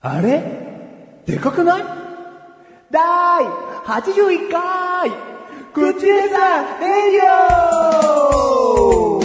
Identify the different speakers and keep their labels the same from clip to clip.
Speaker 1: あれでかくない第81回口でさレディオ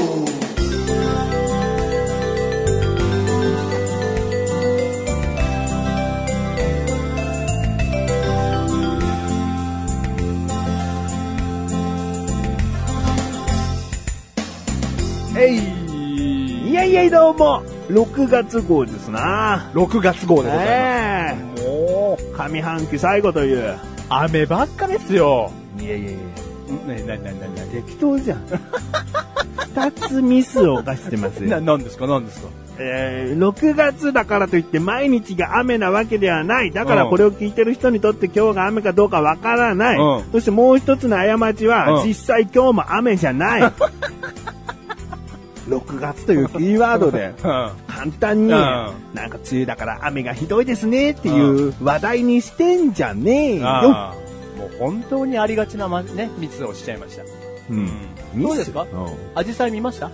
Speaker 2: えいいやいやいどうも !6 月号ですな。
Speaker 1: !6 月号でございます。
Speaker 2: ね
Speaker 1: もう、
Speaker 2: え上半期最後という。いや
Speaker 1: 雨ばっかですよ。
Speaker 2: いやいや
Speaker 1: ね、なになになになに
Speaker 2: 適当じゃん。二つミスを犯してます
Speaker 1: な、
Speaker 2: よ、
Speaker 1: なんですかなんですか
Speaker 2: えー6月だからといって毎日が雨なわけではない。だから
Speaker 1: うん
Speaker 2: これを聞いてる人にとって今日が雨かどうかわからない、
Speaker 1: うん
Speaker 2: そしてもう一つの過ちは、
Speaker 1: うん
Speaker 2: 実際今日も雨じゃない。6月というキーワードで。
Speaker 1: う
Speaker 2: 簡単に、
Speaker 1: うん
Speaker 2: なんか梅雨だから雨がひどいですねっていう話題にしてんじゃねえ
Speaker 1: ん。
Speaker 2: よ。
Speaker 1: あーもう本当にありがちな、ま、ね、ミスをしちゃいました。
Speaker 2: うん
Speaker 1: うんどうですかアジサイ見ました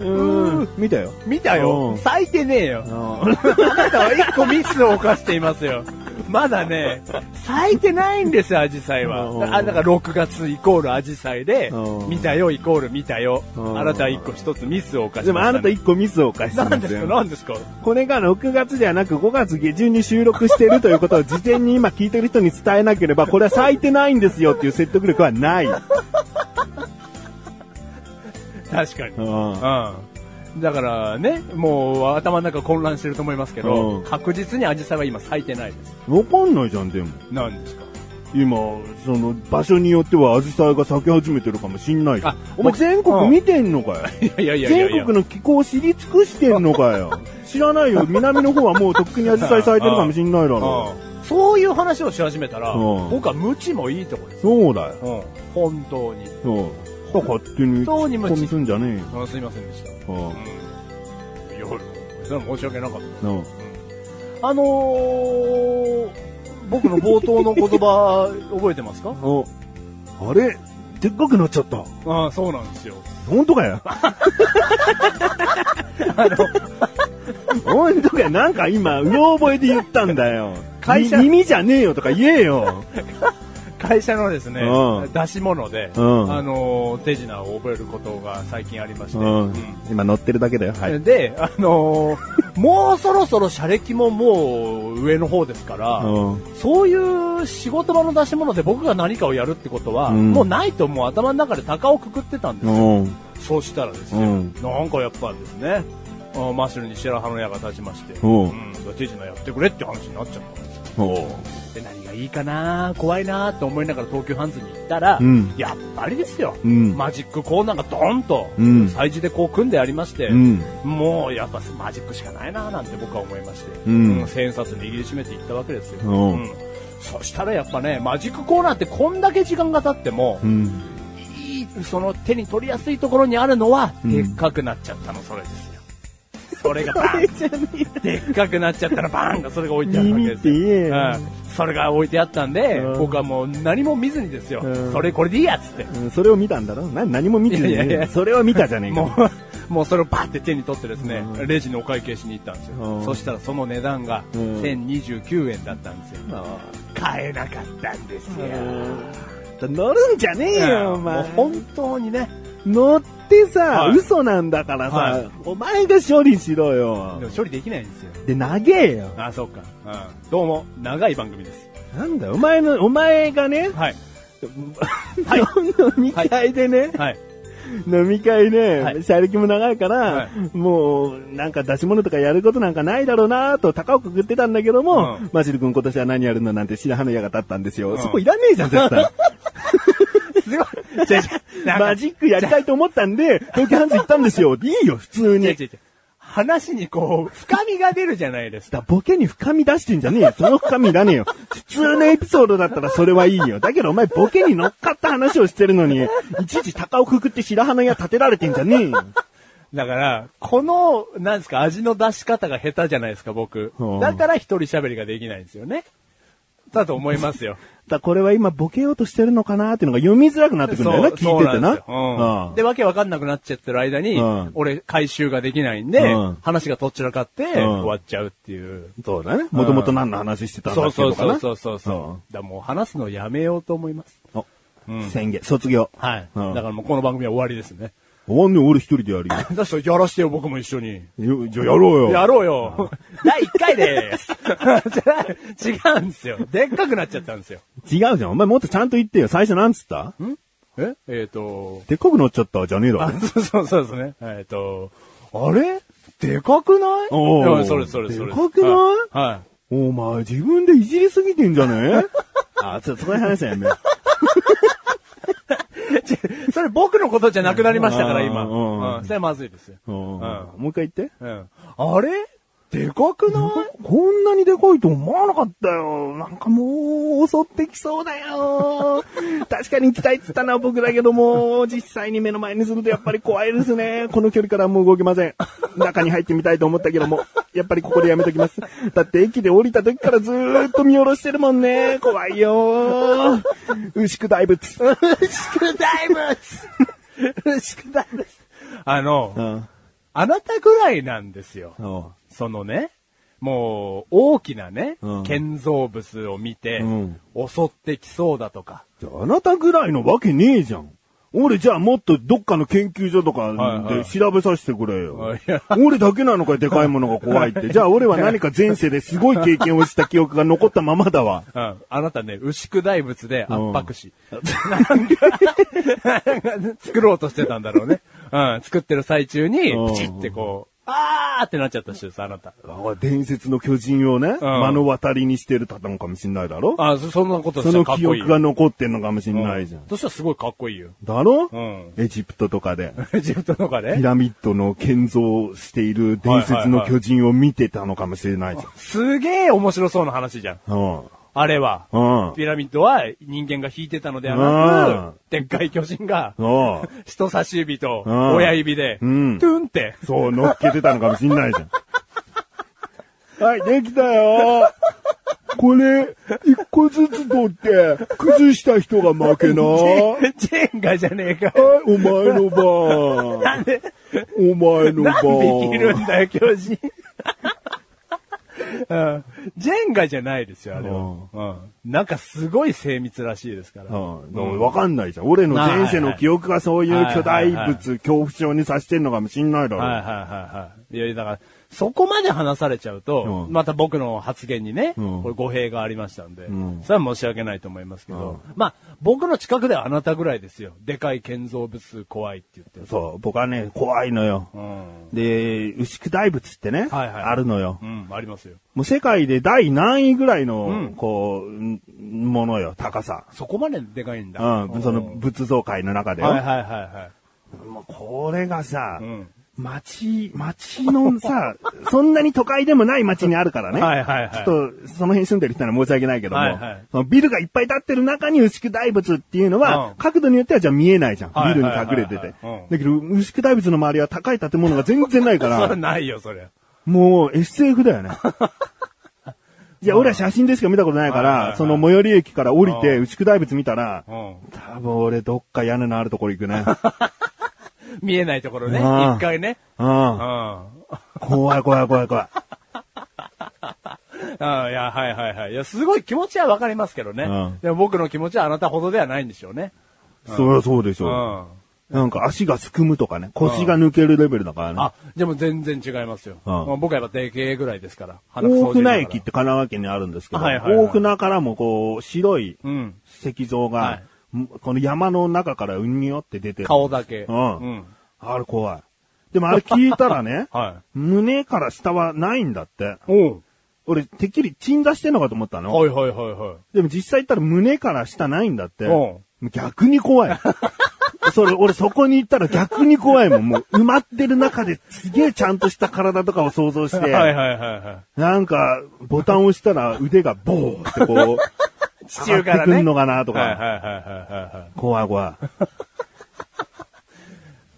Speaker 2: うん。見たよ。
Speaker 1: 見た
Speaker 2: うん
Speaker 1: よ。咲いてねえよ。
Speaker 2: う
Speaker 1: あなたは一個ミスを犯していますよ。まだね、咲いてないんですよ、アジサイ
Speaker 2: うん
Speaker 1: は。あ、だから6月イコールアジサイで
Speaker 2: う、ん
Speaker 1: 見たよイコール見たよ。
Speaker 2: うん
Speaker 1: あなたは一個一つミスを犯
Speaker 2: ん
Speaker 1: して
Speaker 2: でもあなた一個ミスを犯して
Speaker 1: 何
Speaker 2: ま
Speaker 1: ですすか
Speaker 2: よ。
Speaker 1: 何ですか
Speaker 2: これが6月ではなく5月下旬に収録してるということを事前に今聞いてる人に伝えなければ、これは咲いてないんですよっていう説得力はない。う
Speaker 1: 確かに。
Speaker 2: ん
Speaker 1: うん。だからね、もう頭の中混乱してると思いますけ
Speaker 2: う
Speaker 1: ど
Speaker 2: ん、
Speaker 1: 確実にアジサイは今咲いてないです。
Speaker 2: わかんないじゃん、でも。
Speaker 1: 何ですか
Speaker 2: 今、その、場所によってはアジサイが咲き始めてるかもしんないよ
Speaker 1: あ
Speaker 2: お前
Speaker 1: ま
Speaker 2: 全国見てんの かよ。
Speaker 1: いやいやいやいや。
Speaker 2: 全国の気候を知り尽くしてんのかよ。知らない よ。南の方はもうとっくにアジサイ咲いてるかもしんないだろ。
Speaker 1: うんそういう話をし始めたら、
Speaker 2: うん
Speaker 1: 僕は無知もいいとこです。
Speaker 2: そうだよ。
Speaker 1: うん。本当に。
Speaker 2: そう。だから勝手に
Speaker 1: 当に
Speaker 2: 突
Speaker 1: 無
Speaker 2: っ
Speaker 1: 知
Speaker 2: 込みすんじゃね
Speaker 1: あすいませんでした。
Speaker 2: えよ。
Speaker 1: うん。いや、それは申し訳なかっ
Speaker 2: うんうん
Speaker 1: た。あのー、僕の冒頭の言葉、覚えてますか
Speaker 2: おあれでっかくなっちゃった。
Speaker 1: ああ、そうなんですよ。
Speaker 2: 本当か よ。本当かよ。なんか今、うろ覚えで言ったんだよ。
Speaker 1: 会社
Speaker 2: み耳じゃねえよとか言えよ。
Speaker 1: 会社のですね
Speaker 2: う、
Speaker 1: 出し物で、
Speaker 2: うん
Speaker 1: あのー、手品を覚えることが最近ありまして、
Speaker 2: うん
Speaker 1: うん
Speaker 2: 今乗ってるだけだよ。はい。
Speaker 1: で、あのー もうそろそろ車歴ももう上の方ですから、
Speaker 2: うん
Speaker 1: そういう仕事場の出し物で僕が何かをやるってことは、
Speaker 2: うん
Speaker 1: もうないともう頭の中で鷹をくくってたんです
Speaker 2: う
Speaker 1: よ、
Speaker 2: ん。
Speaker 1: そうしたらです
Speaker 2: う
Speaker 1: よ、
Speaker 2: ん。
Speaker 1: なんかやっぱですねあーマッシュルに白羽の矢が立ちまして、
Speaker 2: おう
Speaker 1: うん、手品やってくれって話になっちゃったんですよ
Speaker 2: おう
Speaker 1: で何がいいかな怖いなと思いながら東急ハンズに行ったら、
Speaker 2: うん
Speaker 1: やっぱりですよ、
Speaker 2: うん
Speaker 1: マジックコーナーがドンと、
Speaker 2: うん
Speaker 1: 催事でこう組んでありまして、
Speaker 2: うん。
Speaker 1: もうやっぱマジックしかないななんて僕は思いまして、
Speaker 2: うん
Speaker 1: うん千円札握りしめていったわけですよ、
Speaker 2: おう
Speaker 1: うんそしたらやっぱねマジックコーナーってこんだけ時間が経っても、
Speaker 2: うん。
Speaker 1: いいその手に取りやすいところにあるのは、
Speaker 2: うん
Speaker 1: でっかくなっちゃったのそれですよそれがバン でっかくなっちゃったらバーンがそれが置いてあるわけ
Speaker 2: 耳
Speaker 1: で
Speaker 2: っ
Speaker 1: す
Speaker 2: て
Speaker 1: よ
Speaker 2: 言えよ。
Speaker 1: うんそれが置いてあったんで、
Speaker 2: うん
Speaker 1: 僕はもう何も見ずにですよ、
Speaker 2: うん
Speaker 1: それこれでいいやっつって
Speaker 2: うんそれを見たんだろな何も見てない
Speaker 1: いやいやいや
Speaker 2: それを見たじゃねえか。
Speaker 1: もう、もうそれをバッて手に取ってですね、
Speaker 2: うん
Speaker 1: レジのお会計しに行ったんですよ。
Speaker 2: うん
Speaker 1: そしたらその値段が
Speaker 2: うん
Speaker 1: 1029円だったんですよ。
Speaker 2: あ
Speaker 1: 買えなかったんですよ。
Speaker 2: あ乗るんじゃねえよ、お
Speaker 1: もう
Speaker 2: 前。
Speaker 1: 本当にね、
Speaker 2: 乗ってさ、
Speaker 1: はい
Speaker 2: 嘘なんだからさ、
Speaker 1: はい
Speaker 2: お前が処理しろよ
Speaker 1: で。も処理できないんですよ。
Speaker 2: で、投げよ。
Speaker 1: あ、そうか。うんどうも、長い番組です。
Speaker 2: なんだよ、お前の、お前がね、
Speaker 1: はい。
Speaker 2: はい、飲み会でね、
Speaker 1: はい。
Speaker 2: 飲み会
Speaker 1: は
Speaker 2: ね、
Speaker 1: い
Speaker 2: 車歴も長いから、
Speaker 1: は
Speaker 2: もう、なんか出し物とかやることなんかないだろうなと、高をくぐってたんだけども、
Speaker 1: うん
Speaker 2: マジル君今年は何やるのなんて白羽の矢が立ったんですよ。
Speaker 1: うん
Speaker 2: そこいらねえじゃん、 絶対。
Speaker 1: すごい。じゃじゃ、
Speaker 2: マジックやりたいと思ったんで、東京ハンズ行ったんです よ。いいよ、普通に。
Speaker 1: 違う違う違う話にこう、深みが出るじゃないですか。
Speaker 2: だボケに深み出してんじゃねえよ。その深みいらねえよ。普通のエピソードだったらそれはいいよ。だけどお前ボケに乗っかった話をしてるのに、いちいち鷹をくくって白羽の矢立てられてんじゃねえよ。
Speaker 1: だから、この、なんですか、味の出し方が下手じゃないですか、僕
Speaker 2: うん。
Speaker 1: だから一人喋りができないんですよね。だと思いますよ。
Speaker 2: だこれは今ボケようとしてるのかなっていうのが読みづらくなってくるんだよな、聞
Speaker 1: そう
Speaker 2: いててな。
Speaker 1: そうなんですようんで、わけわかんなくなっちゃってる間に、
Speaker 2: うん
Speaker 1: 俺回収ができないんで、
Speaker 2: うん
Speaker 1: 話がとっちらかって、
Speaker 2: ん
Speaker 1: 終わっちゃうっていう。
Speaker 2: そうだね。もともと何の話してたんだ
Speaker 1: そう
Speaker 2: っけ
Speaker 1: そ
Speaker 2: と
Speaker 1: う
Speaker 2: かな。
Speaker 1: そうそうそう。だからもう話すのやめようと思います。
Speaker 2: うん。お宣言、卒業。
Speaker 1: はい。
Speaker 2: うん
Speaker 1: だからもうこの番組は終わりですね。
Speaker 2: おんね、俺一人でやるよ
Speaker 1: だしやらしてよ、僕も一緒に。
Speaker 2: よ。じゃあやろうよ。
Speaker 1: やろうよ。第1回です。じ ゃあ違うんですよ。でっかくなっちゃったんですよ。
Speaker 2: 違うじゃん。お前もっとちゃんと言ってよ。最初なんつった
Speaker 1: ええっ、と、
Speaker 2: でっかくなっちゃったじゃねえだ
Speaker 1: あ、
Speaker 2: ろ。
Speaker 1: そうそうそうですね。えっ、と、あれでかくない
Speaker 2: おー
Speaker 1: うんそれそれそれ。
Speaker 2: でかくない
Speaker 1: はいは
Speaker 2: お前自分でいじりすぎてんじゃねえ あ、ちょっとそういう話はやめよう
Speaker 1: い。ち それ僕のことじゃなくなりましたから、
Speaker 2: うん
Speaker 1: 今。
Speaker 2: うん
Speaker 1: うん。それはまずいですよ。
Speaker 2: うん
Speaker 1: うん。
Speaker 2: もう一回言って。
Speaker 1: うん。あれでかくない
Speaker 2: こんなにでかいと思わなかったよ。なんかもう襲ってきそうだよ。確かに行きたいって言ったのは僕だけども、実際に目の前にするとやっぱり怖いですね。この距離からもう動けません。中に入ってみたいと思ったけども、やっぱりここでやめときます。だって駅で降りた時からずーっと見下ろしてるもんね。怖いよ。牛久大仏。
Speaker 1: 宿題物宿題物あの、
Speaker 2: ん。
Speaker 1: あなたぐらいなんですよ。
Speaker 2: うん。
Speaker 1: そのね、もう、大きなね、
Speaker 2: うん
Speaker 1: 建造物を見て、
Speaker 2: うん
Speaker 1: 襲ってきそうだとか、
Speaker 2: じゃああなたぐらいのわけねえじゃん。俺じゃあもっとどっかの研究所と
Speaker 1: はい
Speaker 2: か
Speaker 1: は
Speaker 2: で
Speaker 1: い
Speaker 2: 調べさせてくれよ。
Speaker 1: あいや
Speaker 2: 俺だけなのかよでかいものが怖い って。じゃあ俺は何か前世ですごい経験をした記憶が残ったままだわ。
Speaker 1: うんあなたね、牛久大仏で圧迫し、なんか 作ろうとしてたんだろうね。うん、作ってる最中に
Speaker 2: う、ん
Speaker 1: プチってこう、あーってなっちゃった人です、あなた。
Speaker 2: 伝説の巨人をね、目の当たりにしてる方なのかもしんないだろ
Speaker 1: あそそんなことし
Speaker 2: そ
Speaker 1: たら
Speaker 2: の
Speaker 1: かっ
Speaker 2: 記
Speaker 1: こいいよ。
Speaker 2: 憶が残ってんのかもしんないじゃん。
Speaker 1: そしたらすごいかっこいいよ。
Speaker 2: だろ
Speaker 1: うん
Speaker 2: エジプトとか で。
Speaker 1: エジプトのが
Speaker 2: ピ
Speaker 1: ね。
Speaker 2: ラミッドの建造している伝説の巨人を見てたのかもしれないじ
Speaker 1: すげえ面白そうな話じゃん。
Speaker 2: ゃん。うん。
Speaker 1: あれは。
Speaker 2: うん。
Speaker 1: ピラミッドは人間が引いてたのではなく、でっかい巨人が、
Speaker 2: うん。
Speaker 1: 人差し指と
Speaker 2: うん
Speaker 1: 親指で、ト
Speaker 2: うん
Speaker 1: ゥンって、
Speaker 2: そう、乗っけてたのかもしんないじゃん。はい、できたよこれ、一個ずつ取って、崩した人が負けな。はい、
Speaker 1: ジェンガじゃねえか。
Speaker 2: お前の番。
Speaker 1: なんで、
Speaker 2: お前の
Speaker 1: 何匹いる
Speaker 2: 番。
Speaker 1: んだよ、巨人。うんジェンガじゃないですよ、あれは。うんなんかすごい精密らしいですから。
Speaker 2: うんでもわかんないじゃん。俺の前世の記憶がそういう巨大
Speaker 1: はいはいはい
Speaker 2: 物、恐怖症にさせてんのかもしんないだ
Speaker 1: はいはい
Speaker 2: ろ。
Speaker 1: はいはい。いや、だから、そこまで話されちゃうと、
Speaker 2: うん
Speaker 1: また僕の発言にね、
Speaker 2: うん
Speaker 1: これ語弊がありましたんで、
Speaker 2: ん
Speaker 1: それは申し訳ないと思いますけど、まあ、僕の近くではあなたぐらいですよ。でかい建造物怖いって言って。
Speaker 2: そう、僕はね、怖いのよ。
Speaker 1: うん。
Speaker 2: で、牛久大仏ってね、
Speaker 1: はいはい
Speaker 2: あるのよ。
Speaker 1: うん、ありますよ。
Speaker 2: もう世界で第何位ぐらいの、
Speaker 1: うん
Speaker 2: こう、んものよ、高さ。
Speaker 1: そこまででかいんだ。
Speaker 2: うん、その
Speaker 1: うん
Speaker 2: 仏像界の中でよ。
Speaker 1: はいはいはいは
Speaker 2: もうこれがさ、
Speaker 1: い。うん。
Speaker 2: 街、街のさ、 そんなに都会でもない街にあるからね。
Speaker 1: はいはいはい
Speaker 2: ちょっと、その辺住んでる人なら申し訳ないけども、
Speaker 1: はいはい
Speaker 2: そのビルがいっぱい建ってる中に牛久大仏っていうのは、
Speaker 1: うん
Speaker 2: 角度によってはじゃあ見えないじゃん。
Speaker 1: はいはい
Speaker 2: ビル
Speaker 1: は
Speaker 2: に
Speaker 1: いはい
Speaker 2: 隠れてて。
Speaker 1: うん
Speaker 2: だけど、牛久大仏の周りは高い建物が全然ないか
Speaker 1: それ
Speaker 2: ら、
Speaker 1: ないよ、それ。
Speaker 2: もう SF だよ ね。いや、俺は写真でしか見たことないか
Speaker 1: はいはいは
Speaker 2: ら、
Speaker 1: い
Speaker 2: その最寄り駅から降りて、
Speaker 1: う
Speaker 2: 牛久大仏見たら、
Speaker 1: うん。
Speaker 2: 多分俺どっか屋根のあるところ行くね。
Speaker 1: 見えないところね、
Speaker 2: うん
Speaker 1: 一回ね。
Speaker 2: う
Speaker 1: うんん。。あ
Speaker 2: 怖い怖い怖い怖い。
Speaker 1: あ、いや、はいはいはい。いや、すごい気持ちはわかりますけどね。
Speaker 2: うん
Speaker 1: でも僕の気持ちはあなたほどではないんでしょうね。
Speaker 2: そりゃそうでし
Speaker 1: う
Speaker 2: ょ。
Speaker 1: ん。
Speaker 2: なんか足がすくむとかね、腰が抜けるレベルだからね。
Speaker 1: あ、でも全然違いますよ。
Speaker 2: うん
Speaker 1: まあ僕はやっぱでけえぐらいですから。鼻くそ
Speaker 2: 大
Speaker 1: おじいだか
Speaker 2: 船
Speaker 1: ら
Speaker 2: 駅って神奈川県にあるんですけど、
Speaker 1: はいはいはい
Speaker 2: 大船からもこう、白い
Speaker 1: うん。
Speaker 2: 石像
Speaker 1: は
Speaker 2: が
Speaker 1: い、
Speaker 2: んこの山の中からうんによって出てる。
Speaker 1: 顔だけ。
Speaker 2: うん
Speaker 1: うん。、
Speaker 2: あれ怖い。でもあれ聞いたらね
Speaker 1: は
Speaker 2: 胸から下はないんだって。
Speaker 1: い。お
Speaker 2: 俺、てっきり鎮座してんのかと思ったの。
Speaker 1: はいはいはいはい。
Speaker 2: でも実際行ったら胸から下ないんだって。
Speaker 1: お
Speaker 2: 逆に怖い。 それ、俺そこに行ったら逆に怖いもん。もう埋まってる中ですげえちゃんとした体とかを想像し
Speaker 1: はいはい
Speaker 2: て、
Speaker 1: はいは
Speaker 2: なんかボタンを押したら腕がボーって こう、
Speaker 1: い。地中か
Speaker 2: 上がって
Speaker 1: ら
Speaker 2: く
Speaker 1: ね。
Speaker 2: んのかなと
Speaker 1: はいはい
Speaker 2: か。
Speaker 1: はいはいはい。
Speaker 2: 怖い怖い。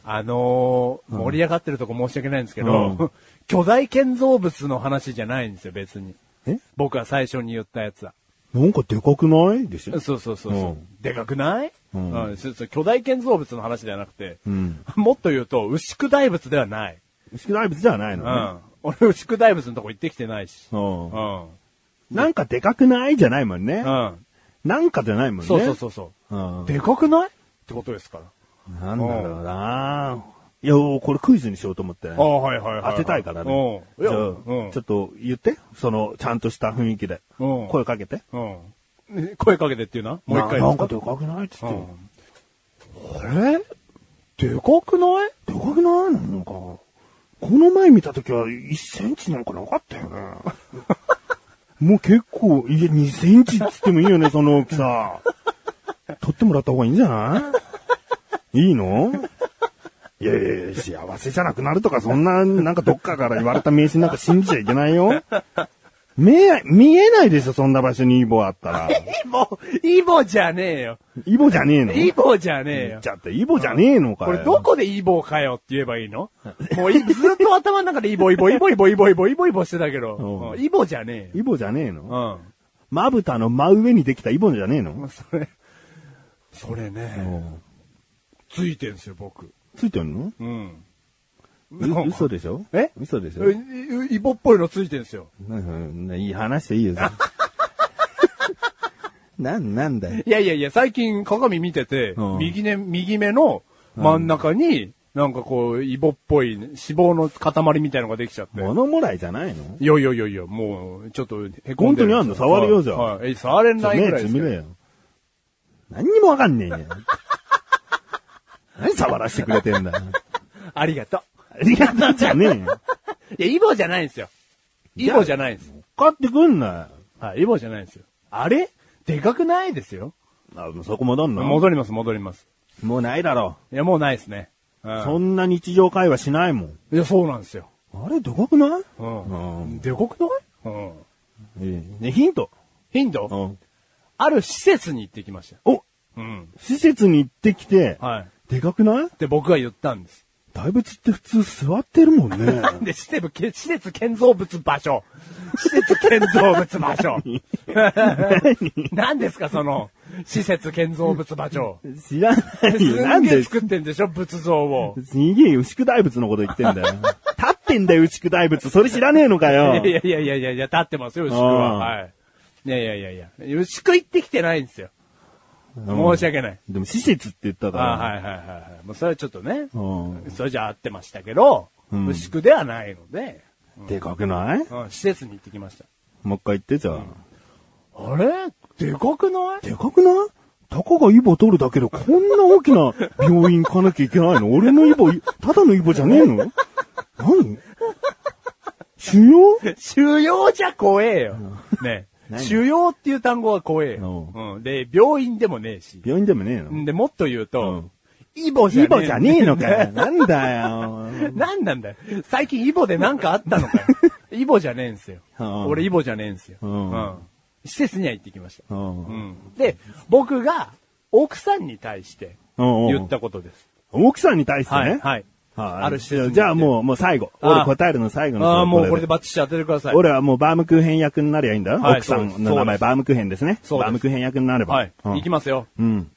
Speaker 1: あのー、盛り上がってるとこ申し訳ないんですけ
Speaker 2: う
Speaker 1: ど、巨大建造物の話じゃないんですよ、別に。
Speaker 2: え
Speaker 1: 僕は最初に言ったやつは。
Speaker 2: なんかでかくないでしょ
Speaker 1: そうそうそうそう、
Speaker 2: うん
Speaker 1: でかくない、う
Speaker 2: うん
Speaker 1: んそうそう巨大建造物の話ではなくて、
Speaker 2: うん。
Speaker 1: もっと言うと、牛久大仏ではない。
Speaker 2: 牛久大仏ではないうの
Speaker 1: ん。
Speaker 2: ね。
Speaker 1: 俺、牛久大仏のとこ行ってきてないし。
Speaker 2: うん
Speaker 1: うん。うん。
Speaker 2: なんかでかくないじゃないもんね。なんかじゃないもんね。。
Speaker 1: そうそうそうそう
Speaker 2: う
Speaker 1: う。
Speaker 2: ん。
Speaker 1: でかくないってことですから。
Speaker 2: なんだろうないや、これクイズにしようと思って。
Speaker 1: ああ、はいはいはい、は
Speaker 2: 当てたいからね。
Speaker 1: うん。い
Speaker 2: じ
Speaker 1: や、
Speaker 2: ゃあ
Speaker 1: うん
Speaker 2: ちょ。っと言って。その、ちゃんとした雰囲気で。
Speaker 1: うん
Speaker 2: 声かけて。
Speaker 1: うん。ね声かけてっていうなもう一回
Speaker 2: な
Speaker 1: 言
Speaker 2: なん
Speaker 1: う
Speaker 2: かでかくないっつって。
Speaker 1: うん。あれでかくない
Speaker 2: でかくないのなんか。この前見た時は1センチなんかなか ったよね。もう結構、いや、2センチっつってもいいよね、その大きさ。取ってもらった方がいいんじゃないいいのいやいやいや、幸せじゃなくなるとか、そんな、なんかどっかから言われた迷信なんか信じちゃいけないよ。見え、見えないでしょ、そんな場所にイボあったら。
Speaker 1: イボ、イボじゃねえよ。
Speaker 2: イボじゃねえの
Speaker 1: イボじゃねえ
Speaker 2: 言
Speaker 1: よ
Speaker 2: っち。ゃって、イボじゃねえのか
Speaker 1: こ
Speaker 2: よ。
Speaker 1: れどこでイボかよって言えばいいのもういずっと頭の中でイボイボイボイボイボイボイボイボしてたけど、
Speaker 2: うん
Speaker 1: イボじゃねえ
Speaker 2: イボじゃねえの
Speaker 1: よ。
Speaker 2: まぶたの真上にできたイボンじゃねえ
Speaker 1: うん。
Speaker 2: の
Speaker 1: それ、それね、ついてんすよ、僕。
Speaker 2: ついてんの
Speaker 1: うん。
Speaker 2: う嘘でしょ
Speaker 1: え
Speaker 2: 嘘でしょ
Speaker 1: いイボっぽいのついてんすよ。
Speaker 2: なんかいい話していいよ。 なん、なんだよ。
Speaker 1: いやいやいや、最近鏡見てて、
Speaker 2: うん
Speaker 1: 右ね、右目の真ん中に、なんかこう、イボっぽい脂肪の塊みたいのができちゃって。
Speaker 2: 物もらいじゃないの
Speaker 1: いやいやいやいや、もう、ちょっと、へこん
Speaker 2: 本
Speaker 1: で
Speaker 2: 当
Speaker 1: る
Speaker 2: にあんの触れようじゃん
Speaker 1: はいはい。え触れないぐらいです
Speaker 2: 目つ
Speaker 1: けど
Speaker 2: みれよ。何にもわかんねえよ。何触らせてくれてんだよ。
Speaker 1: ありがと
Speaker 2: ありがとうじゃねえよ。
Speaker 1: う。いや、イボじゃないんですよ。イボじゃないんです。
Speaker 2: 買ってくんな
Speaker 1: はい、イボじゃないんですよ。あれでかくないですよ。
Speaker 2: よ。あ、もうそこ戻んの
Speaker 1: 戻ります、戻ります。
Speaker 2: もうないだろ
Speaker 1: いや、もうないですね。うん
Speaker 2: う。そんな日常会話しないもん。
Speaker 1: いや、そうなんですよ。
Speaker 2: あれ、どこくない
Speaker 1: うん。
Speaker 2: うん
Speaker 1: でかくないうん。
Speaker 2: ええね、ヒント。
Speaker 1: 頻度、ある施設に行ってきました。
Speaker 2: お、
Speaker 1: うん。
Speaker 2: 施設に行ってきて、
Speaker 1: はい。
Speaker 2: でかくない
Speaker 1: って僕が言ったんです。
Speaker 2: 大仏って普通座ってるもん ね。
Speaker 1: で、施設、け施設建造物場所。施設建造物場所。何ですか、その、施設建造物場所。
Speaker 2: 知らな
Speaker 1: す
Speaker 2: いよ。 なんん
Speaker 1: げえ
Speaker 2: で、
Speaker 1: 作ってんでしょ、仏像を。
Speaker 2: すげえ牛久大仏のこと言ってん だよ。立ってんだよ、牛久大仏。それ知らねえのか
Speaker 1: い
Speaker 2: よ。
Speaker 1: やいやいやいやいや、立ってますよ、牛久は。
Speaker 2: うん
Speaker 1: はい。いやいやいやいや。牛久行ってきてないんですよ。
Speaker 2: うん
Speaker 1: 申し訳ない。
Speaker 2: でも施設って言ったか
Speaker 1: あ
Speaker 2: ら。
Speaker 1: はいはいはいはい。もうそれはちょっとね。
Speaker 2: う
Speaker 1: それじゃ合ってましたけど、
Speaker 2: うん
Speaker 1: 牛久ではないので、
Speaker 2: ん。でかくない
Speaker 1: うん、施設に行ってきました。
Speaker 2: もう一回言ってじゃあ。
Speaker 1: あれでかくない
Speaker 2: でかくないたかがイボ取るだけでこんな大きな病院行かなきゃいけないの俺のイボ、ただのイボじゃねえの何腫瘍
Speaker 1: 収容じゃ怖えよ。ね
Speaker 2: 何
Speaker 1: 収容っていう単語は怖えよ。
Speaker 2: う
Speaker 1: うんで、病院でもねえし。
Speaker 2: 病院でもねえの
Speaker 1: んで、もっと言う
Speaker 2: う
Speaker 1: と
Speaker 2: ん、
Speaker 1: イボじゃね
Speaker 2: イ
Speaker 1: え。
Speaker 2: ボじゃねえのかよ。なんだよ。
Speaker 1: なんなんだよ。最近イボでなんかあったの かよ。イボじゃねえんすよ。
Speaker 2: うん
Speaker 1: 俺イボじゃねえんすよ。
Speaker 2: うん
Speaker 1: うん施設には行ってきまし
Speaker 2: う
Speaker 1: た。
Speaker 2: ん
Speaker 1: うんで、僕が奥さんに対して
Speaker 2: うんうん
Speaker 1: 言ったことです。
Speaker 2: 奥さんに対してね。
Speaker 1: はい。はい。
Speaker 2: はい
Speaker 1: ある施設に行って
Speaker 2: じゃあもう、もう最後。
Speaker 1: あー
Speaker 2: 俺答えるの最後の
Speaker 1: ああ、もうこれでバッチシ当ててください。
Speaker 2: 俺はもうバームクーヘン役になりゃいいんだよ。
Speaker 1: はい
Speaker 2: 奥さ
Speaker 1: そうです
Speaker 2: んの名
Speaker 1: そうで
Speaker 2: 前
Speaker 1: す
Speaker 2: バームクーヘンですね。
Speaker 1: そうです
Speaker 2: バームクーヘン役になれば。
Speaker 1: はい。
Speaker 2: うん
Speaker 1: 行きますよ。
Speaker 2: うん。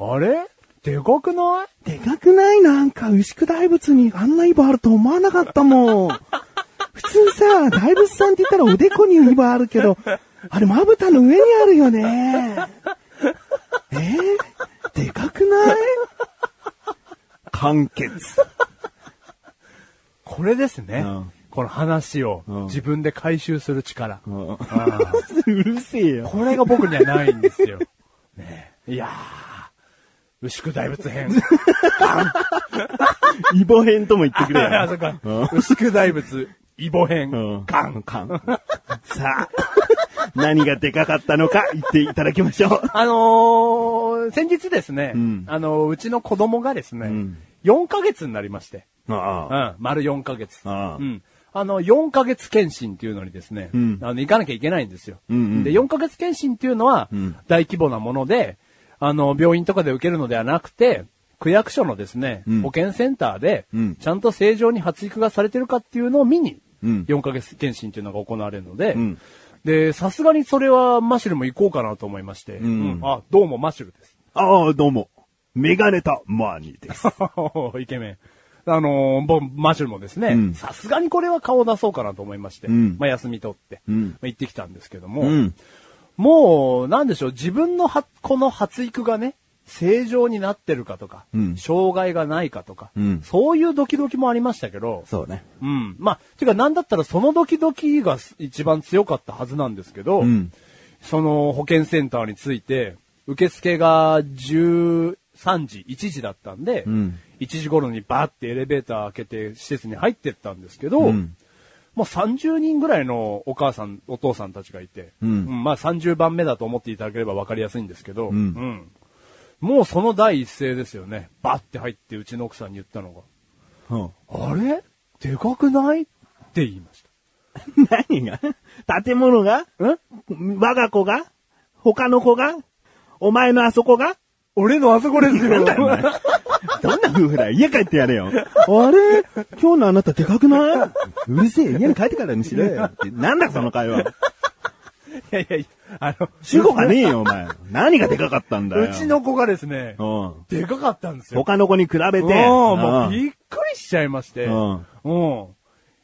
Speaker 1: あれでかくない
Speaker 2: でかくないなんか、牛久大仏にあんなイボあると思わなかった もん。普通さ、大仏さんって言ったらおでこにイボあるけど、 あれまぶたの上にあるよ ね。えー、でかくない完結。
Speaker 1: これですね。
Speaker 2: うん
Speaker 1: この話を
Speaker 2: うん
Speaker 1: 自分で回収する力。
Speaker 2: うん
Speaker 1: あー
Speaker 2: うるせえよ。
Speaker 1: これが僕にはないんですよ。 ねえいやー、牛久大仏編。
Speaker 2: イボ編とも言ってくれよ。
Speaker 1: あそっか牛久大仏、イボ編。
Speaker 2: うん。カン、カン。さあ、何がでかかったのか言っていただきましょう。
Speaker 1: あのー、先日ですね、
Speaker 2: うん
Speaker 1: あのーうちの子供がですね、
Speaker 2: ん
Speaker 1: 4ヶ月になりまして、う
Speaker 2: ああ。
Speaker 1: ん、丸4ヶ月。
Speaker 2: ああ
Speaker 1: うん。あの、4ヶ月検診っていうのにですね、
Speaker 2: うん
Speaker 1: あの、行かなきゃいけないんですよ。
Speaker 2: うんうん
Speaker 1: で、4ヶ月検診っていうのは
Speaker 2: うん、
Speaker 1: 大規模なもので、あの、病院とかで受けるのではなくて、区役所のですね、
Speaker 2: うん
Speaker 1: 保健センターで
Speaker 2: うん、
Speaker 1: ちゃんと正常に発育がされてるかっていうのを見に、
Speaker 2: うん
Speaker 1: 4ヶ月検診っていうのが行われるので、
Speaker 2: うん
Speaker 1: で、さすがにそれはマシュルも行こうかなと思いまして。
Speaker 2: ん
Speaker 1: うあ、どうもマシュルです。
Speaker 2: ああ、どうも。メガネタマーニーです。
Speaker 1: イケメン。あのー、ぼマシュルもです
Speaker 2: うん
Speaker 1: ね、さすがにこれは顔出そうかなと思いまして、
Speaker 2: うん
Speaker 1: まあ休み取って、
Speaker 2: うん
Speaker 1: まあ行ってきたんですけども、
Speaker 2: うん。
Speaker 1: もう、なんでしょう、自分のは、この発育がね、正常になってるかとか、
Speaker 2: うん
Speaker 1: 障害がないかとか、
Speaker 2: うん
Speaker 1: そういうドキドキもありましたけど、
Speaker 2: そうね。
Speaker 1: うん。まあ、ていうか、なんだったらそのドキドキがす一番強かったはずなんですけど、
Speaker 2: うん。
Speaker 1: その保健センターについて、受付が13時、1時だったんで、
Speaker 2: うん
Speaker 1: 1時頃にバーってエレベーター開けて施設に入ってったんですけど、
Speaker 2: うん
Speaker 1: もう30人ぐらいのお母さん、お父さんたちがいて、
Speaker 2: うん
Speaker 1: まあ30番目だと思っていただければ分かりやすいんですけど、
Speaker 2: うん
Speaker 1: んもうその第一声ですよね。バーって入ってうちの奥さんに言ったのが、
Speaker 2: うん、
Speaker 1: あれでかくないって言いまし
Speaker 3: 何が建物が
Speaker 1: た。ん
Speaker 3: 我が子が他の子がお前のあそこが
Speaker 1: 俺のあそこです
Speaker 2: ど
Speaker 1: よ。
Speaker 2: んな夫婦だよ家帰ってやれよ。
Speaker 3: あれ
Speaker 2: 今日のあなたでかくないうるせえ。家に帰ってからにしろよ。ってなんだその会話。
Speaker 1: いやいやいや、あの、
Speaker 2: 主語がねえよ、お前。何がでかかったんだよ。
Speaker 1: うちの子がですね、
Speaker 2: うん。
Speaker 1: でかかったんですよ。
Speaker 2: 他の子に比べて。
Speaker 1: うんも
Speaker 2: う
Speaker 1: う
Speaker 2: ん
Speaker 1: びっくりしちゃいまして。
Speaker 2: う
Speaker 1: うんん。あの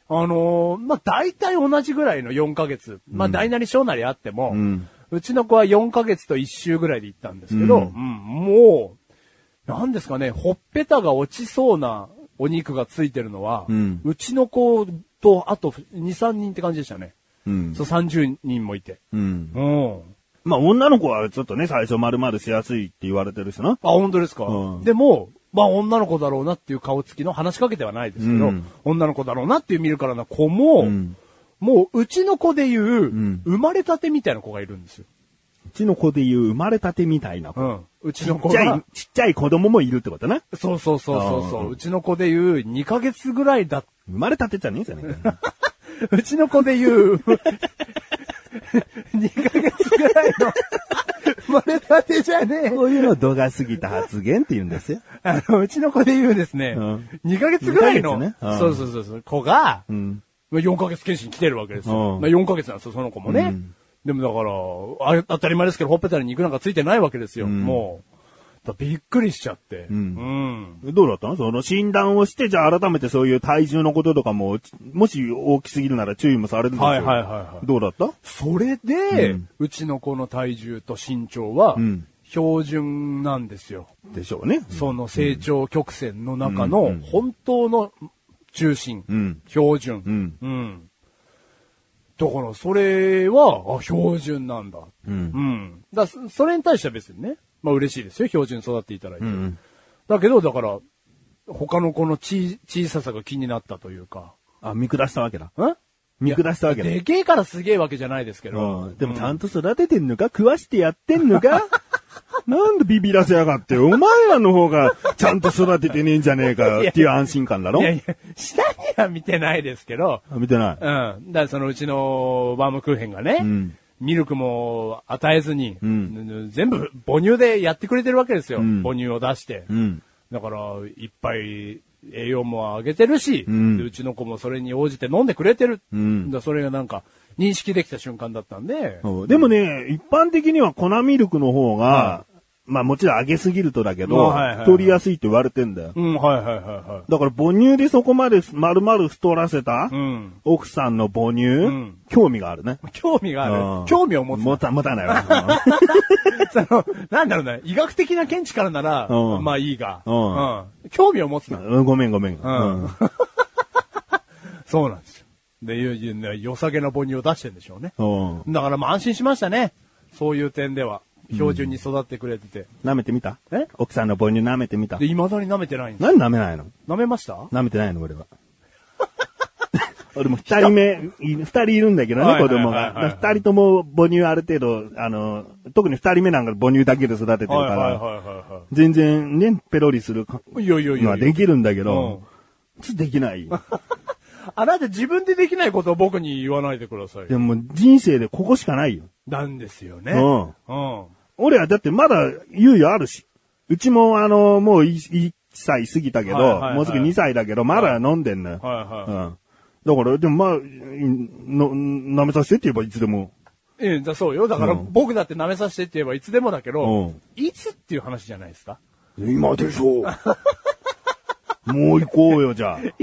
Speaker 1: ーまあ、大体同じぐらいの4ヶ月。まあ、大なり小なりあっても、
Speaker 2: う
Speaker 1: うんちの子は4ヶ月と1週ぐらいで行ったんですけど、
Speaker 2: うん
Speaker 1: うんもう、なんですかね、ほっぺたが落ちそうなお肉がついてるのは、
Speaker 2: う
Speaker 1: うんちの子とあと2、3人って感じでしたね。
Speaker 2: うん
Speaker 1: そ。う、30人もいて。
Speaker 2: うん。
Speaker 1: うん。
Speaker 2: まあ、女の子はちょっとね、最初丸々しやすいって言われてるしな。
Speaker 1: あ、本当ですか、
Speaker 2: うん
Speaker 1: でも、まあ女の子だろうなっていう顔つきの話しかけてはないですけど、
Speaker 2: うん
Speaker 1: 女の子だろうなっていう見るからな子も、
Speaker 2: うん
Speaker 1: もううちの子でいう、
Speaker 2: ん
Speaker 1: 生まれたてみたいな子がいるんですよ。
Speaker 2: うちの子で言う生まれたてみたいな
Speaker 1: う
Speaker 2: 子。
Speaker 1: ん。うちの
Speaker 2: ち
Speaker 1: 子
Speaker 2: っちゃい
Speaker 1: が。、
Speaker 2: ちっちゃい子供もいるってことな。
Speaker 1: そうそうそうそうそうう。
Speaker 2: ん
Speaker 1: うちの子でいう2ヶ月ぐらいだ。
Speaker 2: 生まれたてじゃねえじゃねえかよ。
Speaker 1: うちの子でいう、2ヶ月ぐらいの 生まれたてじゃね え。
Speaker 2: こういうのを度が過ぎた発言って言うんですよ。
Speaker 1: あの、うちの子で言うですね、
Speaker 2: うん
Speaker 1: 2ヶ月ぐらいの、
Speaker 2: 二ヶ月ねうん
Speaker 1: そうそうそうそう、子が、
Speaker 2: ん
Speaker 1: まあ4ヶ月検診来てるわけです
Speaker 2: う
Speaker 1: よ。
Speaker 2: ん
Speaker 1: まあ4ヶ月なんですよ、その子もね。でもだから、あ当たり前ですけど、ほっぺたに肉なんかついてないわけですよ、もう。だからびっくりしちゃって。うん。
Speaker 2: どうだったのその診断をして、じゃあ改めてそういう体重のこととかも、もし大きすぎるなら注意もされるんですよ。
Speaker 1: はいはいはいはい
Speaker 2: どうだった
Speaker 1: それで、うちの子の体重と身長は、
Speaker 2: ん
Speaker 1: 標準なんですよ。
Speaker 2: でしょうね。
Speaker 1: その成長曲線の中の本当の中心、
Speaker 2: ん
Speaker 1: 標準、
Speaker 2: ん
Speaker 1: うんだから、それは、あ、標準なんだ。
Speaker 2: うん
Speaker 1: うん。だそそれに対しては別にね、まあ嬉しいですよ、標準育っていただいて。だけど、だから、他の子のち小ささが気になったというか、
Speaker 2: あ、見下したわけだ。
Speaker 1: ん
Speaker 2: 見下したわけだ。
Speaker 1: でけえからすげえわけじゃないですけど、
Speaker 2: うんでもちゃんと育ててんのか食わしてやってんのか なんでビビらせやがって。お前らの方がちゃんと育ててねえんじゃねえかよっていう安心感だろ
Speaker 1: いやいや、下には見てないですけど、
Speaker 2: あ見てない。
Speaker 1: うん。だからそのうちのバームクーヘンがね、
Speaker 2: ん
Speaker 1: ミルクも与えずに、
Speaker 2: ん
Speaker 1: 全部母乳でやってくれてるわけですよ。
Speaker 2: ん
Speaker 1: 母乳を出して。
Speaker 2: うん。
Speaker 1: だから、いっぱい栄養もあげてるし、
Speaker 2: ん
Speaker 1: でうちの子もそれに応じて飲んでくれてる。
Speaker 2: ん
Speaker 1: だからそれがなんか、認識できた瞬間だったんで、
Speaker 2: そうでもね、一般的には粉ミルクの方が、まあもちろん揚げすぎるとだけど、
Speaker 1: まあはいはいはい
Speaker 2: 取りやすいって言われてんだよ。
Speaker 1: うん、はいはいはいは
Speaker 2: だから母乳でそこまで丸々太らせた、
Speaker 1: い。うん。
Speaker 2: 奥さんの母乳、
Speaker 1: ん
Speaker 2: 興味があるね。
Speaker 1: 興味がある。興味を持つ。
Speaker 2: 持た、持たないわ。
Speaker 1: その、なんだろうね。医学的な見地からなら、
Speaker 2: うん
Speaker 1: まあいいが、
Speaker 2: うん
Speaker 1: うん興味を持つな。
Speaker 2: うんごめんごめん。
Speaker 1: んそうなんですよ。で、ゆゆね良さげな母乳を出してんでしょうね。
Speaker 2: うん。
Speaker 1: だからまあ安心しましたね。そういう点では。標準に育ってくれてて。
Speaker 2: 舐めてみた
Speaker 1: え
Speaker 2: 奥さんの母乳舐めてみた
Speaker 1: で、未だに舐めてないんです。
Speaker 2: 何舐めないの
Speaker 1: 舐めました
Speaker 2: 舐めてないの、俺は。 俺も二人目、い二人いるんだけどね、
Speaker 1: はいは
Speaker 2: 子
Speaker 1: いはい
Speaker 2: 供
Speaker 1: は
Speaker 2: が。だ
Speaker 1: い
Speaker 2: から二人とも母乳ある程度、あの、特に二人目なんか母乳だけで育ててるか
Speaker 1: はいはい
Speaker 2: ら、
Speaker 1: はいは
Speaker 2: 全然ね、ペロリするか
Speaker 1: いはい。いやいやい
Speaker 2: の
Speaker 1: や
Speaker 2: はいで
Speaker 1: や。
Speaker 2: きるんだけど、ちょっとできない。
Speaker 1: あなた自分でできないことを僕に言わないでください
Speaker 2: で。も人生でここしかないよ。
Speaker 1: なんですよね。
Speaker 2: うん
Speaker 1: うん。
Speaker 2: 俺はだってまだ猶予あるし。うちもあの、もう1歳過ぎたけど、
Speaker 1: はいはいはい
Speaker 2: もうすぐ2歳だけど、まだ飲んでんのよ。
Speaker 1: はいはい。
Speaker 2: うん。だから、でもまあ、いの、舐めさせてって言えばいつでも
Speaker 1: ええ、だそうよ。だから、
Speaker 2: うん
Speaker 1: 僕だって舐めさせてって言えばいつでもだけど、
Speaker 2: うん
Speaker 1: いつっていう話じゃないですか。
Speaker 2: 今でしょう。 もう行こうよ、じゃあ。
Speaker 1: い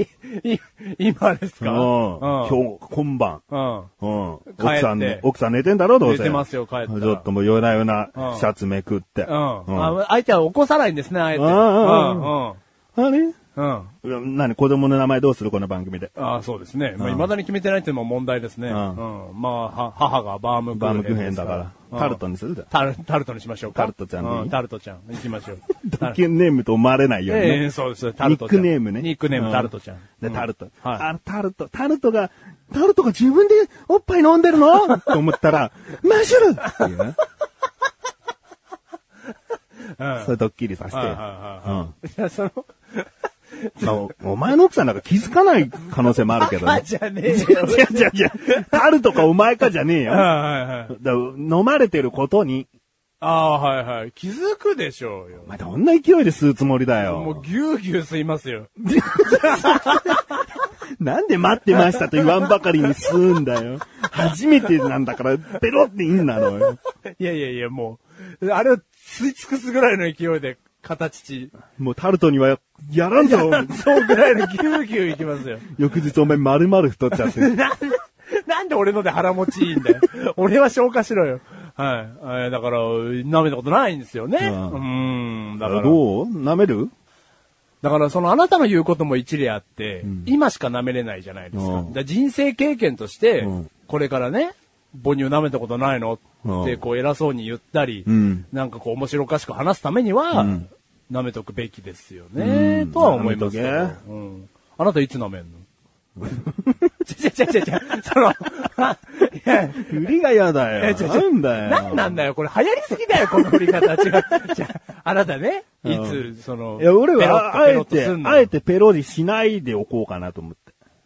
Speaker 1: い今ですか
Speaker 2: うん。
Speaker 1: うん
Speaker 2: 今日、今晩。
Speaker 1: うん。
Speaker 2: うん。
Speaker 1: 帰って
Speaker 2: 奥さんね、奥さん寝てんだろ、どうせ。
Speaker 1: 寝てますよ帰ったら
Speaker 2: ちょっともう夜な夜な
Speaker 1: うん
Speaker 2: シャツめくって。
Speaker 1: うん。
Speaker 2: あ
Speaker 1: あ相手は起こさないんですね、あえて。
Speaker 2: うんうんれ
Speaker 1: うん。うん。うん。
Speaker 2: 何子供の名前どうするこの番組で。
Speaker 1: ああ、そうですね。まあ、未だに決めてないっていうのも問題ですね。
Speaker 2: う
Speaker 1: うんん。まあ、は母がバームク
Speaker 2: バームク
Speaker 1: ー
Speaker 2: ー
Speaker 1: ヘ
Speaker 2: ヘ
Speaker 1: ン
Speaker 2: ン
Speaker 1: で
Speaker 2: だ
Speaker 1: す
Speaker 2: からら。タルトにするだ。
Speaker 1: タル、タルトにしましょうか。
Speaker 2: タルトちゃんでいい
Speaker 1: うタルトちゃん。行きましょう。タ
Speaker 2: ド
Speaker 1: ル
Speaker 2: キュンネームと思われないように
Speaker 1: え
Speaker 2: ね
Speaker 1: え、。そうです。タルトちゃ
Speaker 2: ニック
Speaker 1: ん
Speaker 2: ネームね
Speaker 1: ニックネー
Speaker 2: う
Speaker 1: ム、
Speaker 2: ん
Speaker 1: タルトちゃん。
Speaker 2: で、タルト。
Speaker 1: はい
Speaker 2: あの、タルト、タルトが、タルトが自分でおっぱい飲んでるのと思ったら、マッシュルっていうね。
Speaker 1: うん。
Speaker 2: それドッキリさせて。
Speaker 1: はいはいはいはい。いや、その、
Speaker 2: うん。お前の奥さんなんか気づかない可能性もあるけど
Speaker 1: あ、
Speaker 2: ね。
Speaker 1: じゃねえ
Speaker 2: 違
Speaker 1: よ。
Speaker 2: う違う違う。タルトかお前かじゃねえよ。
Speaker 1: はいはいはい。
Speaker 2: だ飲まれてることに、
Speaker 1: ああ、はいはい。気づくでしょうよ
Speaker 2: お。前どんな勢いで吸うつもりだ
Speaker 1: もう
Speaker 2: よ。
Speaker 1: ぎゅうぎゅう吸いますよ。
Speaker 2: なんで待ってましたと言わんばかりに吸うんだよ。初めてなんだから、ペロっていいんだろうよ。
Speaker 1: いやいやいや、もう、あれを吸い尽くすぐらいの勢いで、片乳。
Speaker 2: もうタルトにはやらん ぞ。
Speaker 1: そうぐらいのぎゅうぎゅういきますよ。
Speaker 2: 翌日お前丸々太っちゃって。
Speaker 1: なんで、なんで俺ので腹持ちいいんだよ。俺は消化しろよ。はいえー。だから、舐めたことないんですよね。う
Speaker 2: うん
Speaker 1: ん。だから、
Speaker 2: どう舐める
Speaker 1: だからそのあなたの言うことも一理あって、今しか舐めれないじゃないですか。
Speaker 2: うん
Speaker 1: だから人生経験として、
Speaker 2: うん
Speaker 1: これからね、母乳舐めたことないのっ
Speaker 2: う
Speaker 1: て
Speaker 2: ん
Speaker 1: こう偉そうに言ったり、
Speaker 2: うん
Speaker 1: なんかこう面白おかしく話すためには、
Speaker 2: ん
Speaker 1: 舐めとくべきですよね、
Speaker 2: うん
Speaker 1: とは思いますけど、
Speaker 2: 舐めと
Speaker 1: うんあなたいつ舐めんの ちゃちゃちゃちゃ、その、 いや
Speaker 2: 振りが嫌だよ。
Speaker 1: えちょちょ
Speaker 2: なんだよ。
Speaker 1: なんなんだよ、これ流行りすぎだよ、この振り方。違う。じゃあ、あなたね、い
Speaker 2: うん
Speaker 1: つ、その、
Speaker 2: いや、俺
Speaker 1: ペロ
Speaker 2: は、あ
Speaker 1: ッ
Speaker 2: え
Speaker 1: とペロ
Speaker 2: て
Speaker 1: ッとすん、の
Speaker 2: あえてペロリしないでおこうかなと思って。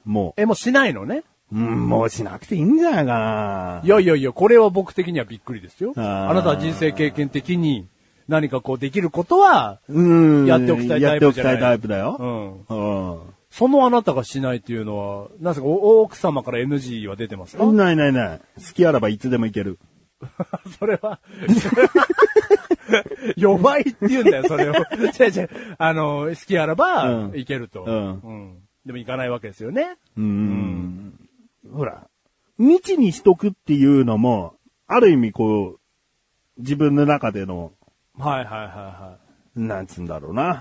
Speaker 2: も
Speaker 1: え、もうしないのね。。
Speaker 2: う。うん、もうしなくていいんじゃないかない
Speaker 1: やいやいや、これは僕的にはびっくりですよ。
Speaker 2: あー
Speaker 1: あなたは人生経験的に何かこうできることは、
Speaker 2: うん。
Speaker 1: やっておきたいタイプじゃな
Speaker 2: やっておきたい
Speaker 1: い
Speaker 2: タイプだ
Speaker 1: う
Speaker 2: よ。う
Speaker 1: ん。
Speaker 2: ん。
Speaker 1: そのあなたがしないっていうのは、なんですか、お奥様から NG は出てますか
Speaker 2: ないないない。好きあらばいつでもいける。
Speaker 1: それは、 それは弱いって言うんだよ、それを。 違う違う。あの、好きあらば
Speaker 2: う、ん
Speaker 1: いけると、
Speaker 2: うん
Speaker 1: でも行かないわけですよね。
Speaker 2: うん。ほら、未知にしとくっていうのも、ある意味こう、自分の中での、
Speaker 1: はいはいはいは
Speaker 2: なんつうんだろうな。
Speaker 1: い。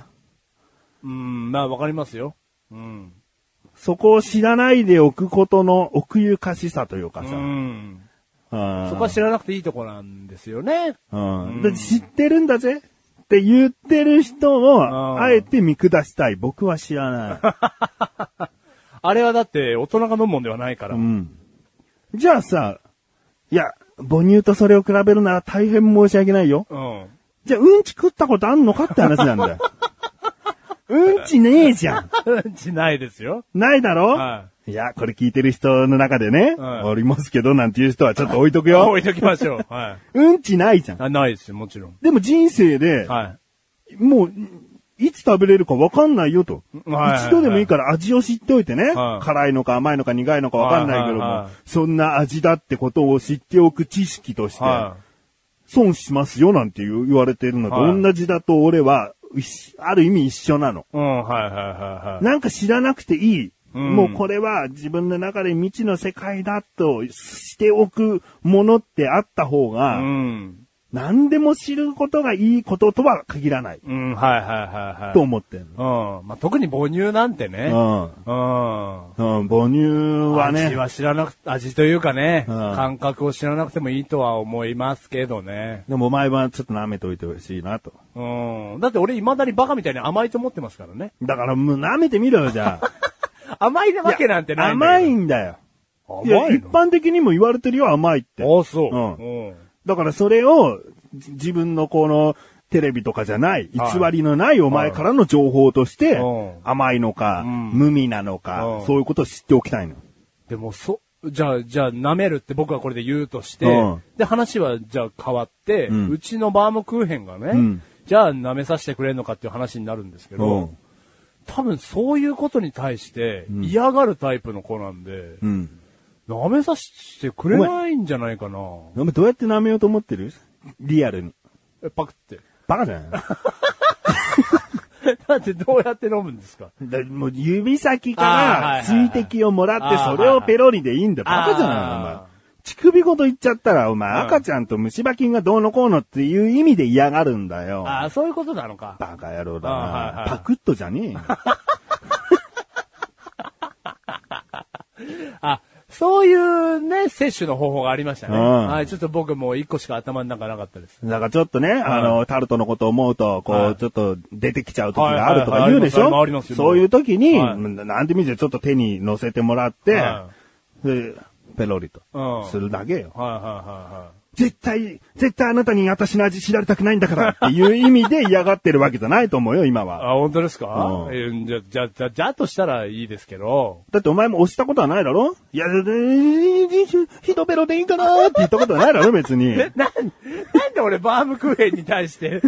Speaker 1: うん、まあわかりますよ。うん。
Speaker 2: そこを知らないでおくことの奥ゆかしさというか
Speaker 1: う
Speaker 2: さ。
Speaker 1: ん。
Speaker 2: あー
Speaker 1: そこは知らなくていいとこなんですよね。
Speaker 2: うん
Speaker 1: ん
Speaker 2: だって知ってるんだぜって言ってる人を、
Speaker 1: ん
Speaker 2: あえて見下したい。僕は知らない。
Speaker 1: あれはだって大人が飲むもんではない から。
Speaker 2: うん。じゃあさ、いや、母乳とそれを比べるなら大変申し訳ないよ。
Speaker 1: うん。
Speaker 2: じゃあ、うんち食ったことあんのかって話なんだよ。うんちねえじゃん。
Speaker 1: うんちないですよ。
Speaker 2: ないだろ、、
Speaker 1: はい
Speaker 2: や、これ聞いてる人の中でね、
Speaker 1: はい
Speaker 2: ありますけどなんていう人はちょっと置いとく
Speaker 1: い。
Speaker 2: よ。
Speaker 1: 置いときましょう。はい。
Speaker 2: うんちないじゃん。
Speaker 1: あないですよ、もちろん。
Speaker 2: でも人生で、
Speaker 1: は
Speaker 2: もう、いつ食べれるか分かんないよと。
Speaker 1: はいはい
Speaker 2: 一度でもいいから味を知っておいてね。
Speaker 1: はい
Speaker 2: 辛いのか甘いのか苦いのか分かんないけども、
Speaker 1: はいはいはい
Speaker 2: そんな味だってことを知っておく知識とし
Speaker 1: い。
Speaker 2: て、
Speaker 1: は
Speaker 2: 損しますよなんて言う言われてるのと、
Speaker 1: はい
Speaker 2: 同じだと俺は、一緒ある意味一緒なの。
Speaker 1: い。うん、はいはいはいはい。
Speaker 2: なんか知らなくていい。
Speaker 1: うん
Speaker 2: もうこれは自分の中で未知の世界だとしておくものってあった方
Speaker 1: う
Speaker 2: が、
Speaker 1: ん。
Speaker 2: 何でも知ることがいいこととは限らない
Speaker 1: うん、はいはいはいはい。
Speaker 2: と思ってるの。
Speaker 1: うん。まあ、特に母乳なんてね。
Speaker 2: うん。
Speaker 1: うん。
Speaker 2: うん、母乳はね。
Speaker 1: 味は知らなく、味というかね、
Speaker 2: うん
Speaker 1: 感覚を知らなくてもいいとは思いますけどね。
Speaker 2: でもお前はちょっと舐めといてほしいなと。
Speaker 1: うん。だって俺未だにバカみたいに甘いと思ってますからね。
Speaker 2: だからもう舐めてみろよ、じゃ あ。
Speaker 1: 甘いわけなんてないんだ
Speaker 2: 甘い
Speaker 1: よ。
Speaker 2: んだよ。
Speaker 1: 甘
Speaker 2: いや、
Speaker 1: い
Speaker 2: 一
Speaker 1: の
Speaker 2: 般的にも言われてるよ、甘いって。
Speaker 1: あ、そう。
Speaker 2: うん
Speaker 1: うん
Speaker 2: だからそれを、じ自分のこの、テレビとかじゃない、偽
Speaker 1: はい
Speaker 2: りのないお前からの情報として
Speaker 1: うん、
Speaker 2: 甘いのか、
Speaker 1: うん
Speaker 2: 無味なのか
Speaker 1: う、ん
Speaker 2: そういうことを知っておきたいの。
Speaker 1: でも、そ、じゃあ、じゃあ、舐めるって僕はこれで言うとして、
Speaker 2: うん
Speaker 1: で、話は、じゃあ変わって、
Speaker 2: う
Speaker 1: うんちのバームクーヘンがね、
Speaker 2: うん
Speaker 1: じゃあ舐めさせてくれるのかっていう話になるんですけど、
Speaker 2: うん
Speaker 1: 多分そういうことに対して嫌がるタイプの子なんで、
Speaker 2: うん。
Speaker 1: 舐めさせてくれないんじゃないかな。
Speaker 2: お前どうやって舐めようと思ってるリアルに。
Speaker 1: え、パクって。
Speaker 2: バカじゃない
Speaker 1: だってどうやって飲むんですか
Speaker 2: だもう指先
Speaker 1: あ
Speaker 2: から
Speaker 1: ーはいはいはい
Speaker 2: 水滴をもらって
Speaker 1: あー
Speaker 2: それをペロリでいいんだ。
Speaker 1: はいはい
Speaker 2: バカじゃ
Speaker 1: あ
Speaker 2: な
Speaker 1: ー
Speaker 2: いのお前。乳首ごと言っちゃったら、お前、
Speaker 1: うん
Speaker 2: 赤ちゃんと虫歯菌がどうのこうのっていう意味で嫌がるんだよ。
Speaker 1: ああ、そういうことなのか。
Speaker 2: バカ野郎だ
Speaker 1: あーはい
Speaker 2: な
Speaker 1: は。い
Speaker 2: パクッとじゃねえ よ。
Speaker 1: あ、そういうね、摂取の方法がありましたね。
Speaker 2: うん
Speaker 1: はい、ちょっと僕もう一個しか頭の中なかったです。
Speaker 2: なんかちょっとね、あの、タルトのこと思うと、こう、
Speaker 1: はい
Speaker 2: ちょっと出てきちゃう時があるとか言うでし
Speaker 1: はいはいはい
Speaker 2: ょ
Speaker 1: ありますありますよ
Speaker 2: そういう時に、
Speaker 1: はい
Speaker 2: なんてみてちょっと手に乗せてもらって、
Speaker 1: は
Speaker 2: でペロリと
Speaker 1: うん
Speaker 2: するだけよ。
Speaker 1: はいはいはいはい。
Speaker 2: 絶対、絶対あなたに私の味知られたくないんだからっていう意味で嫌がってるわけじゃないと思うよ、今は。
Speaker 1: あ、本当ですか
Speaker 2: うん
Speaker 1: えーじゃ、じゃ、じゃ、じゃとしたらいいですけど。
Speaker 2: だってお前も押したことはないだろいや、ひどベロでいいかなって言ったことはないだろ、別に。
Speaker 1: なん、なんで俺バームクーヘンに対して、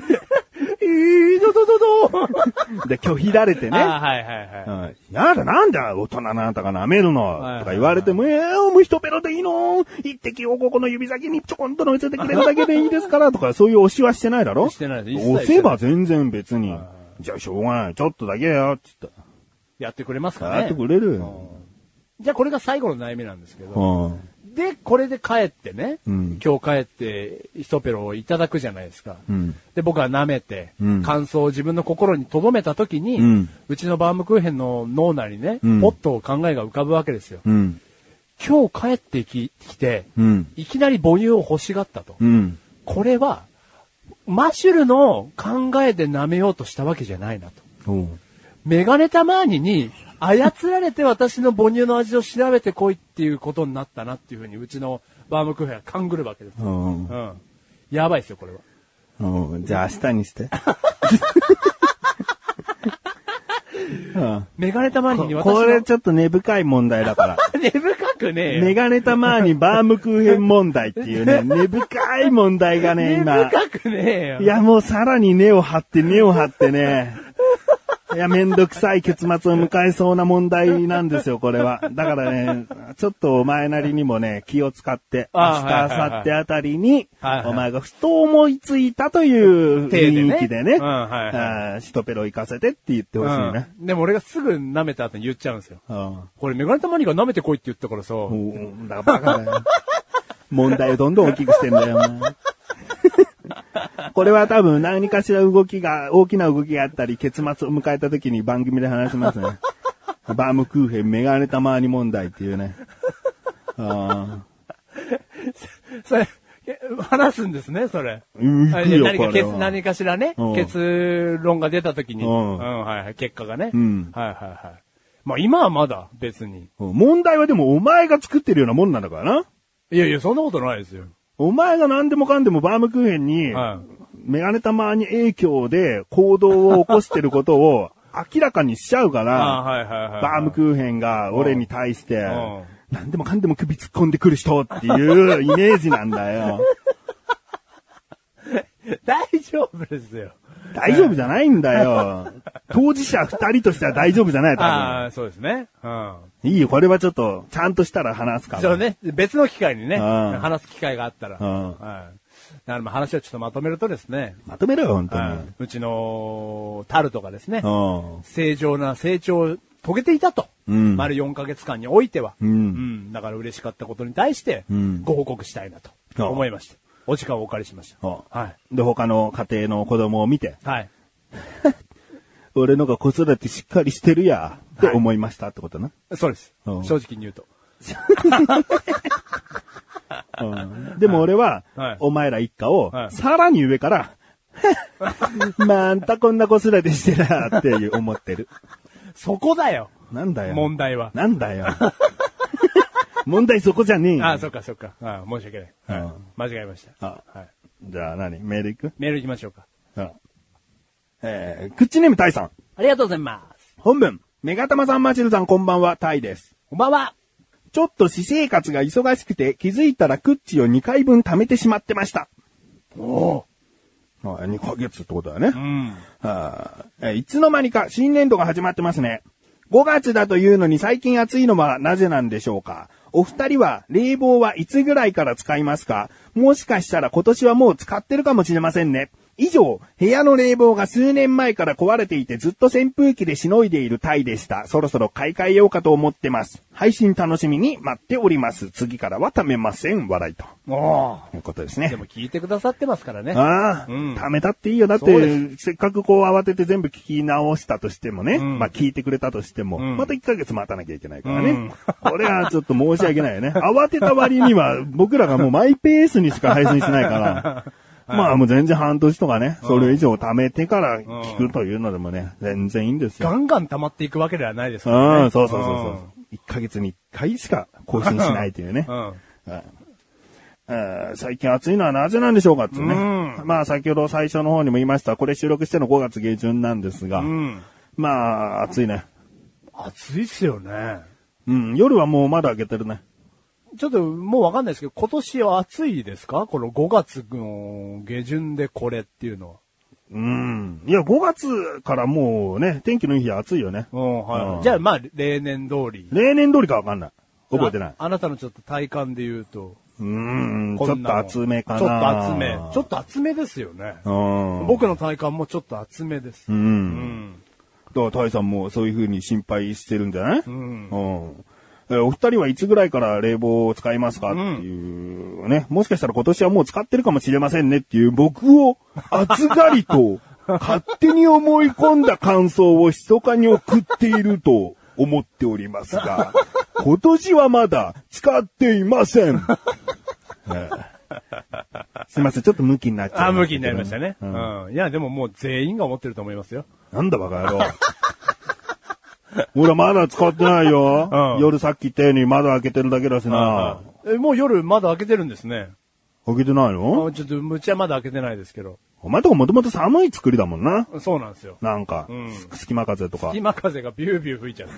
Speaker 1: えー、どどどど
Speaker 2: で、拒否られてね。
Speaker 1: あはいはいはい。
Speaker 2: うんやだ、なんだ、大人のあなたが舐める
Speaker 1: いはい
Speaker 2: の、とか言われても、ええもう一ペロでいいの一滴をここの指先にちょこんと乗せてくれるだけでいいですから、とか、そういう押しはしてないだろ
Speaker 1: してないです一切してない
Speaker 2: 押せば全然別に。じゃあ、しょうがない。ちょっとだけよ、つって。
Speaker 1: やってくれますかね
Speaker 2: やってくれるよ。
Speaker 1: うんじゃあこれが最後の悩みなんですけど。
Speaker 2: うん
Speaker 1: で、これで帰ってね、
Speaker 2: うん
Speaker 1: 今日帰って一ペロをいただくじゃないですか。
Speaker 2: うん
Speaker 1: で、僕は舐めて、
Speaker 2: うん
Speaker 1: 感想を自分の心に留めた時に、
Speaker 2: う
Speaker 1: うんちのバームクーヘンの脳内にね、
Speaker 2: うん
Speaker 1: ポッと考えが浮かぶわけですよ。
Speaker 2: うん。
Speaker 1: 今日帰ってききて、
Speaker 2: うん。
Speaker 1: いきなり母乳を欲しがったと。
Speaker 2: うん。
Speaker 1: これは、マシュルの考えで舐めようとしたわけじゃないなと。
Speaker 2: うん。
Speaker 1: メガネタマーニに操られて私の母乳の味を調べてこいっていうことになったなっていうふうにうちのバームクーヘンは勘ぐるわけです。
Speaker 2: うん
Speaker 1: うん。やばいですよ、これは。
Speaker 2: うん。じゃあ、明日にして。うん
Speaker 1: メガネタマーニに私の
Speaker 2: これちょっと根深い問題だから。
Speaker 1: 根深くねえよ
Speaker 2: メガネたまーにバームクーヘン問題っていうね、根深い問題がね、今。
Speaker 1: 根深くねえよ。
Speaker 2: いや、もうさらに根を張って根を張ってね。いや、めんどくさい結末を迎えそうな問題なんですよ、これは。だからね、ちょっとお前なりにもね、気を使って、明
Speaker 1: あ
Speaker 2: 日、
Speaker 1: はいはいはい
Speaker 2: 明後日あたりに
Speaker 1: はいは、い
Speaker 2: お前がふと思いついたという
Speaker 1: 体でね
Speaker 2: 雰囲気でね、
Speaker 1: うんはいは
Speaker 2: あー一ペロ行かせてって言ってほしいね。
Speaker 1: うんでも俺がすぐ舐めた後に言っちゃうんですよ。
Speaker 2: うん
Speaker 1: これメガネタマーニが舐めてこいって言ったからさ、
Speaker 2: うんだからバカだよ。 問題をどんどん大きくしてんだよ、お前 これは多分何かしら動きが、大きな動きがあったり、結末を迎えた時に番組で話します ね。バームクーヘンメガネたまーに問題っていうね。あ
Speaker 1: それ、え話すんですね、それ。
Speaker 2: うん行くよ
Speaker 1: あいや何
Speaker 2: こ
Speaker 1: か
Speaker 2: れ
Speaker 1: 結
Speaker 2: は
Speaker 1: 何かしらね
Speaker 2: うん、
Speaker 1: 結論が出たときに、
Speaker 2: う
Speaker 1: うんん、はいはい、結果がね。
Speaker 2: うん
Speaker 1: はいはいはい。まあ今はまだ、別に。
Speaker 2: ー問題はでもお前が作ってるようなもんなんだからな。
Speaker 1: いやいや、そんなことないですよ。
Speaker 2: お前が何でもかんでもバームクーヘンに、
Speaker 1: はい。
Speaker 2: メガネたまーに影響で行動を起こしてることを明らかにしちゃうか
Speaker 1: あ
Speaker 2: ら、
Speaker 1: はいはいはい。
Speaker 2: バームクーヘンが俺に対して
Speaker 1: ん、
Speaker 2: 何でもかんでも首突っ込んでくる人っていうイメージなんだ よ。
Speaker 1: 大丈夫ですよ。
Speaker 2: 大丈夫じゃないんだ よ。当事者二人としては大丈夫じゃない、多分。
Speaker 1: ああ、そうですね。うん。
Speaker 2: いいよ、これはちょっと、ちゃんとしたら話すか
Speaker 1: そう
Speaker 2: ら。
Speaker 1: ね、別の機会にね、
Speaker 2: うん
Speaker 1: 話す機会があったら。
Speaker 2: うん
Speaker 1: はい。だからまあ話をちょっとまとめるとですね、
Speaker 2: まとめろよ、本当
Speaker 1: は
Speaker 2: に。
Speaker 1: い、うちのタルトがですね、
Speaker 2: うん。
Speaker 1: 正常な成長を遂げていたと。
Speaker 2: うん
Speaker 1: 丸4ヶ月間においては。
Speaker 2: うん
Speaker 1: んだから嬉しかったことに対して
Speaker 2: うん、
Speaker 1: ご報告したいなと
Speaker 2: ああ
Speaker 1: 思いました。お時間をお借りしました。
Speaker 2: あ
Speaker 1: はい。
Speaker 2: で、他の家庭の子供を見て、
Speaker 1: はい。
Speaker 2: 俺のが子育てしっかりしてるや、って思いましたってことな。
Speaker 1: そうです。
Speaker 2: うん
Speaker 1: 正直に言うと。
Speaker 2: でも俺は
Speaker 1: はい、
Speaker 2: お前ら一家を
Speaker 1: は、い
Speaker 2: さらに上から、 まあ、あんたこんな子育てしてなっていう思ってる。
Speaker 1: そこだよ
Speaker 2: なんだよ。
Speaker 1: 問題は。
Speaker 2: なんだよ。 問題そこじゃねえよ。
Speaker 1: ああ、そっかそっか。ああ申し訳ない。はい
Speaker 2: うん
Speaker 1: 間違えました。
Speaker 2: あ
Speaker 1: はい。
Speaker 2: じゃあ何メールいく
Speaker 1: メール行きましょうか。
Speaker 2: あえー、クッチネームタイさん。
Speaker 1: ありがとうございます。
Speaker 2: 本文。メガタマさんマチルさんこんばんは、タイです。
Speaker 1: こんばんは。
Speaker 2: ちょっと私生活が忙しくて気づいたらクッチを2回分貯めてしまってました。
Speaker 1: おお。
Speaker 2: あ2ヶ月ってことだね
Speaker 1: う。ん。
Speaker 2: あーえーいつの間にか新年度が始まってますね。5月だというのに最近暑いのはなぜなんでしょうかお二人は冷房はいつぐらいから使いますかもしかしたら今年はもう使ってるかもしれませんね。以上、部屋の冷房が数年前から壊れていてずっと扇風機でしのいでいるタイでした。そろそろ買い替えようかと思ってます。配信楽しみに待っております。次からは貯めません。笑いと。
Speaker 1: も
Speaker 2: いうことです
Speaker 1: う。
Speaker 2: ね
Speaker 1: で。も聞いてくださってますからね。
Speaker 2: ああ、
Speaker 1: うん
Speaker 2: 貯めたっていいよ。だっ
Speaker 1: そう
Speaker 2: て、せっかくこう慌てて全部聞き直したとしてもね、
Speaker 1: ん
Speaker 2: まあ聞いてくれたとしても、
Speaker 1: ん
Speaker 2: また1ヶ月待たなきゃいけないからね。
Speaker 1: うん
Speaker 2: これはちょっと申し訳ないよね。慌てた割に は、僕らがもうマイペースにしか配信しないから、まあもう全然半年とかね、それ以上貯めてから聞くというのでもね、全然いいんですよ。
Speaker 1: ガンガン溜まっていくわけではないですか
Speaker 2: う
Speaker 1: らね。
Speaker 2: ん、そうそうそうそう。1ヶ月に1回しか更新しないというね。
Speaker 1: うん。うん。
Speaker 2: えー最近暑いのはなぜなんでしょうかっていうね。
Speaker 1: う
Speaker 2: まあ先ほど最初の方にも言いました。これ収録しての5月下旬なんですが。
Speaker 1: うん。
Speaker 2: まあ暑いね。
Speaker 1: 暑いっすよね。
Speaker 2: うん。夜はもう窓開けてるね。
Speaker 1: ちょっともうわかんないですけど、今年は暑いですかこの5月の下旬でこれっていうのは。
Speaker 2: うん。いや、5月からもうね、天気のいい日は暑いよね。
Speaker 1: うん、はい。
Speaker 2: うん
Speaker 1: じゃあまあ、例年通り。
Speaker 2: 例年通りかわかんない。覚えてない
Speaker 1: あ。。あなたのちょっと体感で言うと。
Speaker 2: うーん。ち
Speaker 1: こ
Speaker 2: ょ
Speaker 1: ん
Speaker 2: っ
Speaker 1: な
Speaker 2: と
Speaker 1: の
Speaker 2: 暑めかな。
Speaker 1: ちょっと厚め。ちょ
Speaker 2: っ
Speaker 1: っと厚めですよね。
Speaker 2: と。うん。
Speaker 1: 僕の体感もちょっと厚めです。
Speaker 2: う。
Speaker 1: うんん。
Speaker 2: だから、タイさんもそういう風に心配してるんじゃない
Speaker 1: うん。
Speaker 2: うん。えーお二人はいつぐらいから冷房を使いますかっていうね、もしかしたら今年はもう使ってるかもしれませんねっていう僕を暑がり と勝手に思い込んだ感想を密かに送っていると思っておりますが、今年はまだ使っていません。 えーすいません、ちょっとムキになっちゃいました
Speaker 1: あ、
Speaker 2: けど。
Speaker 1: 向きになりましたね。う
Speaker 2: うん
Speaker 1: ん。いや、でももう全員が思ってると思いますよ。
Speaker 2: なんだバカ野郎。俺まだ使ってないよ。
Speaker 1: うん
Speaker 2: 夜さっき言ったように窓開けてるだけだしな。
Speaker 1: えもう夜窓開けてるんですね。
Speaker 2: 開けてないの
Speaker 1: あちょっと、むちはまだ開けてないですけど。
Speaker 2: お前とかもともと寒い作りだもんな。
Speaker 1: そうなんですよ。
Speaker 2: なんか、
Speaker 1: うん
Speaker 2: す隙間風とか。
Speaker 1: 隙間風がビュービュー吹いちゃって。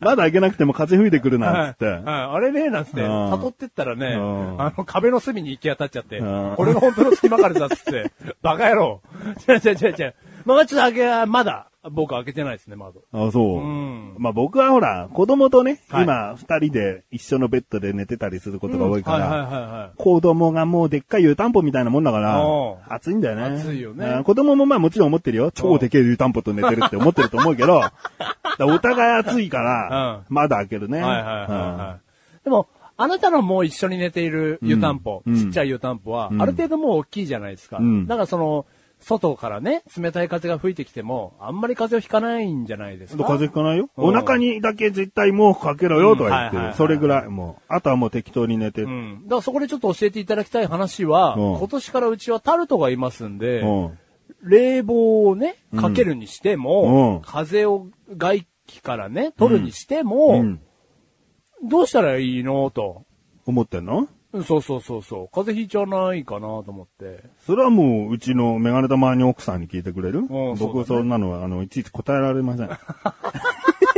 Speaker 2: まだ開けなくても風吹いてくるなんつって。
Speaker 1: はいはいあれね、なんつって、
Speaker 2: うん
Speaker 1: 誘ってったらね、
Speaker 2: うん
Speaker 1: あの壁の隅に行き当たっちゃって、
Speaker 2: うん
Speaker 1: これが本当の隙間からだっつって、 バカ野郎。違う違う違う違う。まあちょっと開け、まだ、僕開けてないですね、窓。
Speaker 2: あ、そう。
Speaker 1: うん
Speaker 2: まあ僕はほら、子供とね、
Speaker 1: はい
Speaker 2: 今二人で一緒のベッドで寝てたりすることが多いから、
Speaker 1: はいはいはいはい。
Speaker 2: 子供がもうでっかい湯たんぽみたいなもんだから
Speaker 1: おう、
Speaker 2: 暑いんだよね。
Speaker 1: 暑いよね
Speaker 2: うん子供もまあもちろん思ってるよ。超でけえ湯たんぽと寝てるって思ってると思う けど、だからお互い暑いから、まだ開けるね。
Speaker 1: はいはいはいはい。でも、あなたのもう一緒に寝ている湯たんぽ、
Speaker 2: うん
Speaker 1: ちっちゃい湯たんぽは、ある程度もう大きいじゃないですか。
Speaker 2: うん
Speaker 1: だからその、外からね、冷たい風が吹いてきても、あんまり風邪をひかないんじゃないです
Speaker 2: ちょっと
Speaker 1: か。
Speaker 2: 風邪ひかないよ。
Speaker 1: うん
Speaker 2: お腹にだけ絶対毛布かけろよとは言って
Speaker 1: うんはいはいはい
Speaker 2: る。それぐらい、もう。あとはもう適当に寝て。
Speaker 1: うん。だからそこでちょっと教えていただきたい話は、
Speaker 2: うん
Speaker 1: 今年からうちはタルトがいますんで、
Speaker 2: うん
Speaker 1: 冷房をね、かけるにしても、
Speaker 2: うん
Speaker 1: 風を外気からね、取るにしても、
Speaker 2: うん
Speaker 1: どうしたらいいのと。
Speaker 2: 思ってんの
Speaker 1: うんそうそうそうそう。風邪ひいちゃわないかなと思って。
Speaker 2: それはもう、うちのメガネたまに奥さんに聞いてくれる
Speaker 1: んそうだね
Speaker 2: 僕、そんなのは、あの、いちいち答えられません。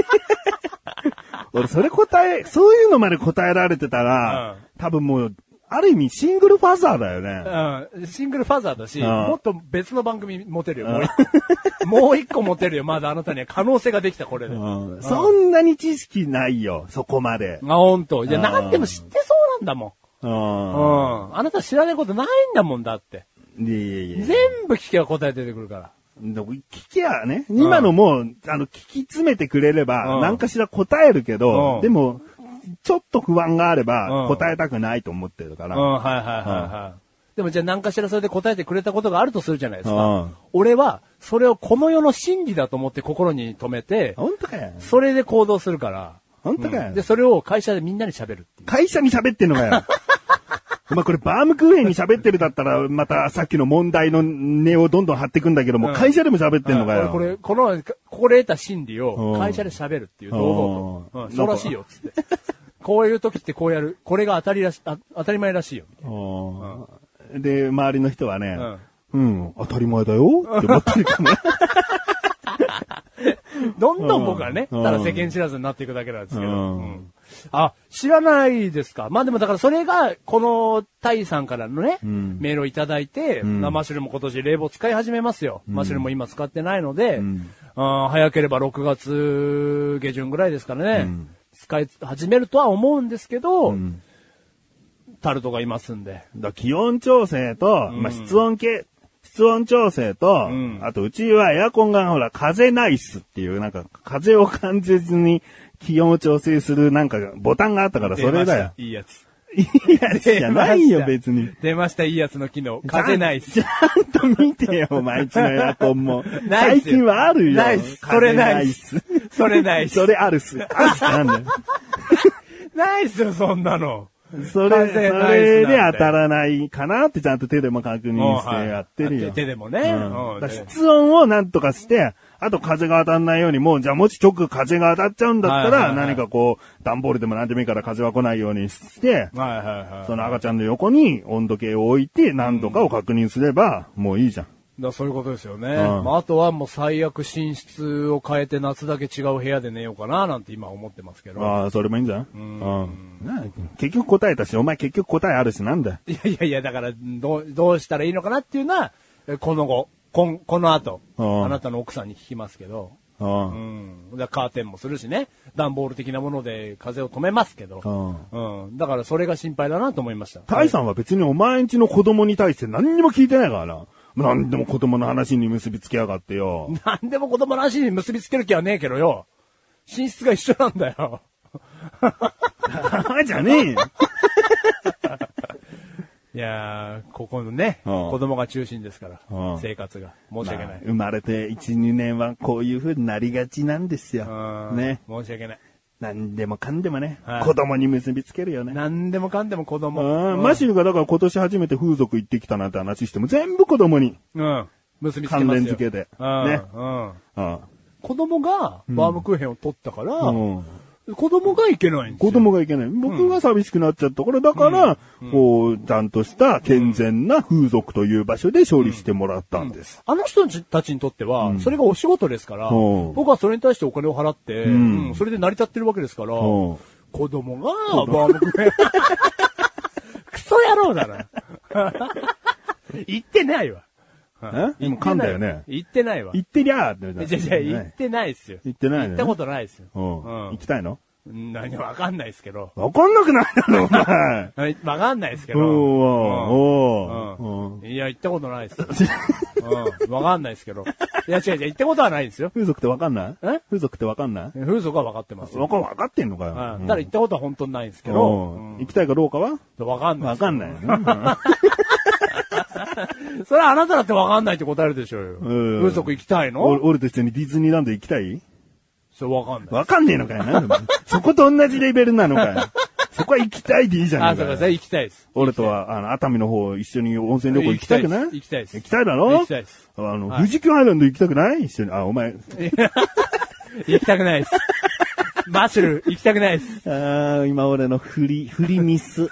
Speaker 2: 俺、それ答え、そういうのまで答えられてたら、多分もう、ある意味、シングルファザーだよね。
Speaker 1: うん、シングルファザーだし、
Speaker 2: うん
Speaker 1: もっと別の番組持てるよ、もう一個。もう一個持てるよ、まだあなたには可能性ができた、これで。あ、
Speaker 2: うんそんなに知識ないよ、そこまで。
Speaker 1: ほんと。いや、
Speaker 2: うん
Speaker 1: なんでも知ってそうなんだもん。う。
Speaker 2: うん
Speaker 1: あなた知らないことないんだもんだって。
Speaker 2: ん。いやいやいや。
Speaker 1: 全部聞けば答え出てくるから。
Speaker 2: でも聞きゃね、今のもう、あの、聞き詰めてくれれ
Speaker 1: うん
Speaker 2: ば、何かしら答えるけ
Speaker 1: うん
Speaker 2: ど、でも、ちょっと不安があれ
Speaker 1: うん
Speaker 2: ば、答えたくないと思ってるか
Speaker 1: う
Speaker 2: ら。
Speaker 1: ん、はいはいはいはい。でもじゃあ何かしらそれで答えてくれたことがあるとするじゃないで
Speaker 2: う
Speaker 1: すか
Speaker 2: ん。
Speaker 1: 俺は、それをこの世の真理だと思って心に留めて、
Speaker 2: 本当かよ。
Speaker 1: それで行動するから。
Speaker 2: 本当か
Speaker 1: うん
Speaker 2: よ
Speaker 1: で、。それを会社でみんなに喋るっていう。
Speaker 2: 会社に喋ってんのか よ。お前これバームクーヘンに喋ってるだったら、またさっきの問題の根をどんどん張ってくんだけど
Speaker 1: うん
Speaker 2: も、会社でも喋ってんのか
Speaker 1: これ、
Speaker 2: よ。
Speaker 1: この、ここで得た心理を
Speaker 2: うん
Speaker 1: 会社で喋るっていう、堂々と。
Speaker 2: うん
Speaker 1: うんそうらしいよ、つ って。こういう時ってこうやる。これが当たりらし、あ当たり前らしいよ。
Speaker 2: うんで、周りの人はね
Speaker 1: うん、
Speaker 2: うん、当たり前だよって思ってるかも ね。
Speaker 1: どんどん僕はね、
Speaker 2: うん
Speaker 1: ただ世間知らずになっていくだけなんですけど。
Speaker 2: うん
Speaker 1: うんあ、知らないですか。まあでもだからそれが、このタイさんからのね、
Speaker 2: ん
Speaker 1: メールをいただいて、
Speaker 2: ん
Speaker 1: まあマッシュルーム今年冷房使い始めますよ。マッシュルーム今使ってないので、
Speaker 2: ん
Speaker 1: あー早ければ6月下旬ぐらいですからね、使い始めるとは思うんですけど、タルトがいますんで。
Speaker 2: だ気温調整と、まあ、室温計、室温調整と、
Speaker 1: ん
Speaker 2: あとうちはエアコンがほら、風ないっすっていう、なんか、風を感じずに気温を調整するなんかボタンがあったからそれだよ。
Speaker 1: いいやつ。
Speaker 2: いや、じゃないよ別に。
Speaker 1: 出ました、いいやつの機能。風ないっす
Speaker 2: ち。ゃんと見てよ、毎日のエアコンも。
Speaker 1: ない
Speaker 2: 最
Speaker 1: っす
Speaker 2: 近はあるよ。
Speaker 1: ないっす。それないっす。それないっす
Speaker 2: そ。れあるっす。あるっすなんだよ。
Speaker 1: ないっすよ、そんなの。
Speaker 2: それ、
Speaker 1: 完
Speaker 2: そ
Speaker 1: 全ナイスなんだよ
Speaker 2: れで当たらないかなってちゃんと手でも確認してやってる
Speaker 1: うんは
Speaker 2: よ。
Speaker 1: い手でもね。
Speaker 2: うん
Speaker 1: うん
Speaker 2: だから室温をなんとかして、あと風が当たんないように、もう、じゃあもし直風が当たっちゃうんだった
Speaker 1: はい
Speaker 2: ら、
Speaker 1: はいはい
Speaker 2: 何かこう、段ボールでも何でもいいから風は来ないようにして、
Speaker 1: はいはいはい。
Speaker 2: そ
Speaker 1: だか
Speaker 2: の赤ちゃんの横に温度計を置いて何度かを確認すれば、もういいじゃん。
Speaker 1: らそういうことですよね。
Speaker 2: ん
Speaker 1: まあ、あとはもう最悪寝室を変えて夏だけ違う部屋で寝ようかななんて今思ってますけど。
Speaker 2: ああ、それもいいんじゃんうん。なあ結局答えたし、お前結局答えあるし、なんだよ。
Speaker 1: いやいやいや、だからどう、どうしたらいいのかなっていうのは、えこの後、こんこの後、
Speaker 2: うん
Speaker 1: あなたの奥さんに聞きますけど。
Speaker 2: う。
Speaker 1: うんん。だからカーテンもするしね。段ボール的なもので風を止めますけど。うん。だからそれが心配だなと思いました。
Speaker 2: タイさんは別にお前んちの子供に対して何にも聞いてないからな。何でも子供の話に結びつけやがってよ。
Speaker 1: なんでも子供の話に結びつける気はねえけどよ。寝室が一緒なんだよ。
Speaker 2: じゃねえよ。
Speaker 1: いやー、ここのね、
Speaker 2: うん
Speaker 1: 子供が中心ですから、
Speaker 2: うん
Speaker 1: 生活が。 申し訳ない。
Speaker 2: 生まれて1、2年はこういう風になりがちなんですよ。
Speaker 1: うん
Speaker 2: ね。
Speaker 1: 申し訳ない。
Speaker 2: 何でもかんでもね、
Speaker 1: はい
Speaker 2: 子供に結びつけるよね。
Speaker 1: 何でもかんでも子
Speaker 2: う
Speaker 1: 供。
Speaker 2: ん、マシルがだから今年初めて風俗行ってきたなんて話しても全部子供に。
Speaker 1: うん。結びつけますよ。
Speaker 2: 関連付けで
Speaker 1: うん。
Speaker 2: ね
Speaker 1: うん。
Speaker 2: うん。
Speaker 1: 子供がバームクーヘンを取ったから、
Speaker 2: うん
Speaker 1: 子供がいけないんですよ。
Speaker 2: 子供がいけない。僕が寂しくなっちゃったから、だから、こう、ちゃんとした健全な風俗という場所で勝利してもらったんです。
Speaker 1: あの人たちにとっては、それがお仕事ですから、
Speaker 2: うん
Speaker 1: 僕はそれに対してお金を払って、
Speaker 2: ん
Speaker 1: うんそれで成り立ってるわけですから、
Speaker 2: うん
Speaker 1: 子供がバームクーヘン。 クソ野郎だな。 言ってないわ。
Speaker 2: え今噛んだよね。
Speaker 1: 言ってないわ。
Speaker 2: 行ってりゃーって言
Speaker 1: じゃじゃ言ってないっすよ。
Speaker 2: 行ってないよね
Speaker 1: 行ったことないっすよ。
Speaker 2: うん。行きたいの
Speaker 1: うん。何わかんないっすけど。。
Speaker 2: わかんなくないだろ、お前
Speaker 1: はいわかんないっすけど。
Speaker 2: おーおー
Speaker 1: うん
Speaker 2: おー
Speaker 1: うんいや、行ったことないっすよ。うんわかんないっすけど。いや、違う違う、行ったことはないんですよ。
Speaker 2: 風俗ってわかんない
Speaker 1: え
Speaker 2: 風俗ってわかんない
Speaker 1: 風俗は分かってますよ。
Speaker 2: わかわかってんのかよ。
Speaker 1: う
Speaker 2: うん
Speaker 1: ん。ただ行ったことは本当にないんですけど、
Speaker 2: おー行きたいかどうかは
Speaker 1: うんわかんないっ
Speaker 2: わ
Speaker 1: すよ。
Speaker 2: かんないよね。
Speaker 1: それはあなただってわかんないって答えるでしょうよ。
Speaker 2: うん
Speaker 1: 風俗行きたい
Speaker 2: 俺
Speaker 1: の
Speaker 2: 俺と一緒にディズニーランド行きたい
Speaker 1: それわかんない。
Speaker 2: わかんねえのかよ。なんだお前そこと同じレベルなのかよ。そこは行きたいでいいじゃ
Speaker 1: あ、
Speaker 2: ん
Speaker 1: そうか、それ行きたいです。
Speaker 2: 俺とは、あの、熱海の方一緒に温泉旅行行きたくない
Speaker 1: 行きたいです
Speaker 2: 行きたいだろ
Speaker 1: 行きたいです。
Speaker 2: あの、
Speaker 1: はい
Speaker 2: 富士急アイランド行きたくない一緒に。あ、お前。
Speaker 1: 行きたくない です。マッシュル、行きたくないです。
Speaker 2: あー今俺の振り、振りミス。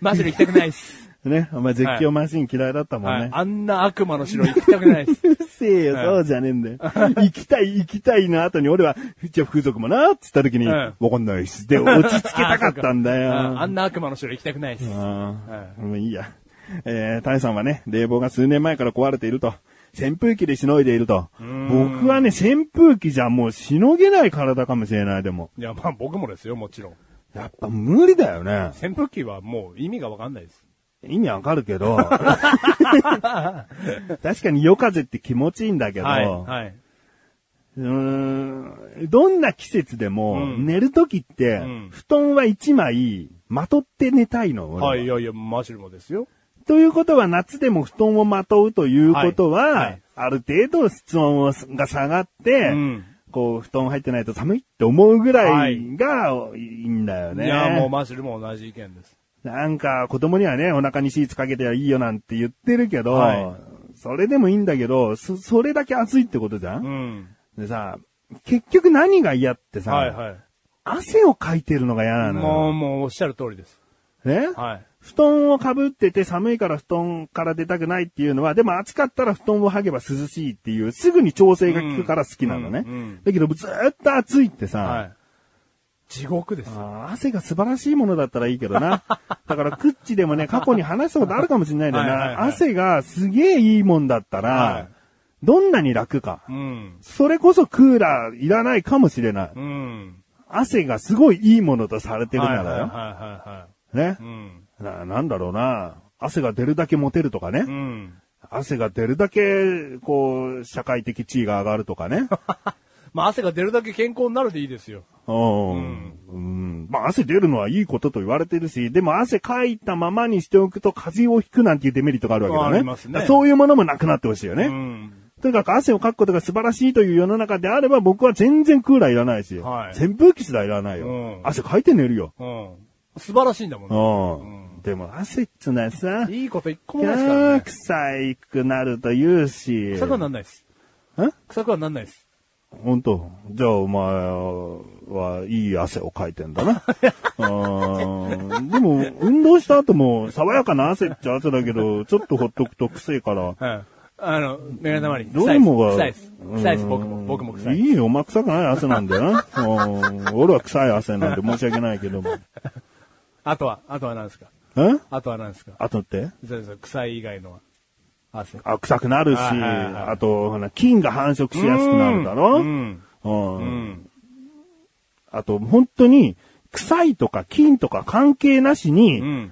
Speaker 1: マッシュル行きたくないです。
Speaker 2: ね、お前絶叫マシン嫌いだったもん
Speaker 1: はい
Speaker 2: ね。
Speaker 1: あんな悪魔の城行きたくな いです。
Speaker 2: うるせえよ、
Speaker 1: はい
Speaker 2: そうじゃねえんだ よ。行きたい、行きたいの後に俺は、じゃあ風俗もな、っつった時に、
Speaker 1: うん
Speaker 2: わかんないっす。で、落ち着けたかったんだよ。
Speaker 1: ああんな悪魔の城行きたくないです。
Speaker 2: ああ、もういいや。えー、タイさんはね、冷房が数年前から壊れていると。扇風機でしのいでいると。僕はね、扇風機じゃもうしのげない体かもしれない、でも。
Speaker 1: いや、まあ僕もですよ、もちろん。
Speaker 2: やっぱ無理だよね。
Speaker 1: 扇風機はもう意味がわかんないです。
Speaker 2: 意味わかるけ ど。確かに夜風って気持ちいいんだけど、
Speaker 1: はい、はい。
Speaker 2: うーんどんな季節でも、
Speaker 1: うん
Speaker 2: 寝るときって、
Speaker 1: うん
Speaker 2: 布団は一枚、まとって寝たいの。俺は
Speaker 1: はい、いやいや、マッシュルもですよ。
Speaker 2: ということは夏でも布団をまとうということは、
Speaker 1: はいはい
Speaker 2: ある程度室温をが下がって、
Speaker 1: うん
Speaker 2: こう布団入ってないと寒いって思うぐら
Speaker 1: はいい
Speaker 2: がいいんだよね。
Speaker 1: いや、もうマッシュルも同じ意見です。
Speaker 2: なんか子供にはね、お腹にシーツかけてはいいよなんて言ってるけど、
Speaker 1: は
Speaker 2: それでもいいんだけど、そ、それだけ暑いってことじゃん、
Speaker 1: うん。
Speaker 2: でさ、結局何が嫌ってさ、
Speaker 1: はい、はい。
Speaker 2: 汗をかいてるのが嫌なの
Speaker 1: もう、
Speaker 2: よ。
Speaker 1: もうおっしゃる通りです。
Speaker 2: ね、
Speaker 1: はい。
Speaker 2: 布団をかぶってて寒いから布団から出たくないっていうのは、でも暑かったら布団を剥げば涼しいっていう、すぐに調整が効くから好きなのね。
Speaker 1: うんうん
Speaker 2: だけどずーっと暑いってさ、
Speaker 1: はい。地獄です
Speaker 2: あ。ー汗が素晴らしいものだったらいいけど な。だからクッチでもね、過去に話したことあるかもしれないんだよな。
Speaker 1: はいはいはい
Speaker 2: 汗がすげえいいもんだったら、
Speaker 1: はい
Speaker 2: どんなに楽か。
Speaker 1: うん。
Speaker 2: それこそクーラーいらないかもしれない。
Speaker 1: うん。
Speaker 2: 汗がすごいいいものとされてるな
Speaker 1: はいはい
Speaker 2: ら
Speaker 1: はいは
Speaker 2: よ。ね
Speaker 1: い。う。ん。
Speaker 2: な、なんだろうな。汗が出るだけモテるとかね
Speaker 1: う。ん。
Speaker 2: 汗が出るだけ、こう、社会的地位が上がるとか ね。
Speaker 1: まあ、汗が出るだけ健康になるでいいですよ。
Speaker 2: うん。うん。まあ、汗出るのはいいことと言われてるし、でも汗かいたままにしておくと風邪をひくなんていうデメリットがあるわけだね。
Speaker 1: ありますね
Speaker 2: そういうものもなくなってほしいよね。
Speaker 1: うん。
Speaker 2: とにかく汗をかくことが素晴らしいという世の中であれば僕は全然クーラーいらないし、
Speaker 1: はい
Speaker 2: 扇風機すらいらないよ。
Speaker 1: うん
Speaker 2: 汗かいて寝るよ。
Speaker 1: うん。素晴らしいんだもん
Speaker 2: う
Speaker 1: ね。
Speaker 2: ん。でも汗っつうのはさ、
Speaker 1: いいこと一個もないですから
Speaker 2: ー
Speaker 1: ね。
Speaker 2: 臭いくなると言うし。
Speaker 1: 臭くはなんないです。
Speaker 2: ん
Speaker 1: 臭くはなんないです。
Speaker 2: ほんと。じゃあお前はいい汗をかいてんだ な。うーんでも、運動した後も爽やかな汗っちゃ汗だけど、ちょっとほっとくと臭いから。
Speaker 1: はい。あの、メガネたまり。
Speaker 2: どうもが。
Speaker 1: 臭いです。臭いです。臭いです、僕
Speaker 2: う
Speaker 1: も。
Speaker 2: ん
Speaker 1: 僕も臭いです。
Speaker 2: いいよ、お前臭くない汗なんだよな。うん俺は臭い汗なんで申し訳ないけども。
Speaker 1: あとは、あとは何ですか
Speaker 2: え
Speaker 1: あとは何ですか
Speaker 2: あとって
Speaker 1: そうです臭い以外のは。汗。
Speaker 2: あ、臭くなるし、
Speaker 1: はいはいはい
Speaker 2: あと、ほら、菌が繁殖しやすくなるだろ
Speaker 1: うん。
Speaker 2: うん
Speaker 1: うん。
Speaker 2: あと、本当に、臭いとか菌とか関係なしに、
Speaker 1: うん。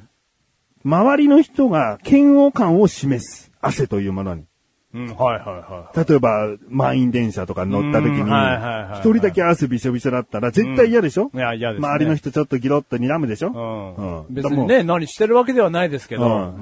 Speaker 2: 周りの人が嫌悪感を示す。汗というものに。
Speaker 1: うん。はいはいは
Speaker 2: 例えば、満員電車とか乗った時に
Speaker 1: うんはいはいはいは、い
Speaker 2: 一人だけ汗びしょびしょだったら絶対嫌でしょ
Speaker 1: い。いや、嫌ですね。
Speaker 2: 周りの人ちょっとギロッと睨むでしょ
Speaker 1: うん。
Speaker 2: うん
Speaker 1: 別にね、何してるわけではないですけど。
Speaker 2: うん
Speaker 1: うん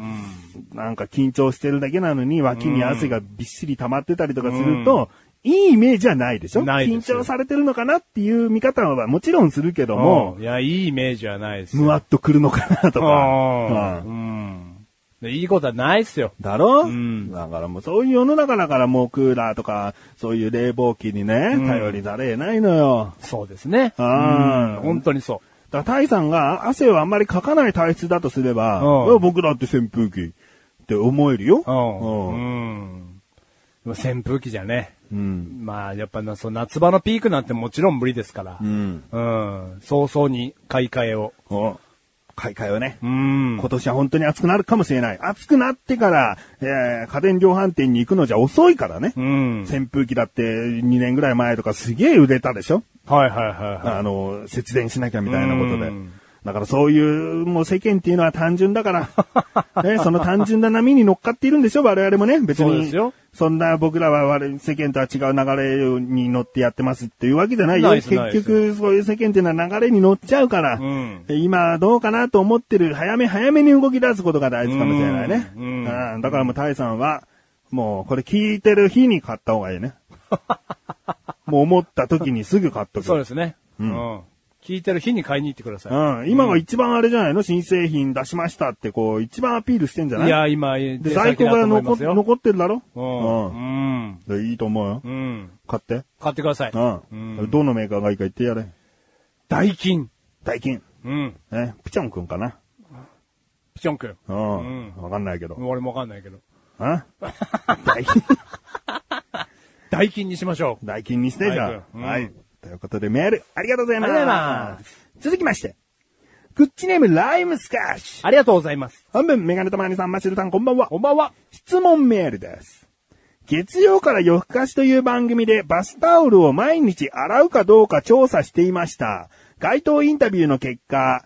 Speaker 2: なんか緊張してるだけなのに脇に汗がびっしり溜まってたりとかすると、いいイメージはないでしょ
Speaker 1: ないで
Speaker 2: 緊
Speaker 1: すよ
Speaker 2: 張されてるのかなっていう見方はもちろんするけど
Speaker 1: も
Speaker 2: も
Speaker 1: う、、いや、いいイメージはないですよ。
Speaker 2: むわっとくるのかなとか。
Speaker 1: う
Speaker 2: うん
Speaker 1: ん。でいいことはないっすよ。
Speaker 2: だろ
Speaker 1: うん
Speaker 2: だからもうそういう世の中だからもうクーラーとか、そういう冷房機にね、
Speaker 1: ん
Speaker 2: 頼りざれないのよ。
Speaker 1: そうですね。
Speaker 2: あー
Speaker 1: うん本当にそ
Speaker 2: だからタイさんが汗をあんまりかかない体質だとすれば、
Speaker 1: うん
Speaker 2: いや僕だって扇風機って思えるよ。
Speaker 1: う。うん。
Speaker 2: うん
Speaker 1: うん。でも扇風機じゃね。
Speaker 2: うん。
Speaker 1: まあ、やっぱな、そう夏場のピークなんてもちろん無理ですから
Speaker 2: う。ん。
Speaker 1: うん。早々に買い替えを。
Speaker 2: お買い替えをね。
Speaker 1: うん
Speaker 2: 今。年は本当に暑くなるかもしれない。暑くなってから、えー家電量販店に行くのじゃ遅いからね。
Speaker 1: うん。はい
Speaker 2: 扇風機だって2年ぐらい前とかすげえ売れたでしょ、
Speaker 1: はいはいは
Speaker 2: あの、節電しなきゃみたいなことで
Speaker 1: うん。
Speaker 2: だからそういう、もう世間っていうのは単純だ から、ね、その単純な波に乗っかっているんでしょ我々もね。別
Speaker 1: そうで
Speaker 2: に
Speaker 1: すよ。
Speaker 2: そんな僕らは我々世間とは違う流れに乗ってやってますっていうわけじゃないよ。
Speaker 1: ないです
Speaker 2: 結
Speaker 1: ないです
Speaker 2: 局そういう世間っていうのは流れに乗っちゃうから。
Speaker 1: い。うん。
Speaker 2: で今どうかなと思ってる、早め早めに動き出すことが大事かもしれないね。
Speaker 1: う
Speaker 2: うんんだからもうタイさんは、もうこれ聞いてる日に買った方がい いね。もう思った時にすぐ買っとく。
Speaker 1: そうですね。うん。聞いてる日に買いに行ってください。
Speaker 2: うん。今が一番あれじゃないの新製品出しましたってこう、一番アピールしてんじゃない
Speaker 1: いや、今、
Speaker 2: で在庫が残っ残ってるだろ
Speaker 1: うん。う
Speaker 2: う
Speaker 1: ん。
Speaker 2: んでいいと思うよ。
Speaker 1: うん。
Speaker 2: 買って。
Speaker 1: 買ってください。
Speaker 2: うん。
Speaker 1: うん
Speaker 2: どのメーカーがいいか言ってやれ。
Speaker 1: ダイキン。
Speaker 2: ダイキン。
Speaker 1: うん。
Speaker 2: ね。ピチョンくんかな。
Speaker 1: ピチョン君。
Speaker 2: うん。
Speaker 1: う
Speaker 2: わかんないけど。
Speaker 1: 俺もわかんないけど。
Speaker 2: あダイ キン。
Speaker 1: ダイキンにしましょう。
Speaker 2: 大金にしてじゃ。
Speaker 1: うんん
Speaker 2: はい。ということでメール、ありがとうございます。。
Speaker 1: ありがとうございます
Speaker 2: 続きまして、グッチネームライムスカッシュ。
Speaker 1: ありがとうございます。
Speaker 2: 半分メガネたまにさん、マシルさん、こんばんは
Speaker 1: こ。んばんは。
Speaker 2: 質問メールです。月曜から夜更かしという番組でバスタオルを毎日洗うかどうか調査していました。街頭インタビューの結果、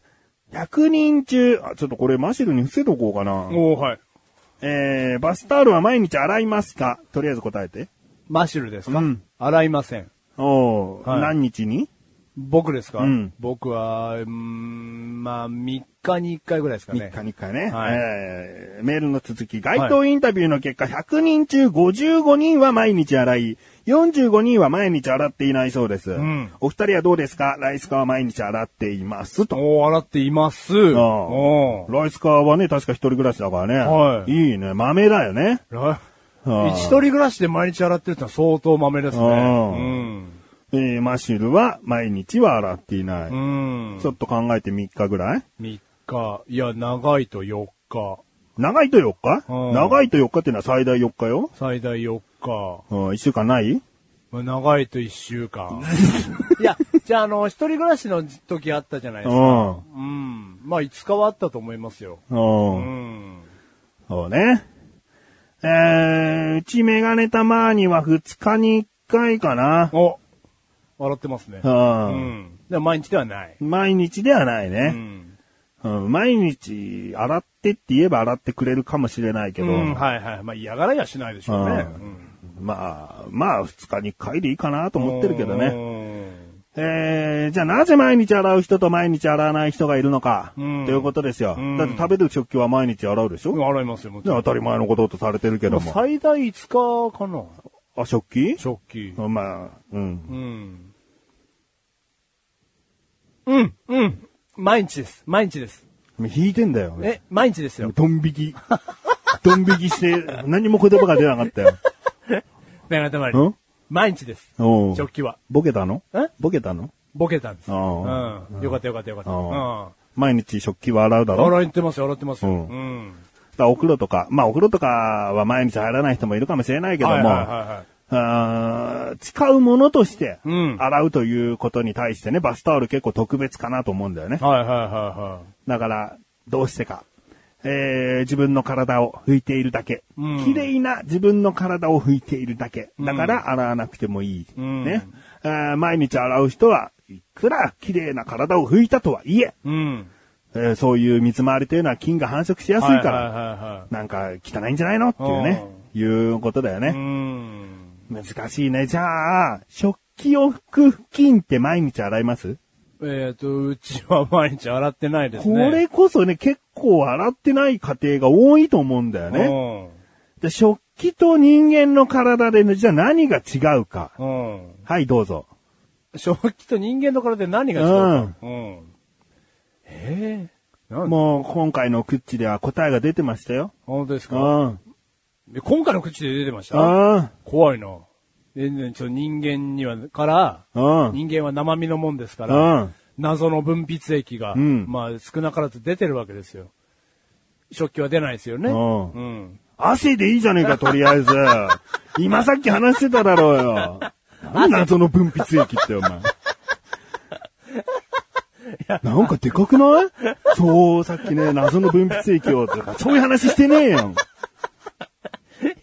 Speaker 2: 100人中、あ、ちょっとこれマシルに伏せとこうかな。
Speaker 1: おー、はい。
Speaker 2: えー、バスタオルは毎日洗いますかとりあえず答えて。
Speaker 1: マシュルですか
Speaker 2: うん
Speaker 1: 洗いません。
Speaker 2: おー、
Speaker 1: はい
Speaker 2: 何日に
Speaker 1: 僕ですか
Speaker 2: うん
Speaker 1: 僕は、うーん、まあ、3日に1回ぐらいですかね。
Speaker 2: 3日に1回ね。
Speaker 1: はい
Speaker 2: えーメールの続き、街頭インタビューの結果、100人中55人は毎日洗い、45人は毎日洗っていないそうです。
Speaker 1: ん
Speaker 2: お二人はどうですかライスカは毎日洗っています。と。
Speaker 1: おー、洗っています。
Speaker 2: ああ
Speaker 1: おー。
Speaker 2: ライスカはね、確か一人暮らしだからね。
Speaker 1: はい
Speaker 2: いいね。豆だよね。
Speaker 1: ら
Speaker 2: ああ
Speaker 1: 一人暮らしで毎日洗ってるってのは相当豆ですね。
Speaker 2: あ
Speaker 1: う
Speaker 2: あ
Speaker 1: ん。
Speaker 2: えーマシュルは毎日は洗っていない。
Speaker 1: うん。
Speaker 2: ちょっと考えて3日ぐらい
Speaker 1: 3日。いや、長いと4日。
Speaker 2: 長いと4日
Speaker 1: うん
Speaker 2: 長いと4日っていうのは最大4日よ。
Speaker 1: 最大4日。
Speaker 2: うん、1週間ない
Speaker 1: まあ長いと1週間。いや、じゃあ、あの、一人暮らしの時あったじゃないで
Speaker 2: う
Speaker 1: すか。
Speaker 2: ん。うん。
Speaker 1: うん。まあ、5日はあったと思いますよ。うん。
Speaker 2: そうね。えー、うちメガネたまには2日に1回かな。
Speaker 1: お笑ってますね。う
Speaker 2: うん。
Speaker 1: ん。でも毎日ではない。
Speaker 2: 毎日ではないうね。
Speaker 1: ん。
Speaker 2: うん。毎日、洗ってって言えば洗ってくれるかもしれないけ
Speaker 1: う
Speaker 2: ど、
Speaker 1: ん、はいはい。まあ嫌がらやしないでしょうね。
Speaker 2: うんまあ、まあ、2日に1回でいいかなと
Speaker 1: うん
Speaker 2: 思ってるけどね。
Speaker 1: ね。
Speaker 2: えー、じゃあなぜ毎日洗う人と毎日洗わない人がいるのか、
Speaker 1: うん
Speaker 2: ということですよ。
Speaker 1: うん
Speaker 2: だって食べる食器は毎日洗うでしょ、ね
Speaker 1: 洗いますよ、もちろん
Speaker 2: 当たり前のこととされてるけど
Speaker 1: まあ
Speaker 2: も。
Speaker 1: 最大5日かな
Speaker 2: あ、食器
Speaker 1: 食器。
Speaker 2: まあ、うん。
Speaker 1: うん。うん、うん。毎日です。毎日です。
Speaker 2: 引いてんだよ。
Speaker 1: え、毎日ですよ。
Speaker 2: ドン引き。 ドン引きして、何も言葉が出なかった よ。
Speaker 1: メガネたまり
Speaker 2: ん。
Speaker 1: 毎日です。
Speaker 2: おう
Speaker 1: 食器は。
Speaker 2: ボケたの
Speaker 1: え
Speaker 2: ボケたの
Speaker 1: ボケたんです。う
Speaker 2: ああ
Speaker 1: ん。よかったよかったよかった。
Speaker 2: あ
Speaker 1: う
Speaker 2: 毎日食器は洗うだ
Speaker 1: ん。
Speaker 2: ろだか
Speaker 1: 洗ってますよ、洗ってますよ。
Speaker 2: う
Speaker 1: うんん。
Speaker 2: らお風呂とか、まあお風呂とかは毎日入らない人もいるかもしれないけども、
Speaker 1: はいはいはいはい
Speaker 2: あー使うものとして、
Speaker 1: うん
Speaker 2: 洗うということに対してね、バスタオル結構特別かなと思うんだよね。
Speaker 1: はいはいは
Speaker 2: だから、どうしてか。えー、自分の体を拭いているだけ。
Speaker 1: うん
Speaker 2: 綺麗な自分の体を拭いているだけ。だから洗わなくてもいい。
Speaker 1: うん
Speaker 2: ね、えー毎日洗う人はいくら綺麗な体を拭いたとはいえ、
Speaker 1: いはい。うん。
Speaker 2: えーそういう水回りというのは菌が繁殖しやすいから、
Speaker 1: はいはいはいは
Speaker 2: なんか汚いんじゃないのっていうね、いうことだよ
Speaker 1: い。う
Speaker 2: ね。
Speaker 1: ん。
Speaker 2: 難しいね。じゃあ、食器を拭く菌って毎日洗います
Speaker 1: えっと、うちは毎日洗ってないです
Speaker 2: こ
Speaker 1: ね。
Speaker 2: れこそね、結構洗ってない家庭が多いと思うんだよね。
Speaker 1: ね。
Speaker 2: で食器と人間の体でね、じゃあ何が違うか。
Speaker 1: うん。うん。
Speaker 2: はい、どうぞ。
Speaker 1: 食器と人間の体で何が違うか。うん。ええなん
Speaker 2: もう今回のクッチでは答えが出てましたよ。
Speaker 1: 本当です
Speaker 2: う
Speaker 1: か
Speaker 2: ん。うん。
Speaker 1: で今回の口で出てました
Speaker 2: う
Speaker 1: 怖いな。全然、ちょ、人間には、から、
Speaker 2: ん。
Speaker 1: 人間は生身のもんですか
Speaker 2: う
Speaker 1: ら、
Speaker 2: ん。
Speaker 1: 謎の分泌液が、
Speaker 2: うん
Speaker 1: まあ、少なからず出てるわけですよ。食器は出ないですよね。
Speaker 2: うん
Speaker 1: うん。
Speaker 2: 汗でいいじゃねえか、とりあえ ず。今さっき話してただろうよ。なんだその分泌液って、お 前。なんかでかくないそう、さっきね、謎の分泌液を、とか、そういう話してねえよ。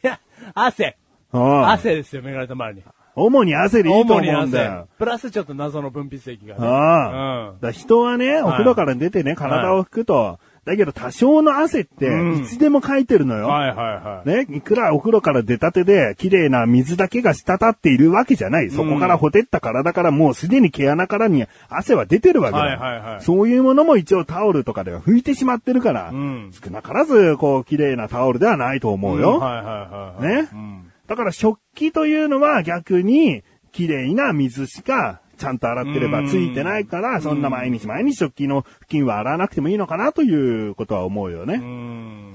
Speaker 1: いや、汗。
Speaker 2: ああ
Speaker 1: 汗ですよ、メガネたまに。
Speaker 2: 主に汗でいいと思うんだよ。
Speaker 1: プラスちょっと謎の分泌液がね。
Speaker 2: ああ。だから人はね、お風呂から出てね、体を拭くと、だけど多少の汗って、
Speaker 1: うん
Speaker 2: いつでもかいてるの
Speaker 1: う
Speaker 2: よ。
Speaker 1: ん。はいはいは
Speaker 2: ね、
Speaker 1: い。
Speaker 2: いくらお風呂から出たてで、綺麗な水だけが滴っているわけじゃない。そこからほてった体からもうすでに毛穴からに汗は出てるわけだ。
Speaker 1: はいはいはい
Speaker 2: そういうものも一応タオルとかでは拭いてしまってるから、
Speaker 1: うん
Speaker 2: 少なからず、こう、綺麗なタオルではないと思うよ。
Speaker 1: んはいはいはいはい。
Speaker 2: ね
Speaker 1: うん。
Speaker 2: だから食器というのは逆に綺麗な水しかちゃんと洗ってればついてないから、そんな毎日毎日食器の付近は洗わなくてもいいのかなということは思うよ
Speaker 1: う
Speaker 2: ね。
Speaker 1: ん
Speaker 2: うん。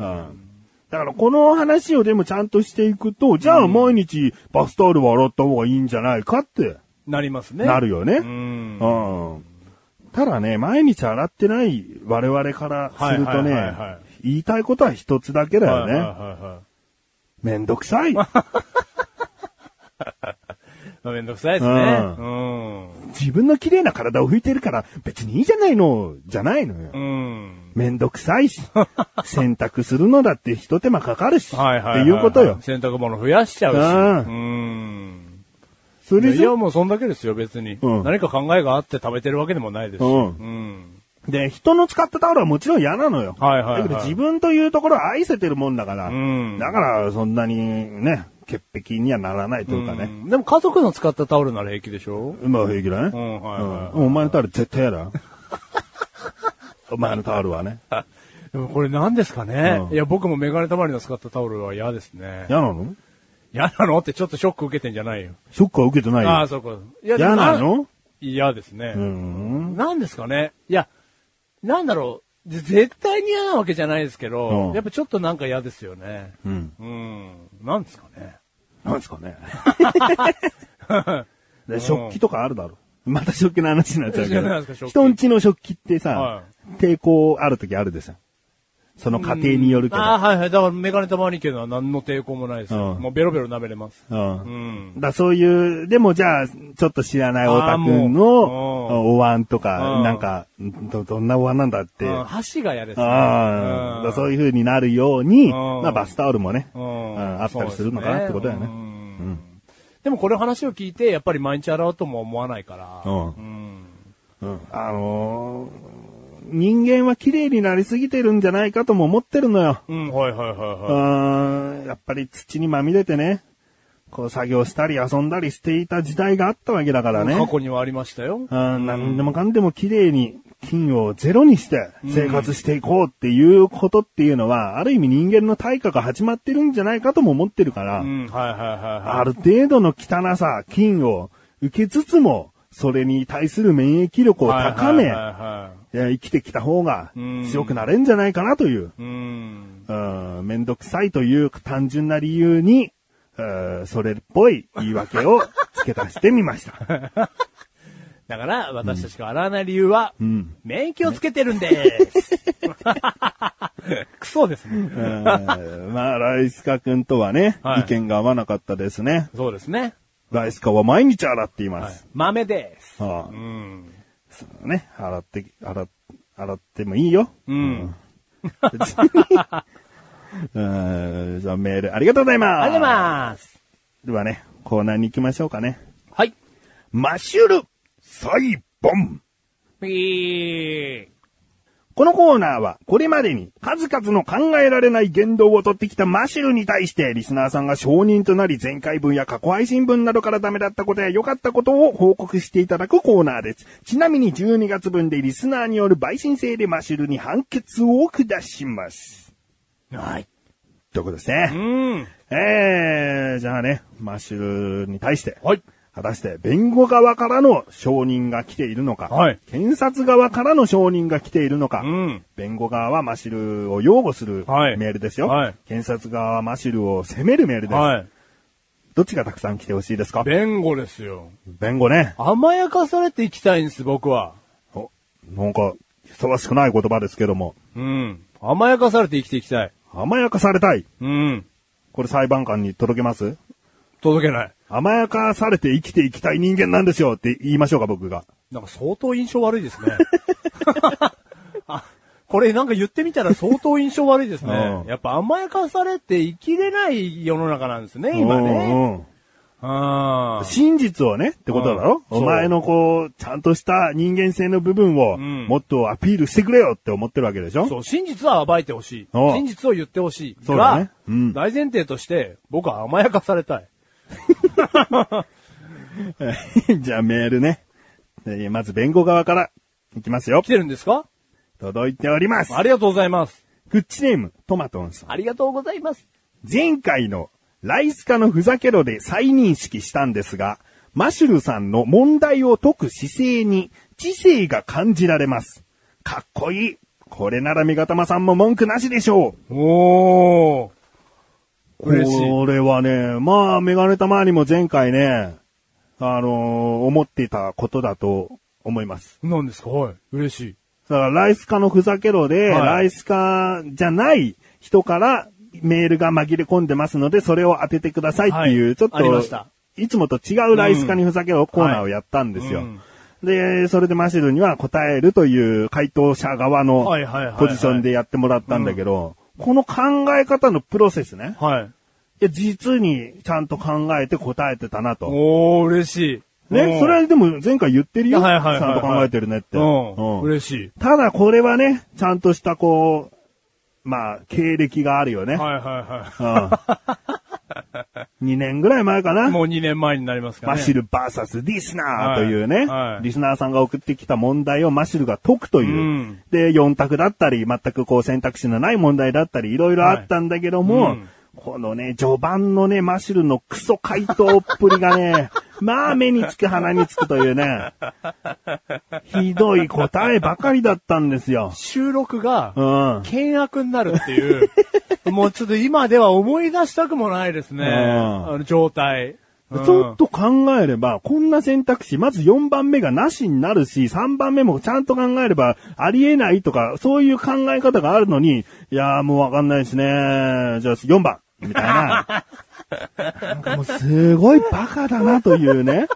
Speaker 2: だからこの話をでもちゃんとしていくと、じゃあ毎日バスタオルを洗った方がいいんじゃないかって
Speaker 1: なりますね。
Speaker 2: なるよね。
Speaker 1: うん。
Speaker 2: うん。ただね、毎日洗ってない我々からするとね、
Speaker 1: はいはいはいはい
Speaker 2: 言いたいことは一つだけだよね。
Speaker 1: はいはいはいは
Speaker 2: めんどくさい。
Speaker 1: い。めんどくさいですね。
Speaker 2: う
Speaker 1: うん。
Speaker 2: 自分の綺麗な体を拭いてるから別にいいじゃないの、じゃないのよ。
Speaker 1: うん。
Speaker 2: めんどくさ いし、洗濯するのだって一手間かかるし、
Speaker 1: はいはいはは。
Speaker 2: っていうことよ。
Speaker 1: 洗濯物増やしちゃうし。
Speaker 2: う
Speaker 1: うん。
Speaker 2: それ
Speaker 1: い
Speaker 2: じゃ
Speaker 1: や、もうそんだけですよ、別に。
Speaker 2: うん
Speaker 1: 何か考えがあって食べてるわけでもないですし。
Speaker 2: うん
Speaker 1: うん。
Speaker 2: で、人の使ったタオルはもちろん嫌なのよ。
Speaker 1: はいはいはい
Speaker 2: だけど自分というところを愛せてるもんだから、
Speaker 1: うん
Speaker 2: だからそんなにね、潔癖にはならないというか
Speaker 1: う
Speaker 2: ね。
Speaker 1: んでも家族の使ったタオルなら平気でしょ
Speaker 2: まあ平気だね。
Speaker 1: うんはいはい
Speaker 2: うんお前のタオル絶対嫌 だ。お前のタオルはね。
Speaker 1: でもこれ何ですかね
Speaker 2: うん
Speaker 1: いや、僕もメガネたまりの使ったタオルは嫌ですね。
Speaker 2: 嫌なの
Speaker 1: 嫌なのってちょっとショック受けてんじゃないよ。
Speaker 2: ショックは受けてない
Speaker 1: あ
Speaker 2: よ
Speaker 1: あ、。そうか。
Speaker 2: 嫌なの
Speaker 1: 嫌ですね。
Speaker 2: うん。
Speaker 1: なんですかねいや、なんだろう。ぜ絶対に嫌なわけじゃないですけど、
Speaker 2: うん
Speaker 1: やっぱちょっとなんか嫌ですよね。
Speaker 2: うん。
Speaker 1: うん。なんですかね。
Speaker 2: なんですか ね。で食器とかあるだろ。また食器の話になっちゃうけ
Speaker 1: いやなんですか食
Speaker 2: ど。人
Speaker 1: 器
Speaker 2: んちの食器って
Speaker 1: は
Speaker 2: さ、抵抗ある時あるでしょ。その過程によるけど。
Speaker 1: ああ、はいはい。だからメガネたまにけど何の抵抗もないですよ。
Speaker 2: うん
Speaker 1: もうベロベロ舐めれます。
Speaker 2: うん
Speaker 1: う。ん。
Speaker 2: だからそういう、でもじゃあ、ちょっと知らないオタ君の
Speaker 1: あーもううん
Speaker 2: お椀とか
Speaker 1: う、ん
Speaker 2: なんか、ど、どんなお椀なんだって。
Speaker 1: うん
Speaker 2: あ
Speaker 1: 箸が嫌ですね。
Speaker 2: あ、だからそうい
Speaker 1: い
Speaker 2: う風になるように、
Speaker 1: ん
Speaker 2: まあバスタオルもね、
Speaker 1: う
Speaker 2: うんあったりするのかなってことだよね
Speaker 1: そうですうんでもこれ話を聞いて、やっぱり毎日洗おうとも思わないから。
Speaker 2: うん
Speaker 1: ん
Speaker 2: うんあのー人間は綺麗になりすぎてるんじゃないかとも思ってるのよ。
Speaker 1: うん、はいはいはいは
Speaker 2: う
Speaker 1: い。
Speaker 2: ーん、やっぱり土にまみれてね、こう作業したり遊んだりしていた時代があったわけだからね。
Speaker 1: 過去にはありましたよ。
Speaker 2: あー何でもかんでも綺麗に金をゼロにして生活していこうっていうことっていうのは、ある意味人間の対価が始まってるんじゃないかとも思ってるから、
Speaker 1: うん、はいはいはいはい。
Speaker 2: ある程度の汚さ、金を受けつつも、それに対する免疫力を高め、
Speaker 1: はいはいはいは
Speaker 2: えー生きてきた方が
Speaker 1: うん
Speaker 2: 強くなれんじゃないかなという、
Speaker 1: い。うん。
Speaker 2: うん、めんどくさいという単純な理由に、えーそれっぽい言い訳を付け足してみま した。
Speaker 1: だから、私たちが洗わない理由は、
Speaker 2: ん
Speaker 1: 免疫をつけてるんです。クソですね。
Speaker 2: えーまあ、ライスカ君とはね、
Speaker 1: はい
Speaker 2: 意見が合わなかったですね。
Speaker 1: そうですね。
Speaker 2: ライスカは毎日洗っていま
Speaker 1: はい
Speaker 2: す。
Speaker 1: 豆です。
Speaker 2: は
Speaker 1: う
Speaker 2: い
Speaker 1: ん。
Speaker 2: ね、洗って、洗っ、洗ってもいい よ。
Speaker 1: うん。
Speaker 2: 別にうんじゃあメールありがとうございます。
Speaker 1: ありがとうございます。
Speaker 2: ではね、コーナーに行きましょうかね。
Speaker 1: はい。
Speaker 2: マッシュル、サイボン。
Speaker 1: ピー。
Speaker 2: このコーナーは、これまでに数々の考えられない言動をとってきたマッシュルに対して、リスナーさんが承認となり、前回分や過去配信分などからダメだったことや良かったことを報告していただくコーナーです。ちなみに12月分でリスナーによる陪審制でマッシュルに判決を下します。
Speaker 1: はい。
Speaker 2: ということです
Speaker 1: う
Speaker 2: ね。
Speaker 1: ん。
Speaker 2: えー、じゃあね、マッシュルに対して、
Speaker 1: はい。
Speaker 2: 果たして弁護側からの承認が来ているのか、
Speaker 1: はい
Speaker 2: 検察側からの承認が来ているのか、
Speaker 1: うん。
Speaker 2: 弁護側はマシルを擁護する
Speaker 1: はい
Speaker 2: メールですよ。
Speaker 1: はい
Speaker 2: 検察側はマシルを責めるメールです。
Speaker 1: はい。
Speaker 2: どっちがたくさん来てほしいですか
Speaker 1: 弁護ですよ。
Speaker 2: 弁護ね。
Speaker 1: 甘やかされていきたいんです、僕は。
Speaker 2: おなんか、ふさわしくない言葉ですけども、
Speaker 1: うん。甘やかされて生きていきたい。
Speaker 2: 甘やかされたい。
Speaker 1: うん。
Speaker 2: これ裁判官に届けます
Speaker 1: 届けない。
Speaker 2: 甘やかされて生きていきたい人間なんですよって言いましょうか、僕が。
Speaker 1: なんか相当印象悪いですね。あこれなんか言ってみたら相当印象悪いですね。
Speaker 2: うん
Speaker 1: やっぱ甘やかされて生きれない世の中なんですね、今
Speaker 2: う
Speaker 1: ね。
Speaker 2: んうん
Speaker 1: あー
Speaker 2: 真実をね、ってことだろ、
Speaker 1: うん
Speaker 2: お前のこう、ちゃんとした人間性の部分を、
Speaker 1: ん
Speaker 2: もっとアピールしてくれよって思ってるわけでしょ
Speaker 1: そう、真実は暴いてほしい。
Speaker 2: おう
Speaker 1: 真実を言ってほしい。
Speaker 2: そうだね
Speaker 1: が、
Speaker 2: うん
Speaker 1: 大前提として僕は甘やかされたい。
Speaker 2: じゃあメールね。えーまず弁護側からいきますよ
Speaker 1: 来。てるんですか
Speaker 2: 届いております。
Speaker 1: ありがとうございます。
Speaker 2: クッチネーム、トマトンさん。
Speaker 1: ありがとうございます。
Speaker 2: 前回のライスカのふざけろで再認識したんですが、マシュルさんの問題を解く姿勢に知性が感じられます。かっこいい。これならメガタマさんも文句なしでしょ
Speaker 1: おー。
Speaker 2: う。
Speaker 1: 嬉しい。
Speaker 2: これはね、まあ、メガネタマにも前回ね、あのー思ってたことだと思います。
Speaker 1: なんですかはい。嬉しい。
Speaker 2: だから、ライスカのふざけろで、
Speaker 1: はい
Speaker 2: ライスカじゃない人からメールが紛れ込んでますので、それを当ててくださいっていう、
Speaker 1: はい
Speaker 2: ちょっ
Speaker 1: ありまし
Speaker 2: と
Speaker 1: た、
Speaker 2: いつもと違うライスカにふざけろコーナーをやったんですよ。
Speaker 1: はいうん
Speaker 2: で、それでマシルには答えるという回答者側の
Speaker 1: はいはいはいはい
Speaker 2: ポジションでやってもらったんだけど、この考え方のプロセスね。
Speaker 1: はい。
Speaker 2: いや、実にちゃんと考えて答えてたなと。
Speaker 1: おー、嬉しい。
Speaker 2: ね、それはでも前回言ってるよ。
Speaker 1: はいはいはいはい
Speaker 2: ちゃんと考えてるねって。
Speaker 1: うん。
Speaker 2: うん
Speaker 1: 嬉しい。
Speaker 2: ただこれはね、ちゃんとしたこう、まあ、経歴があるよね。
Speaker 1: はいはい
Speaker 2: 2年ぐらい前か
Speaker 1: はい。
Speaker 2: な。
Speaker 1: もう2年前になりますから
Speaker 2: マ
Speaker 1: ね。
Speaker 2: シルバーサスリスナー
Speaker 1: はい
Speaker 2: というね、
Speaker 1: はい
Speaker 2: リスナーさんが送ってきた問題をマシルが解くという、
Speaker 1: うん
Speaker 2: で、4択だったり、全くこう選択肢のない問題だったり、いろいろあったんだけども、
Speaker 1: はいうん
Speaker 2: このね、序盤のね、マシルのクソ回答っぷりがね、 まあ目につく鼻につくというね、ひどい答えばかりだったんですよ。
Speaker 1: 収録が
Speaker 2: う、ん。
Speaker 1: 険悪になるって いう、もうちょっと今では思い出したくもないですね。
Speaker 2: うん
Speaker 1: あの状態。
Speaker 2: ちょっと考えれば、こんな選択肢、まず4番目がなしになるし、3番目もちゃんと考えれば、ありえないとか、そういう考え方があるのに、いやーもうわかんないですね。じゃあ4番みたいな。なんかもうすごいバカだなというね。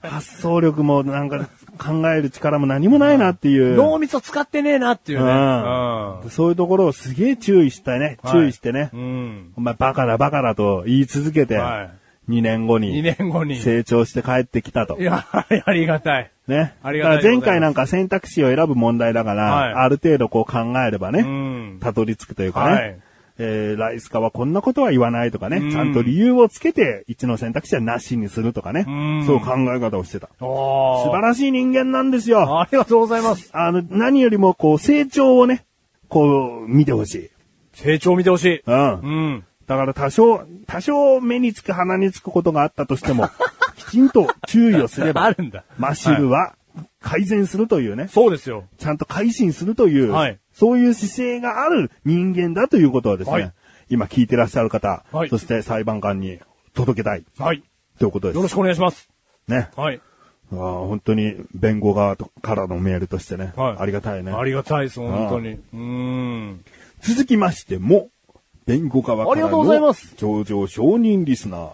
Speaker 2: 発想力もなんか考える力も何もないなっていう。
Speaker 1: 脳みそ使ってねえなっていうね。
Speaker 2: うんそういうところをすげえ注意したいね。
Speaker 1: はい
Speaker 2: 注意してね。
Speaker 1: うん。
Speaker 2: お前バカだバカだと言い続けて、
Speaker 1: は
Speaker 2: 2年後に
Speaker 1: 2年後に。い
Speaker 2: 成長して帰ってきたと。
Speaker 1: や、 ありがたい。
Speaker 2: ね。
Speaker 1: ありがたい
Speaker 2: だから前回なんか選択肢を選ぶ問題だから、
Speaker 1: はい
Speaker 2: ある程度こう考えれば
Speaker 1: う
Speaker 2: ね、
Speaker 1: ん。
Speaker 2: たどり着くというかね。
Speaker 1: はい
Speaker 2: えー、ライスカはこんなことは言わないとかね、
Speaker 1: うん
Speaker 2: ちゃんと理由をつけて、一の選択肢はなしにするとかね、
Speaker 1: うん
Speaker 2: そういう考え方をしてた。
Speaker 1: おー
Speaker 2: 素晴らしい人間なんですよ。
Speaker 1: ありがとうございます。
Speaker 2: あの、何よりもこう、成長をね、こう、見てほしい。
Speaker 1: 成長見てほしい。
Speaker 2: うん
Speaker 1: う。ん。
Speaker 2: だから多少、多少目につく鼻につくことがあったと しても、きちんと注意をすれば、
Speaker 1: あるんだ。
Speaker 2: マッシブは改善するというね、
Speaker 1: そうですよ。
Speaker 2: ちゃんと改心するという、
Speaker 1: はい
Speaker 2: そういう姿勢がある人間だということをですね、
Speaker 1: はい
Speaker 2: 今聞いてらっしゃる方、
Speaker 1: はい
Speaker 2: そして裁判官に届けたい
Speaker 1: はい。
Speaker 2: ということで
Speaker 1: よろ
Speaker 2: す。
Speaker 1: しくお願いします。
Speaker 2: ね。
Speaker 1: はい。
Speaker 2: あー本当に弁護側とからのメールとしてね、
Speaker 1: はい
Speaker 2: ありがたいね。
Speaker 1: ありがたいです、本当に。うーん。
Speaker 2: 続きましても、弁護側か
Speaker 1: あり
Speaker 2: ら
Speaker 1: がとうございま
Speaker 2: の
Speaker 1: す
Speaker 2: 上場承認リスナー。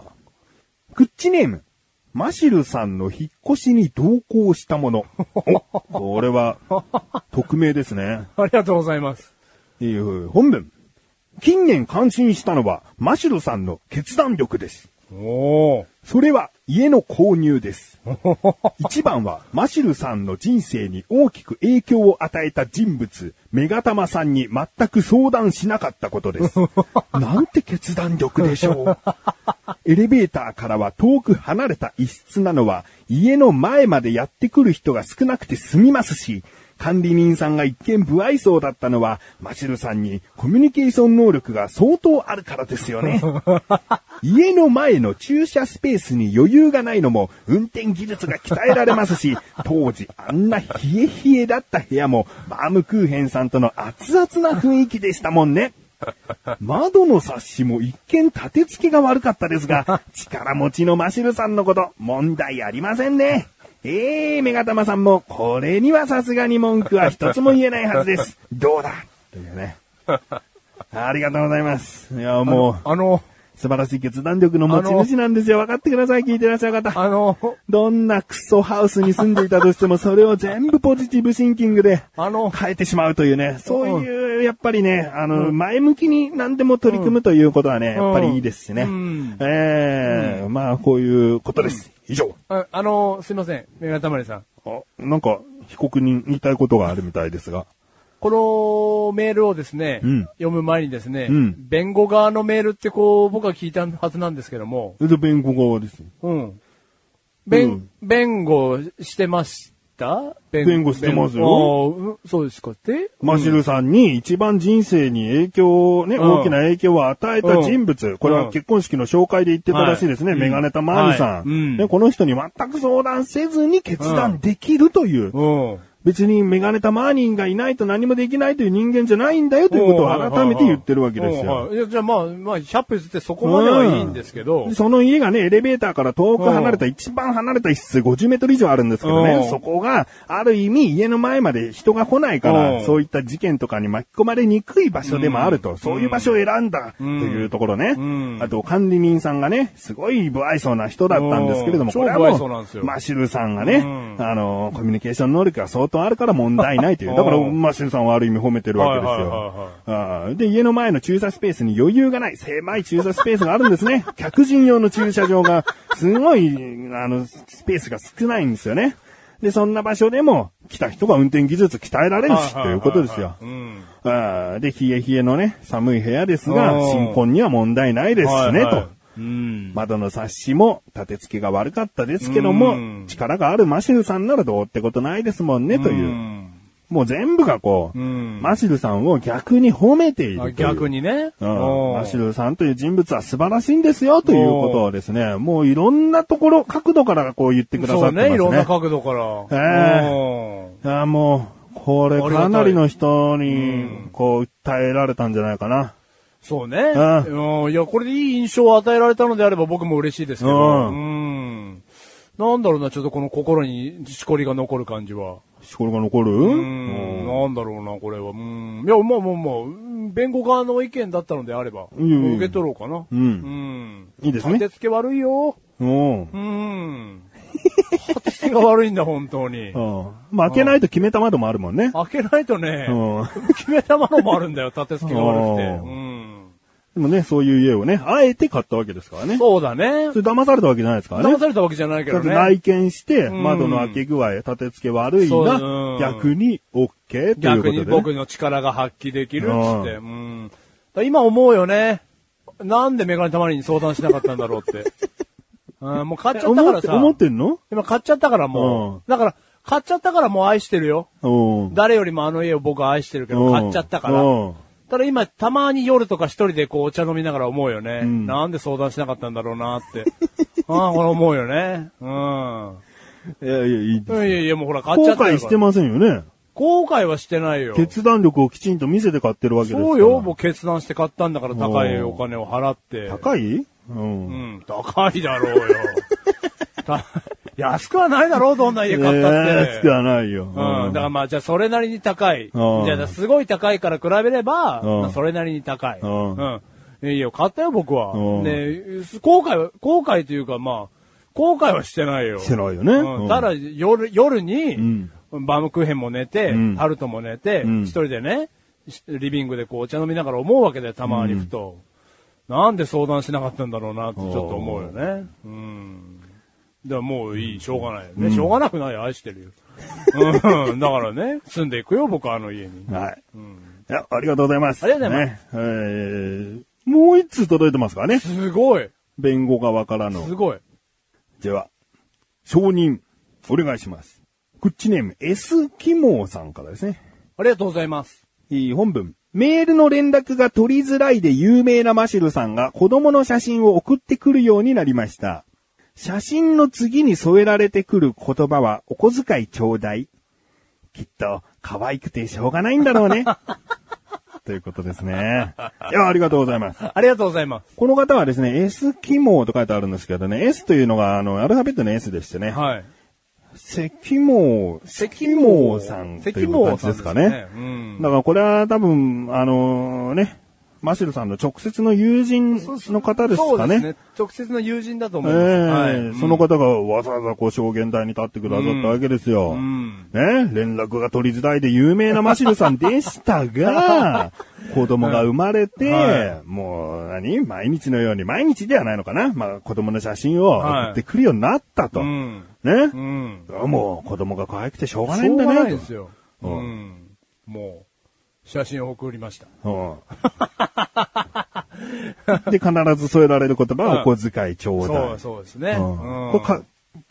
Speaker 2: クッチネーム、マシルさんの引っ越しに同行した もの。おこれは、匿名ですね。
Speaker 1: ありがとうございます。
Speaker 2: えー本文。近年感心したのは、マシルさんの決断力です。
Speaker 1: おー。
Speaker 2: それは家の購入です。一番はマシルさんの人生に大きく影響を与えた人物、メガタマさんに全く相談しなかったことです。なんて決断力でしょう。エレベーターからは遠く離れた一室なのは家の前までやってくる人が少なくて済みますし、管理人さんが一見不愛想だったのは、マシルさんにコミュニケーション能力が相当あるからですよね。家の前の駐車スペースに余裕がないのも運転技術が鍛えられますし、当時あんな冷え冷えだった部屋もバームクーヘンさんとの熱々な雰囲気でしたもんね。窓の冊子も一見立て付けが悪かったですが、力持ちのマシルさんのこと問題ありませんね。ええー、メガタマさんもこれにはさすがに文句は一つも言えないはずです。どうだというね。ありがとうございます。いや、もう。
Speaker 1: あの、
Speaker 2: 素晴らしい決断力の持ち主なんですよ。分かってください。聞いてらっしゃる方。
Speaker 1: あの、
Speaker 2: どんなクソハウスに住んでいたとしても、それを全部ポジティブシンキングで
Speaker 1: あの、
Speaker 2: 変えてしまうというね。そういう、やっぱりね、あの、前向きに何でも取り組むということはね、やっぱりいいですしね。
Speaker 1: うん
Speaker 2: ええまあ、こういうことです。以上。
Speaker 1: ああの、すいません、メガネたまりさん。
Speaker 2: あなんか、被告人に言いたいことがあるみたいですが。
Speaker 1: このメールをですね、
Speaker 2: うん
Speaker 1: 読む前にですね、
Speaker 2: うん
Speaker 1: 弁護側のメールってこう、僕は聞いたはずなんですけども、
Speaker 2: で、弁護側です。
Speaker 1: うん。弁、
Speaker 2: うん
Speaker 1: 弁護してました弁
Speaker 2: 弁護してますよ
Speaker 1: よ。あーうんそうですかって
Speaker 2: マシルさんに一番人生に影響をね、
Speaker 1: うん
Speaker 2: 大きな影響を与えた人物。これは結婚式の紹介で言ってたらしいですね。
Speaker 1: はい
Speaker 2: メガネタマーニさ
Speaker 1: はい
Speaker 2: ん、
Speaker 1: うん
Speaker 2: ねこの人に全く相談せずに決断できるという。
Speaker 1: うん。
Speaker 2: 別にメガネタマーニがいないと何もできないという人間じゃないんだよということを改めて言ってるわけです
Speaker 1: うん
Speaker 2: よ。
Speaker 1: はいいやじゃあまあ、まあ、100歩譲ってそこまではいいんですけど、
Speaker 2: その家がね、エレベーターから遠く離れた、一番離れた一室50メートル以上あるんですけど
Speaker 1: う
Speaker 2: ね
Speaker 1: ん、
Speaker 2: そこが、ある意味家の前まで人が来ないから、
Speaker 1: うん
Speaker 2: そういった事件とかに巻き込まれにくい場所でもあると、そういう場所を選んだ、というところね
Speaker 1: うん。
Speaker 2: あと、管理人さんがね、すごい不愛想な人だったんですけれど
Speaker 1: うん
Speaker 2: も、これは
Speaker 1: 超不愛
Speaker 2: も
Speaker 1: 想なんですよ
Speaker 2: う、マシルさんがね、
Speaker 1: うん
Speaker 2: あの、コミュニケーション能力が相当あるから問題ないという。だから、
Speaker 1: うん
Speaker 2: マシルさんはある意味褒めてるわけですよ。
Speaker 1: はいはいはいはい
Speaker 2: あーで、家の前の駐車スペースに余裕がない、狭い駐車スペースがあるんです ね。客人用の駐車場が、すごい、あの、スペースが少ないんですよね。で、そんな場所でも、来た人が運転技術鍛えられるし、ということですよ。
Speaker 1: うん。
Speaker 2: あーで、冷え冷えのね、寒い部屋ですが
Speaker 1: う、ん
Speaker 2: 新婚には問題ないですしね、
Speaker 1: はいはい
Speaker 2: と。
Speaker 1: うん。
Speaker 2: 窓の冊子も立て付けが悪かったですけども
Speaker 1: うん、
Speaker 2: 力があるマシルさんならどうってことないですもんね、という。もう全部がこう、
Speaker 1: うん
Speaker 2: マシルさんを逆に褒めているとい
Speaker 1: あ
Speaker 2: う。
Speaker 1: 逆にね。
Speaker 2: うん。マシ
Speaker 1: い。
Speaker 2: ルさんという人物は素晴らしいんですよということをですね、もういろんなところ、角度からこう言ってくださ
Speaker 1: そ
Speaker 2: っ
Speaker 1: う
Speaker 2: てますね。
Speaker 1: ね、いろんな角度から。
Speaker 2: ええ
Speaker 1: うん
Speaker 2: あーもう、これかなりの人に、こう、訴えられたんじゃないかな。
Speaker 1: そうね。
Speaker 2: ん
Speaker 1: うん。いや、これでいい印象を与えられたのであれば僕も嬉しいですけど。
Speaker 2: う
Speaker 1: うん。なんだろうな、ちょっとこの心にしこりが残る感じは。
Speaker 2: しこりが残る
Speaker 1: うーん。なんだろうな、これは。うん。いや、まあまあまあうん、弁護側の意見だったのであれば、
Speaker 2: うん
Speaker 1: 受け取ろうかな。
Speaker 2: う。
Speaker 1: うんん。
Speaker 2: いいです
Speaker 1: 立
Speaker 2: ね。
Speaker 1: て付け悪いよ。
Speaker 2: うん。
Speaker 1: うん。立て付けが悪いんだ、本当に。
Speaker 2: うん。負けないと決めた窓もあるもんね。
Speaker 1: 開けないとね
Speaker 2: う、ん。
Speaker 1: 決めたものもあるんだよ、立て付けが悪く
Speaker 2: あ
Speaker 1: て。
Speaker 2: ー
Speaker 1: うん。
Speaker 2: でもね、そういう家をね、あえて買ったわけですからね。
Speaker 1: そうだね
Speaker 2: そ。れ騙されたわけじゃないですからね
Speaker 1: 騙。されたわけじゃないけ
Speaker 2: だ
Speaker 1: ど
Speaker 2: って
Speaker 1: ね。
Speaker 2: 内見して、
Speaker 1: ん
Speaker 2: 窓の開け具合、立て付け悪い
Speaker 1: そうう
Speaker 2: な、
Speaker 1: ん
Speaker 2: 逆に OK ということ
Speaker 1: 逆
Speaker 2: で、
Speaker 1: に
Speaker 2: ね。
Speaker 1: 僕の力が発揮できるっつって。
Speaker 2: う
Speaker 1: うん。だから今思うよね。なんでメガネたまりに相談しなかったんだろ うって。うん、もう買っちゃったか
Speaker 2: 思っ
Speaker 1: ら
Speaker 2: て、
Speaker 1: さ。
Speaker 2: 思ってんの
Speaker 1: 今買っちゃったからもう。だから、買っちゃったからもう愛してるよ。
Speaker 2: うん。
Speaker 1: 誰よりもあの家を僕は愛してるけど、買っちゃったから。
Speaker 2: うん
Speaker 1: ただ今、たまに夜とか一人でこうお茶飲みながら思うよね。
Speaker 2: ん
Speaker 1: なんで相談しなかったんだろうなって。 ああ、これ思うよね。うん。
Speaker 2: いやいや、いい
Speaker 1: い
Speaker 2: です。
Speaker 1: やいやいや、もうほら、買っち
Speaker 2: 後
Speaker 1: ゃったから
Speaker 2: 悔してませんよね。
Speaker 1: 後悔はしてないよ。
Speaker 2: 決断力をきちんと見せて買ってるわけですから。
Speaker 1: そうよ、もう決断して買ったんだから高いお金を払って。
Speaker 2: 高いう。
Speaker 1: うんん、高いだろうよ。た 安くはないだろう、どんな家買ったって。
Speaker 2: えー安くはないよ。
Speaker 1: うん、だからまあ、じゃあそれなりに高い。じ
Speaker 2: うん
Speaker 1: ゃあ、すごい高いから比べれば、
Speaker 2: うん
Speaker 1: まあそれなりに高い。
Speaker 2: うん
Speaker 1: うん。いいよ、買ったよ、僕は。
Speaker 2: うん
Speaker 1: ね、後悔は、後悔というかまあ、後悔はしてないよ。
Speaker 2: してないよね
Speaker 1: うんただ、夜、夜に
Speaker 2: ん、
Speaker 1: バームクーヘンも寝て、
Speaker 2: ん
Speaker 1: タルトも寝て、
Speaker 2: ん
Speaker 1: 一人でね、しリビングでこうお茶飲みながら思うわけだよ、たまにふと。なんで相談しなかったんだろうなってちょっと思うよね。うん。だからもういい、しょうがないよね。しょうがなくないよ、愛してるよ。うん。だからね、住んでいくよ、僕あの家に。
Speaker 2: はい。
Speaker 1: うん。
Speaker 2: いや、ありがとうございます。。
Speaker 1: ありがとうございます
Speaker 2: ね、えーもう一通届いてますからね。
Speaker 1: すごい、
Speaker 2: 弁護側からの
Speaker 1: す。ごい。
Speaker 2: では、承認、お願いします。クッチネーム、エスキモーさんからですね。
Speaker 1: ありがとうございます。
Speaker 2: いい本文。メールの連絡が取りづらいで有名なマシルさんが子供の写真を送ってくるようになりました。写真の次に添えられてくる言葉はお小遣いちょうだい。きっと可愛くてしょうがないんだろうね。ということですね。いや、ありがとうございます。
Speaker 1: ありがとうございます。
Speaker 2: この方はですね、エスキモーと書いてあるんですけどね、S というのがあの、アルファベットの S でしてね。
Speaker 1: はい。
Speaker 2: 石毛、石毛さんという感じですかね。
Speaker 1: 関毛さんですねうん
Speaker 2: だからこれは多分、あのね、マシルさんの直接の友人の方です
Speaker 1: そう
Speaker 2: かね。。
Speaker 1: 直接の友人だと
Speaker 2: え
Speaker 1: 思
Speaker 2: え
Speaker 1: います。はい。
Speaker 2: その方がわざわざこう証言台に立ってくださったわけですよ。
Speaker 1: ん
Speaker 2: ね、連絡が取りづらいで有名なマシルさんでした が、子供が生まれて、
Speaker 1: は
Speaker 2: もう何毎日のように、毎日ではないのかなまあ子供の写真を送ってくるようになったと。
Speaker 1: うん。
Speaker 2: ね、
Speaker 1: うん。
Speaker 2: もう子供が可愛くてしょうがな
Speaker 1: し
Speaker 2: い
Speaker 1: ょ
Speaker 2: ん
Speaker 1: う
Speaker 2: だ
Speaker 1: が
Speaker 2: ね。
Speaker 1: ないですよ。
Speaker 2: う
Speaker 1: うんん。もう、写真を送りました。
Speaker 2: とうん で、必ず添えられる言葉はお小遣いちょうだい。
Speaker 1: そう、そうですね。
Speaker 2: う
Speaker 1: うん
Speaker 2: んこれか、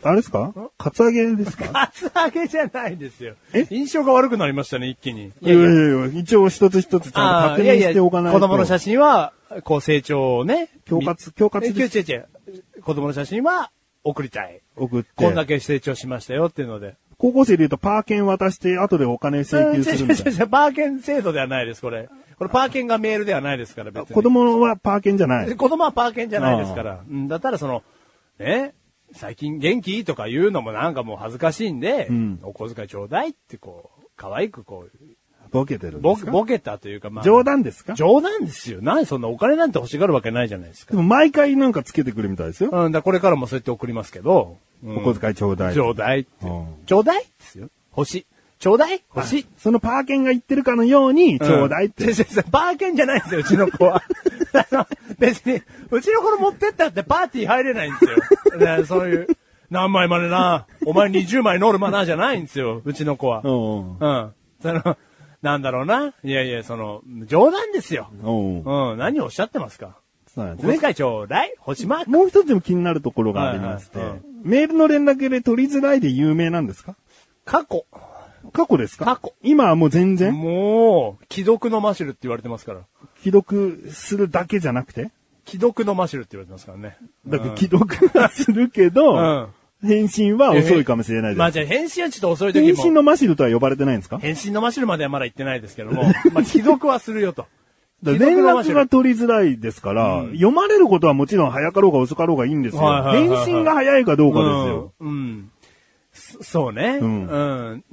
Speaker 2: あれですかカツアゲですか
Speaker 1: カツアゲじゃないですよ
Speaker 2: え。
Speaker 1: 印象が悪くなりましたね、一気に。
Speaker 2: いやいやいや、一応一つ一つちゃんと確認しておかないと。
Speaker 1: 子供の写真は、こう成長をね。
Speaker 2: 恐喝恐喝
Speaker 1: え
Speaker 2: で
Speaker 1: 違う違う違う子供の写真は送りたい。
Speaker 2: 送って。
Speaker 1: こんだけ成長しましたよっていうので。
Speaker 2: 高校生で言うとパーケン渡して後でお金請求するみた
Speaker 1: 違う
Speaker 2: い
Speaker 1: 違う違うパーケン制度ではないです、これ。これパーケンがメールではないですから、
Speaker 2: な。
Speaker 1: 別に。
Speaker 2: 子供はパーケンじゃない。
Speaker 1: 子供はパーケンじゃないですから。うん、だったらその、ね、最近元気とか言うのもなんかもう恥ずかしいんで、
Speaker 2: ん
Speaker 1: お小遣いちょうだいってこう、可愛くこう、
Speaker 2: ボケてるんで
Speaker 1: ボ
Speaker 2: すか
Speaker 1: ボケたというか、まあ、
Speaker 2: 冗談ですかで
Speaker 1: 冗談ですよ。なんでそんなお金なんて欲しがるわけないじゃないですか。
Speaker 2: も毎回なんかつけてくるみたいですよ。
Speaker 1: うん、だからこれからもそうやって送りますけど、うん
Speaker 2: お小遣いちょうだい。
Speaker 1: ちょうだいって
Speaker 2: うん。
Speaker 1: ちょうだいですよ。欲しい。ちょうだい欲しい。
Speaker 2: そのパーケンが言ってるかのように、ちょうだいっ
Speaker 1: ん違
Speaker 2: て
Speaker 1: う。違う違うパーケンじゃないんですよ、うちの子は。 あの別に、うちの子の持ってったってパーティー入れないんですよ。だからそういう、何枚までな、お前20枚ノルマな、じゃないんですよ、うちの子は。うん。
Speaker 2: うん
Speaker 1: その、なんだろうな。いやいや、その、冗談ですよ。
Speaker 2: うん。
Speaker 1: うん、何をおっしゃってますか。
Speaker 2: そうなんです
Speaker 1: お
Speaker 2: ね。
Speaker 1: 小遣いちょうだい星マーク。
Speaker 2: もう一つでも気になるところがありまして、
Speaker 1: はいはいはい
Speaker 2: メールの連絡で取りづらいで有名なんですか
Speaker 1: 過去。
Speaker 2: 過去ですか
Speaker 1: 過去。
Speaker 2: 今はもう全然、
Speaker 1: もう、既読のマシュルって言われてますから。
Speaker 2: 既読するだけじゃなくて
Speaker 1: 既読のマシュルって言われてますからね。
Speaker 2: だから既読はするけど、返信は遅いかもしれないです。
Speaker 1: まあじゃあ返信はちょっと遅い時も。
Speaker 2: 返信のマシルとは呼ばれてないんですか
Speaker 1: 返信のマシルまではまだ行ってないですけども、まあ、既読はするよと。
Speaker 2: だ
Speaker 1: 既
Speaker 2: から連
Speaker 1: 読伸ばして
Speaker 2: 絡
Speaker 1: る
Speaker 2: が取りづらいですから、読まれることはもちろん早かろうが遅かろうがいいんですよ。
Speaker 1: はいはいはいはい
Speaker 2: 返信が早いかどうかですよ。
Speaker 1: うん。うんそそうね。
Speaker 2: う
Speaker 1: うんん。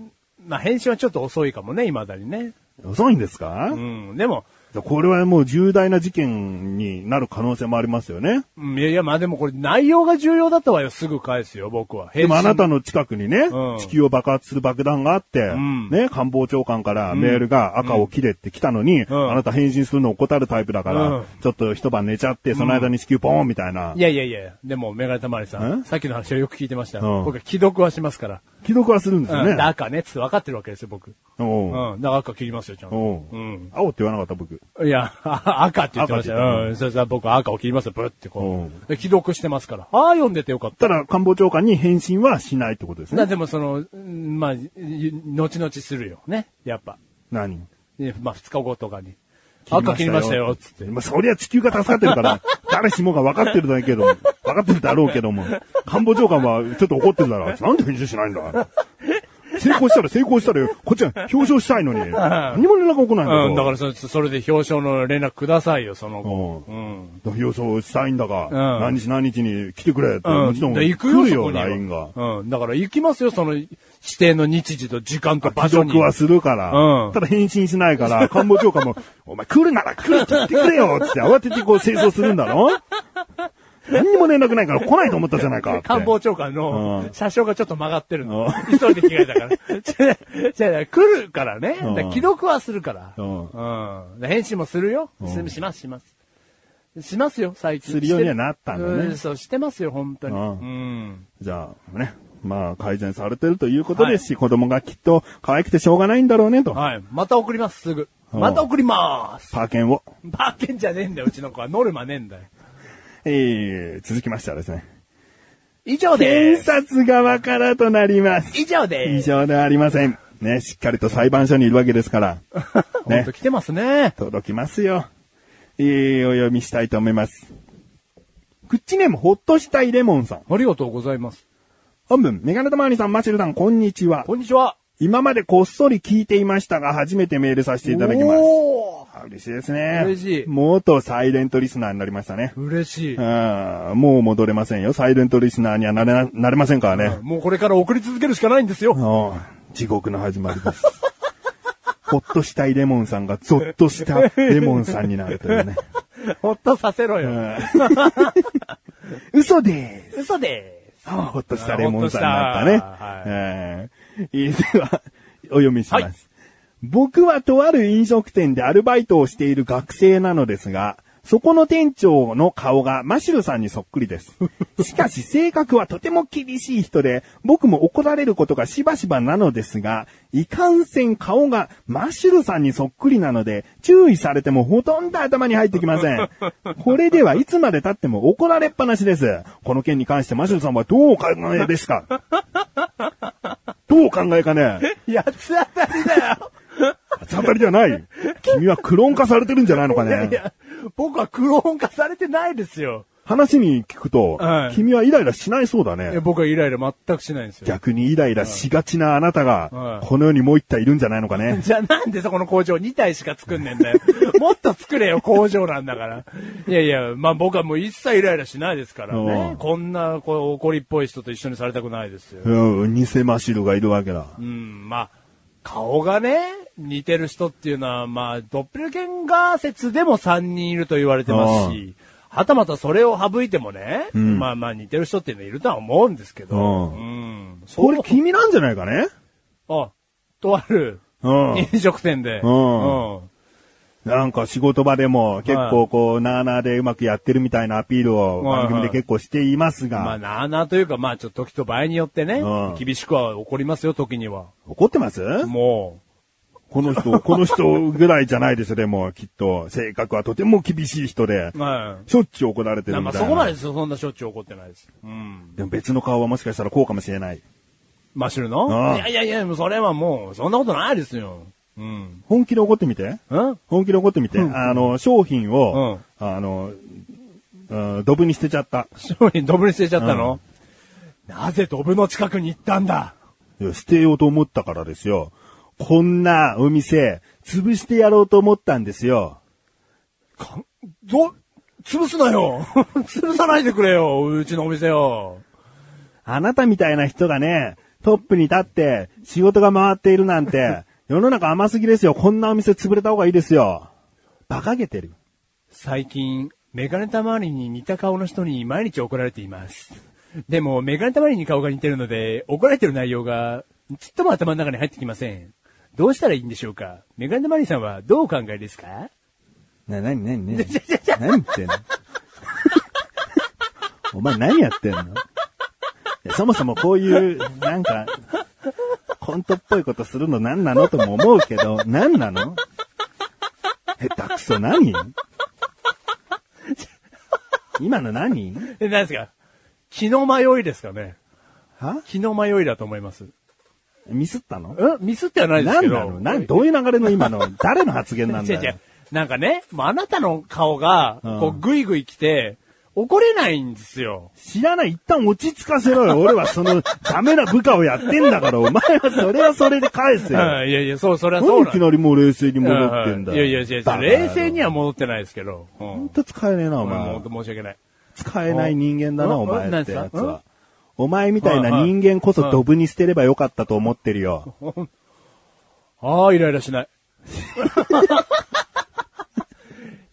Speaker 1: まあ、返信はちょっと遅いかもね、未だにね。
Speaker 2: 遅いんですか、
Speaker 1: うん。でも、
Speaker 2: これはもう重大な事件になる可能性もありますよね。
Speaker 1: うんいやいや、まあでもこれ内容が重要だったわよ、すぐ返すよ、僕は。
Speaker 2: で
Speaker 1: 返
Speaker 2: もあなた
Speaker 1: の。
Speaker 2: の近くにね、
Speaker 1: うん
Speaker 2: 地球を爆発する爆弾があって、
Speaker 1: ん
Speaker 2: ね、官房長官からメールが赤を切れって来たのに、
Speaker 1: ん
Speaker 2: あなた返信するの怠るタイプだから、
Speaker 1: うん
Speaker 2: ちょっと一晩寝ちゃって、その間に地球ポーンみたいな。
Speaker 1: いやいやいや、でも、メガネたまりさ
Speaker 2: え
Speaker 1: ん、さっきの話をよく聞いてました。
Speaker 2: うん
Speaker 1: 僕は既読はしますから。
Speaker 2: 既読はするんですよ
Speaker 1: うん。
Speaker 2: ね。
Speaker 1: だからね、つって分かってるわけですよ、僕。
Speaker 2: おう
Speaker 1: うん。だから赤切りますよ、ちゃんと。
Speaker 2: おう
Speaker 1: うん。
Speaker 2: 青って言わなかった僕。
Speaker 1: いや、 あ赤って言ってました
Speaker 2: 赤って言っ
Speaker 1: よ。うん。それさ、僕は赤を切りますよ、ブってこ
Speaker 2: うん
Speaker 1: う。で既読してますから。ああ、読んでてよかった。
Speaker 2: ただ官房長官に返信はしないってことです
Speaker 1: な
Speaker 2: ね。
Speaker 1: でもその、うんまあ、い後々するよね。やっぱ。
Speaker 2: 何
Speaker 1: ねまあ、二日後とかに。赤切りましたよ、つって。
Speaker 2: まあ、そりゃ地球が助かってる から、誰しもが分かってるだけど、分かってるだろうけども、官房長官はちょっと怒ってるだろう。なんで返事しないんだ成功したら成功したら、こっちは表彰したいのに、何も連絡来ないんだ
Speaker 1: うん、だからそ、それで表彰の連絡くださいよ、その後。
Speaker 2: う
Speaker 1: うん。
Speaker 2: 表彰したいんだが、
Speaker 1: ん
Speaker 2: 何日何日に来てくれって、
Speaker 1: うん。
Speaker 2: もちろん
Speaker 1: だから行
Speaker 2: 来
Speaker 1: くよ、
Speaker 2: る
Speaker 1: そ
Speaker 2: よ、
Speaker 1: こには
Speaker 2: LINE が。
Speaker 1: うん。だから行きますよ、その指定の日時と時間と場
Speaker 2: 家
Speaker 1: 所に。
Speaker 2: 族はするから、
Speaker 1: うん
Speaker 2: ただ返信しない から、官房長官も、お前来るなら来るって言ってくれよっつって慌ててこう清掃するんだろ何にも連絡ないから来ないと思ったじゃないかって。
Speaker 1: 官房長官
Speaker 2: う
Speaker 1: の
Speaker 2: ん
Speaker 1: 車掌がちょっと曲がってる
Speaker 2: う
Speaker 1: の。
Speaker 2: ん
Speaker 1: 一人で着替 えたから。じゃあ、来るからね。だ
Speaker 2: うん
Speaker 1: から既読はするから。
Speaker 2: う
Speaker 1: うんん。で返信もするよ。すします、します。しますよ、最近。
Speaker 2: するようにはなったんだね
Speaker 1: うそう、してますよ、本当に。
Speaker 2: う
Speaker 1: うんん。
Speaker 2: じゃあね、まあ改善されてるということ
Speaker 1: はい
Speaker 2: ですし、子供がきっと可愛くてしょうがないんだろうねと。
Speaker 1: はい。また送ります、すぐ。
Speaker 2: うん
Speaker 1: また送ります。
Speaker 2: パーケンを。
Speaker 1: バーケンじゃねえんだよ、うちの子は。ノルマねえんだよ。
Speaker 2: えー、続きましてはですね。
Speaker 1: 以上で
Speaker 2: 検
Speaker 1: す。
Speaker 2: 察側からとなります。
Speaker 1: 以上で
Speaker 2: 以
Speaker 1: す。
Speaker 2: 上ではありません。ね、しっかりと裁判所にいるわけですから。
Speaker 1: ほんと来てますね。
Speaker 2: 届きますよ。えー、お読みしたいと思います。クッチネーム、ほっとしたいレモンさん。
Speaker 1: ありがとうございます。
Speaker 2: 本文、メガネたまわりさん、マチルさん、こんにちは。
Speaker 1: こんにちは。
Speaker 2: 今までこっそり聞いていましたが、初めてメールさせていただきます。
Speaker 1: おー
Speaker 2: あ嬉しいですね。
Speaker 1: 嬉しい
Speaker 2: 元サイレントリスナーになりましたね。
Speaker 1: 嬉しい。
Speaker 2: あーもう戻れませんよ。サイレントリスナーにはなれな、なれませんからね。
Speaker 1: もうこれから送り続けるしかないんですよ。
Speaker 2: あー地獄の始まりです。 ほっとしたいレモンさんが、ゾッとしたレモンさんになるというね。
Speaker 1: ほっとさせろ
Speaker 2: う
Speaker 1: よ。
Speaker 2: ん 嘘です。
Speaker 1: 嘘で
Speaker 2: あほっとしたレモンさんになったね。えーでは、お読みします。
Speaker 1: はい
Speaker 2: 僕はとある飲食店でアルバイトをしている学生なのですが、そこの店長の顔がマシュルさんにそっくりです。しかし性格はとても厳しい人で、僕も怒られることがしばしばなのですが、いかんせん顔がマシュルさんにそっくりなので、注意されてもほとんど頭に入ってきません。これではいつまで経っても怒られっぱなしです。この件に関してマシュルさんはどうお考えですかどうお考えかね
Speaker 1: す。八つ当たりだよ。
Speaker 2: 八つ当たりじゃない。君はクローン化されてるんじゃないのか
Speaker 1: いやい
Speaker 2: ね。
Speaker 1: や、僕はクローン化されてないですよ。
Speaker 2: 話に聞くと、
Speaker 1: はい
Speaker 2: 君はイライラしないそうだ
Speaker 1: いや
Speaker 2: ね。
Speaker 1: 僕はイライラ全くしないんですよ。
Speaker 2: 逆にイライラしがちなあなたが
Speaker 1: は、い
Speaker 2: この世にもう一体いるんじゃないのかね。
Speaker 1: じゃあなんでそこの工場2体しか作んねえんだ よ。もっと作れよ、工場なんだから。いやいや、まあ僕はもう一切イライラしないですから
Speaker 2: うん
Speaker 1: ね。こんなこう怒りっぽい人と一緒にされたくないですよ。
Speaker 2: うん、偽マシルがいるわけだ。
Speaker 1: うん、まあ、顔がね、似てる人っていうのは、まあ、ドッペルゲンガー説でも3人いると言われてますし、はたまたそれを省いてもね、
Speaker 2: ん
Speaker 1: まあまあ似てる人っていうのはいるとは思うんですけど、
Speaker 2: うん
Speaker 1: うん。そ
Speaker 2: こ
Speaker 1: う
Speaker 2: れ君なんじゃないかね
Speaker 1: あ、とある
Speaker 2: うん。
Speaker 1: 飲食店で、
Speaker 2: うん
Speaker 1: うん
Speaker 2: なんか仕事場でも結構こう、なあなあでうまくやってるみたいなアピールを番組で結構しています
Speaker 1: ま
Speaker 2: が、
Speaker 1: あ、なあなあというか、まあ、ちょっと時と場合によってね、
Speaker 2: うん
Speaker 1: 厳しくは怒りますよ、時には。
Speaker 2: 怒ってます
Speaker 1: も
Speaker 2: この 人、この人ぐらいじゃないですよ、でも、きっと。性格はとても厳しい人で
Speaker 1: う。、はい。
Speaker 2: しょっちゅう怒られてるみ
Speaker 1: ま
Speaker 2: た
Speaker 1: あ、
Speaker 2: いな。
Speaker 1: そこまでそんなしょっちゅう怒ってないです。うん。
Speaker 2: でも別の顔はもしかしたらこうかもしれない。
Speaker 1: マッシュル
Speaker 2: ああ
Speaker 1: のいやいやいや、もうそれはもう、そんなことないですよ。うん。
Speaker 2: 本気で怒ってみて。
Speaker 1: うん
Speaker 2: 本気で怒ってみて。あの、商品を、あの、うんドブに捨てちゃった。
Speaker 1: 商品ドブに捨てちゃったの、なぜドブの近くに行ったんだ
Speaker 2: いや捨てようと思ったからですよ。こんなお店、潰してやろうと思ったんですよ。
Speaker 1: かん、ど、潰すなよ 潰さないでくれようちのお店を。
Speaker 2: あなたみたいな人がね、トップに立って仕事が回っているなんて、世の中甘すぎですよ。こんなお店潰れた方がいいですよ。馬鹿げてる。
Speaker 1: 最近、メガネたまわりに似た顔の人に毎日怒られています。でも、メガネたまわりに顔が似てるので、怒られてる内容が、ちっとも頭の中に入ってきません。どうしたらいいんでしょうかメガネたまわりさんはどうお考えですか
Speaker 2: な、なになになに何言ってんの お前何やってんのいやそもそもこういう、なんか、コントっぽいことするの何なのとも思うけど、何なの下手くそ何今の何
Speaker 1: え、何ですか気の迷いですかね
Speaker 2: は
Speaker 1: 気の迷いだと思います。
Speaker 2: ミスったの
Speaker 1: えミスってはないです
Speaker 2: 何
Speaker 1: けど。
Speaker 2: なの何どういう流れの今の誰の発言なんだ
Speaker 1: 違う違
Speaker 2: よ
Speaker 1: う。なんかね、もうあなたの顔が、
Speaker 2: うん
Speaker 1: こう、ぐいぐい来て、怒れないんですよ。
Speaker 2: 知らない。一旦落ち着かせろ よ。俺はその、ダメな部下をやってんだから、お前はそれはそれで返せ
Speaker 1: うん、い
Speaker 2: よ。
Speaker 1: やいや、そう、それはそう
Speaker 2: 何い
Speaker 1: な
Speaker 2: き
Speaker 1: の。
Speaker 2: なりもう冷静に戻ってんだ
Speaker 1: うんい
Speaker 2: よ。
Speaker 1: やいやいやい
Speaker 2: バ
Speaker 1: や、
Speaker 2: カ野郎
Speaker 1: 冷静に。は戻ってないですけど。う
Speaker 2: ほん
Speaker 1: ん。
Speaker 2: と使えねえな、お
Speaker 1: もう
Speaker 2: 前
Speaker 1: 本。当申し訳ない。
Speaker 2: 使えない人間だな、
Speaker 1: うん
Speaker 2: お前ってやつ
Speaker 1: うんうん
Speaker 2: は。お前みたいな人間こそドブに捨てればよかったと思ってるよ。
Speaker 1: ああ、イライラ しない。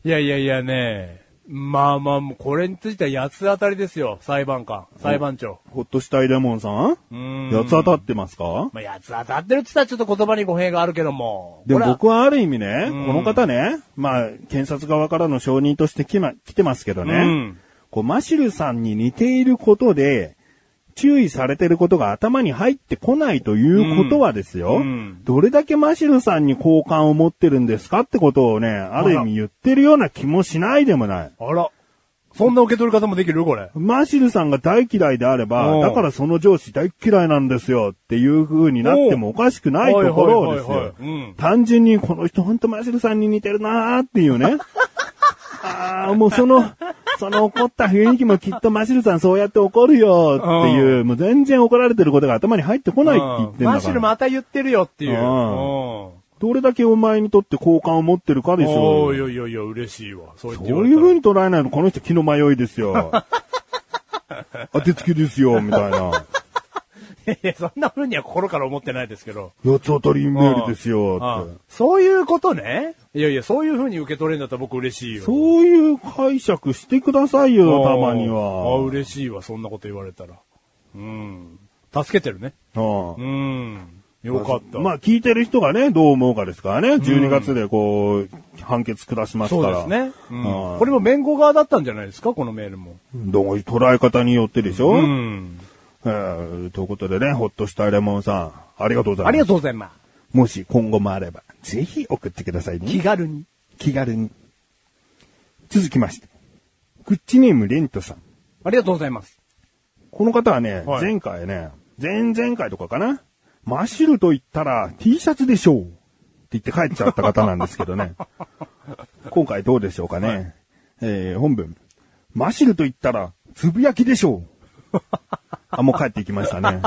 Speaker 1: いやいやいやね、まあまあ、もうこれについては八つ当たりですよ、裁判官、裁判長。
Speaker 2: ほっとしたいレモンさん
Speaker 1: うん。
Speaker 2: 八つ当たってますか
Speaker 1: まあ、八つ当たってるって言ったらちょっと言葉に語弊があるけども。
Speaker 2: でも
Speaker 1: こ
Speaker 2: 僕はある意味ね、
Speaker 1: うん
Speaker 2: この方ね、まあ、検察側からの承認として来,、ま、来てますけどね、
Speaker 1: うん
Speaker 2: こう、マシルさんに似ていることで、注意されてることが頭に入ってこないということはですよ、
Speaker 1: うんうん
Speaker 2: どれだけマシルさんに好感を持ってるんですかってことをね、ある意味言ってるような気もしないでもない。
Speaker 1: れはあら。そんな受け取り方もできるこれ。
Speaker 2: マシルさんが大嫌いであれ
Speaker 1: う
Speaker 2: ば、
Speaker 1: ん
Speaker 2: だからその上司大嫌いなんですよっていう風になってもおかしくないところをです
Speaker 1: はいはい
Speaker 2: よ
Speaker 1: はいはいうん、
Speaker 2: 単純にこの人ほんとマシルさんに似てるなーっていう ね。ああ、もうその、その怒った雰囲気もきっとマシルさんそうやって怒るよっていう、もう全然怒られてることが頭に入ってこないって言ってんだから。
Speaker 1: マシルまた言ってるよってい
Speaker 2: う
Speaker 1: う。うんん。
Speaker 2: どれだけお前にとって好感を持ってるかでしょ
Speaker 1: お
Speaker 2: う
Speaker 1: ーい
Speaker 2: よ。
Speaker 1: やいやいや、嬉しいわ。そう言
Speaker 2: そ
Speaker 1: っ
Speaker 2: う
Speaker 1: て言われ
Speaker 2: い
Speaker 1: た
Speaker 2: う
Speaker 1: ら
Speaker 2: 風に捉えないの、この人気の迷いですよ。 当てつけですよ、みたいな。
Speaker 1: いやいや、そんな風には心から思ってないですけど。
Speaker 2: 四つ当たりメールですよ
Speaker 1: ああ
Speaker 2: って。
Speaker 1: そういうことね。いやいや、そういう風に受け取れるんだったら僕嬉しいよ。
Speaker 2: そういう解釈してくださいよ、た
Speaker 1: ああ
Speaker 2: まに
Speaker 1: ああ
Speaker 2: は。
Speaker 1: 嬉しいわ、そんなこと言われたら。うん。助けてるね。
Speaker 2: ああ
Speaker 1: うん。よかった。
Speaker 2: まあ聞いてる人がね、どう思うかですからね。12月でこう、判決下します
Speaker 1: そ
Speaker 2: か
Speaker 1: う
Speaker 2: ら。
Speaker 1: ですね。うん
Speaker 2: ああ
Speaker 1: これも弁護側だったんじゃないですか、このメールも。
Speaker 2: どういう捉え方によってでしょ、
Speaker 1: うん。
Speaker 2: えーということでね、ほっとしたレモンさん、ありがとうございます。
Speaker 1: ありがとうございます。
Speaker 2: もし今後もあれば、ぜひ送ってください
Speaker 1: 気
Speaker 2: ね。
Speaker 1: 軽に。
Speaker 2: 気軽に。続きまして。グッチネームレントさん。
Speaker 1: ありがとうございます。
Speaker 2: この方はね、
Speaker 1: はい
Speaker 2: 前回ね、前々回とかかな、マッシュルと言ったら T シャツでしょうって言って帰っちゃった方なんですけど ね。今回どうでしょうかね。えー、本文。マッシュルと言ったらつぶやきでしょう。あ、もう帰っていきました ね。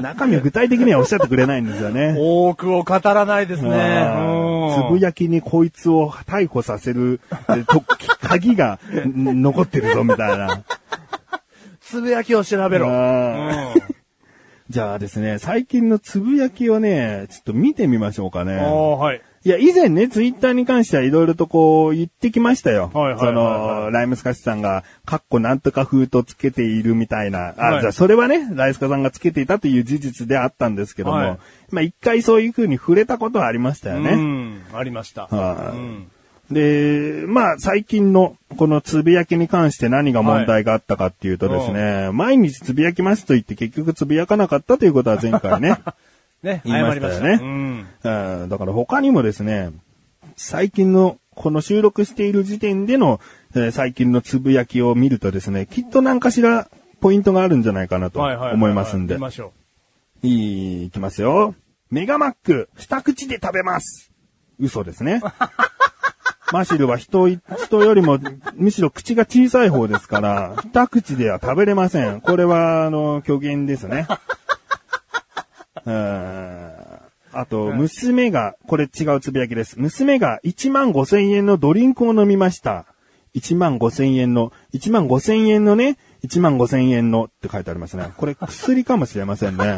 Speaker 2: 中身を具体的にはおっしゃってくれないんですよね。
Speaker 1: 多くを語らないですね。
Speaker 2: つぶやきにこいつを逮捕させる、えーと、 き鍵がん残ってるぞ、みたいな。
Speaker 1: つぶやきを調べろ。
Speaker 2: あじゃあですね、最近のつぶやきをね、ちょっと見てみましょうか
Speaker 1: うん
Speaker 2: ね。
Speaker 1: おーはい。
Speaker 2: いや、以前ね、ツイッターに関してはいろいろとこう言ってきましたよ。
Speaker 1: はいはいはいはい
Speaker 2: その、ライムスカシさんが、カッコなんとか風とつけているみたいな。あ、
Speaker 1: はい
Speaker 2: じゃあそれはね、ライスカさんがつけていたという事実であったんですけども、
Speaker 1: はい
Speaker 2: まあ一回そういう風に触れたことはありましたよね。
Speaker 1: うん。ありました。
Speaker 2: はい
Speaker 1: うん
Speaker 2: で、まあ、最近のこのつぶやきに関して何が問題があったかっていうとですね、毎日つぶやきますと言って結局つぶやかなかったということは前回 ね、
Speaker 1: ね、
Speaker 2: 言いま
Speaker 1: 謝
Speaker 2: し
Speaker 1: り
Speaker 2: た
Speaker 1: ま
Speaker 2: よね
Speaker 1: した。うん。
Speaker 2: うんだから他にもですね、最近のこの収録している時点での、えー最近のつぶやきを見るとですね、きっと何かしらポイントがあるんじゃないかなと
Speaker 1: はいはいはい。
Speaker 2: 思いますんで。
Speaker 1: 行きましょ
Speaker 2: いい、いきますよ。メガマック、二口で食べます。嘘ですね。 マシルは人い、人よりも、むしろ口が小さい方ですから、二口では食べれませ ん。これは、あの、虚言ですね。うーん。あと、娘が、これ違うつぶやきです。娘が1万5千円のドリンクを飲みました。1万5千円の、1万5千円のね、1万5千円のって書いてありますね。これ薬かもしれませんね。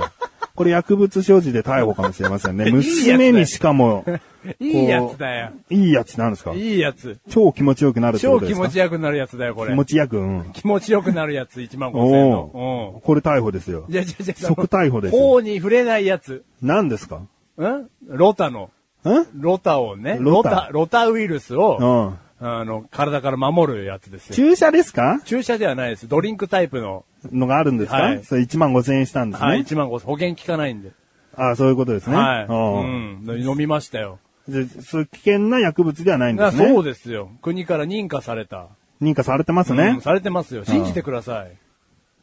Speaker 2: これ薬物所持で逮捕かもしれませんね。娘にしかも、
Speaker 1: いいやつだよ。
Speaker 2: いいやつなんですか
Speaker 1: いいやつ。
Speaker 2: 超気持ちよくなるってこ
Speaker 1: 超
Speaker 2: とで
Speaker 1: 気
Speaker 2: すか
Speaker 1: 持ちよくなるやつだよ、こ
Speaker 2: 気
Speaker 1: れ。
Speaker 2: 持ちよく、うん。
Speaker 1: 気持ちよくなるやつ、1万5千円
Speaker 2: お
Speaker 1: の
Speaker 2: お。。これ逮捕ですよ
Speaker 1: うん。。じゃじゃじゃ
Speaker 2: 即逮捕ですよ
Speaker 1: 法に触れないやつ。
Speaker 2: 何ですかん
Speaker 1: うんロタの。ロタをね。
Speaker 2: ロ
Speaker 1: ロ
Speaker 2: タ
Speaker 1: タ、ロタウイルス
Speaker 2: う
Speaker 1: を、
Speaker 2: ん。
Speaker 1: あの、体から守るやつですよ。
Speaker 2: 注射ですか
Speaker 1: 注射ではないです。ドリンクタイプの。
Speaker 2: のがあるんですか、
Speaker 1: はい
Speaker 2: それ1万5千円したんですね。
Speaker 1: はい、1万5千。保険効かないんで。
Speaker 2: ああ、そういうことですね。
Speaker 1: はい。
Speaker 2: うん。
Speaker 1: うん。飲みましたよ。
Speaker 2: じゃそういう危険な薬物ではないんで
Speaker 1: あ
Speaker 2: すね。
Speaker 1: そうですよ。国から認可された。
Speaker 2: 認可されてます
Speaker 1: う
Speaker 2: ね
Speaker 1: ん。されてますよ。信じてください。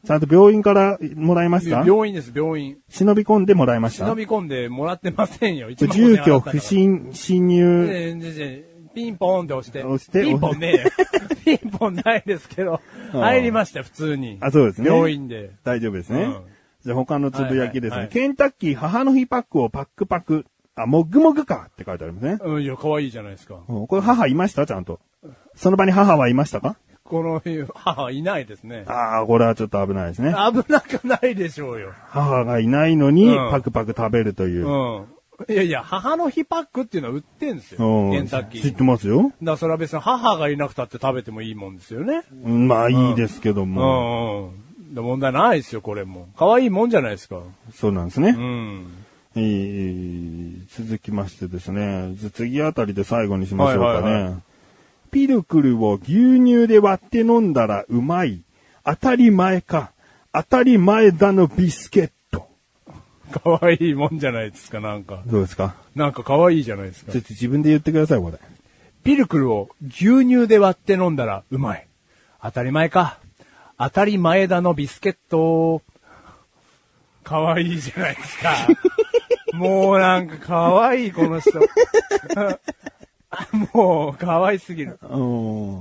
Speaker 2: ちゃんと病院からもらいました
Speaker 1: 病院です、病院。
Speaker 2: 忍び込んでもらいました
Speaker 1: 忍び込んでもらってませんよ。一万五千
Speaker 2: 住
Speaker 1: 円払
Speaker 2: 居
Speaker 1: ったから
Speaker 2: 不審、侵入。
Speaker 1: ねえねえねえピンポンって押して。
Speaker 2: 押して
Speaker 1: ピンポンね えよ。ピンポンないですけど、
Speaker 2: うん
Speaker 1: 入りましたよ、普通に。
Speaker 2: あ、そうですね。
Speaker 1: 病院で。
Speaker 2: 大丈夫ですね。
Speaker 1: うん
Speaker 2: じゃあ他のつぶやきですね、
Speaker 1: はいはいはい
Speaker 2: ケンタッキー母の日パックをパックパク。あ、もぐもぐかって書いてありますね。
Speaker 1: うん、いや、可愛いじゃないですか。
Speaker 2: うんこれ母いましたちゃんと。その場に母はいましたか
Speaker 1: この日、母いないですね。
Speaker 2: ああ、これはちょっと危ないですね。
Speaker 1: 危なくないでしょうよ。
Speaker 2: 母がいないのに
Speaker 1: うん
Speaker 2: パクパク食べるという。
Speaker 1: うん。いやいや、母の日パックっていうのは売ってんですよ。
Speaker 2: うん
Speaker 1: ケンタッキー。
Speaker 2: 知ってますよ。
Speaker 1: だからそれは別に母がいなくたって食べてもいいもんですよね。
Speaker 2: うんまあいいですけど
Speaker 1: う
Speaker 2: も。
Speaker 1: んうん。で問題ないですよ、これも。可愛いもんじゃないですか。
Speaker 2: そうなんですね。
Speaker 1: うん。
Speaker 2: えー続きましてですね、ず次あたりで最後にしましょうかね。
Speaker 1: はいはいは
Speaker 2: ピルクルを牛乳で割って飲んだらうまい。当たり前か。当たり前だのビスケット。
Speaker 1: 可愛いもんじゃないですか、なんか。
Speaker 2: どうですか
Speaker 1: なんか可愛いじゃないですか
Speaker 2: ちょ。っと自分で言ってください、これ。
Speaker 1: ピルクルを牛乳で割って飲んだらうまい。当たり前か。当たり前だのビスケット。可愛いじゃないですか。 もうなんか可愛いこの人。 もう可愛すぎる。
Speaker 2: う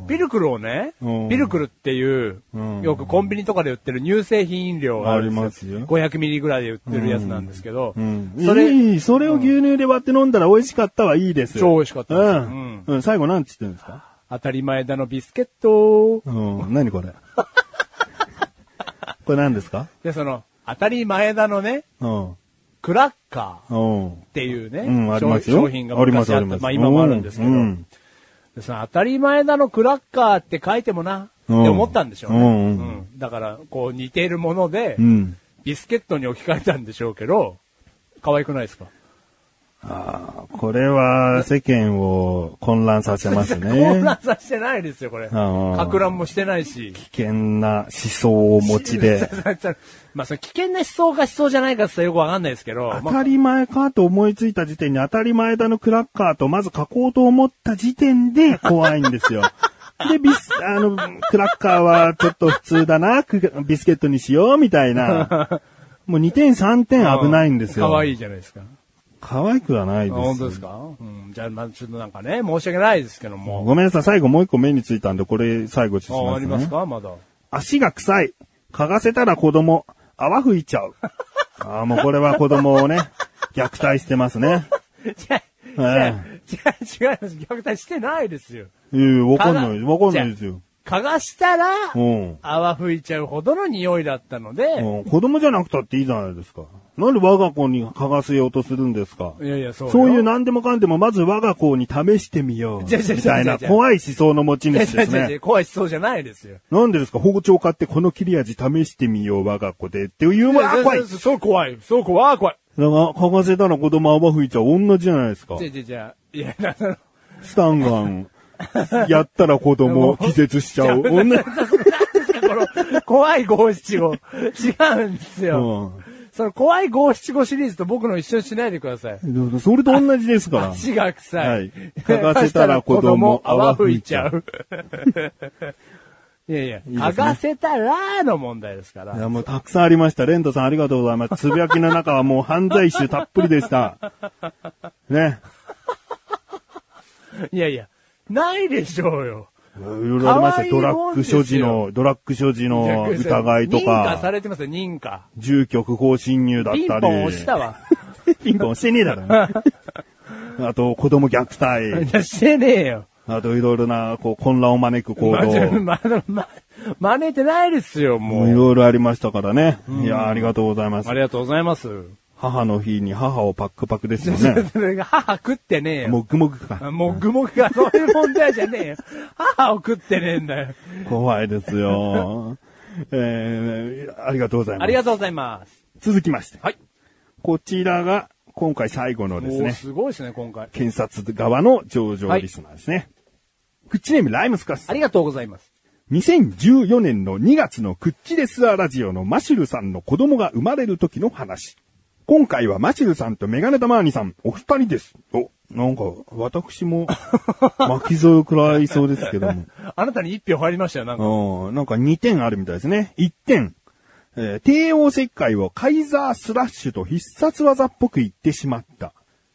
Speaker 2: ん。
Speaker 1: ピルクルをね
Speaker 2: うん、
Speaker 1: ピルクルっていう
Speaker 2: うん、
Speaker 1: よくコンビニとかで売ってる乳製品飲料があるんです
Speaker 2: あり
Speaker 1: よ。
Speaker 2: ま
Speaker 1: 500ミリぐらいで売ってるやつなんですけど、
Speaker 2: そ
Speaker 1: そ
Speaker 2: れ、
Speaker 1: れ、
Speaker 2: いいそれを牛乳で割って飲んだら美味しかったはいいですよ。
Speaker 1: 超美味しかったです
Speaker 2: う
Speaker 1: うん
Speaker 2: ん。うん。最後なんつってんですか
Speaker 1: 当たり前だのビスケット。
Speaker 2: うん。何 これこれ何ですか
Speaker 1: で、その、当たり前だのね、
Speaker 2: うん。
Speaker 1: クラッカー
Speaker 2: う
Speaker 1: っ
Speaker 2: ん。
Speaker 1: ていうね、
Speaker 2: うん、あり
Speaker 1: 商
Speaker 2: ますよ。
Speaker 1: 商品が昔あった。まあ今もあるんですけど、
Speaker 2: うん
Speaker 1: でその当たり前だのクラッカーって書いてもな、
Speaker 2: うん
Speaker 1: って思ったんでしょうね。
Speaker 2: うんうん
Speaker 1: うんだから、こう似ているもので、
Speaker 2: うん。
Speaker 1: ビスケットに置き換えたんでしょうけど、可愛くないですか
Speaker 2: ああ、これは世間を混乱させますね。
Speaker 1: 混乱させてないですよ、これ。
Speaker 2: ん
Speaker 1: かく乱もしてないし。
Speaker 2: 危険な思想をお持ち で。
Speaker 1: まあ、その危険な思想か思想じゃないかってよくわかんないですけど、
Speaker 2: 当
Speaker 1: ま
Speaker 2: たり前かと思いついた時点に当たり前だのクラッカーとまず書こうと思った時点で怖いん ですよ。で、ビス、あの、クラッカーはちょっと普通だな、クビスケットにしよう、みたい な。もう2点3点
Speaker 1: あ
Speaker 2: 危ないんですよ。
Speaker 1: 可愛い
Speaker 2: い。
Speaker 1: じゃないですか。
Speaker 2: 可愛くはない
Speaker 1: あ
Speaker 2: です。
Speaker 1: 本当ですか、うん、じゃあ、まあ、ちょっとなんかね、申し訳ないですけども。
Speaker 2: ごめんなさい、最後もう一個目についたんで、これ最後にしますね。
Speaker 1: あ、ありますか まだ。
Speaker 2: 足が臭い。嗅がせたら子供、泡吹いちゃ う。ああ、もうこれは子供をね、虐待してますね。
Speaker 1: 違う、違う、違う、違う、虐待してないですよ。
Speaker 2: いやいやわかんない、わかんないですよ。
Speaker 1: 嗅がしたら、
Speaker 2: うん。
Speaker 1: 泡吹いちゃうほどの匂いだったので、
Speaker 2: うん子供じゃなくたっていいじゃないですか。なんで我が子に嗅がせようとするんですか
Speaker 1: いやいや、そうよ。
Speaker 2: そういう何でもかんでもまず我が子に試してみよう。み
Speaker 1: じゃじゃじゃ
Speaker 2: たいな
Speaker 1: じゃ
Speaker 2: 怖い思想の持ち
Speaker 1: いや、
Speaker 2: 主
Speaker 1: 違
Speaker 2: で
Speaker 1: う
Speaker 2: す
Speaker 1: 違う違
Speaker 2: ね
Speaker 1: う。怖い思想じゃないですよ。
Speaker 2: なんでですか包丁買ってこの切れ味試してみよう我が子でっていう
Speaker 1: い
Speaker 2: わ
Speaker 1: や
Speaker 2: あ怖い。だか
Speaker 1: そうそう怖い。そう怖い、怖い。
Speaker 2: ら嗅がせたら子供泡吹いちゃう同じじゃないですか
Speaker 1: じ。ゃじゃじゃいや、なその、
Speaker 2: スタンガン、やったら子供を気絶しち ゃう。同じ。
Speaker 1: なんですかこの、怖い五七五。違うんですよ。
Speaker 2: う
Speaker 1: その、怖い五七五シリーズと僕の一緒にしないでください。
Speaker 2: ん。それと同じです から。
Speaker 1: 足が臭い。
Speaker 2: はい嗅がせたら子供泡吹いちゃ
Speaker 1: う。いやいや、
Speaker 2: すね
Speaker 1: 嗅がせたらの問題ですか
Speaker 2: い
Speaker 1: ら。
Speaker 2: や、もうたくさんありました。レントさんありがとうございます。つぶやきの中はもう犯罪集たっぷりで した。ね。
Speaker 1: いやいや、ないでしょうよ。
Speaker 2: いろいろありましたよ。ドラ
Speaker 1: 可愛いも
Speaker 2: ッ
Speaker 1: ん
Speaker 2: グ
Speaker 1: です
Speaker 2: 所
Speaker 1: よ
Speaker 2: 持の、ドラッグ所持の疑いと
Speaker 1: 認可さ
Speaker 2: か、
Speaker 1: れてますよ、認可。
Speaker 2: 住居不法侵入だっ
Speaker 1: ピン
Speaker 2: た
Speaker 1: ポン押 し
Speaker 2: り。
Speaker 1: たわ。
Speaker 2: ピンポンしてねえだろ。 あと、子供虐待。
Speaker 1: してねえよ。
Speaker 2: あと、いろいろな、こう、混乱を招く行動。
Speaker 1: まじ、ま、ま、真似てないですよ、も。
Speaker 2: いうろいろありましたからね。いやーありがとうございます
Speaker 1: あ。りがとうございます。
Speaker 2: 母の日に母をパックパクですよ ね。
Speaker 1: 母食ってねえよ。
Speaker 2: もぐもぐか。
Speaker 1: もぐもぐがそういう問題じゃねえよ。母を食ってねえんだよ。
Speaker 2: 怖いです よ。えー、ありがとうございます。
Speaker 1: ありがとうございます。
Speaker 2: 続きまして。
Speaker 1: はい。
Speaker 2: こちらが、今回最後のです
Speaker 1: もう
Speaker 2: ね、
Speaker 1: すごいですね、今回。
Speaker 2: 検察側の上場リスナーですね。クッチネームライムスカス
Speaker 1: あ。りがとうございます。
Speaker 2: 2014年の2月のクッチレスアラジオのマシュルさんの子供が生まれる時の話。今回はマシュルさんとメガネタマーニさん、お二人です。お、なんか、私も、巻き添え食らいそうですけども。
Speaker 1: あなたに一票入りましたよ、なんか。
Speaker 2: うんなんか2点 あるみたいですね。1点。えー帝王切開をカイザースラッシュと必殺技っぽく言ってしまった。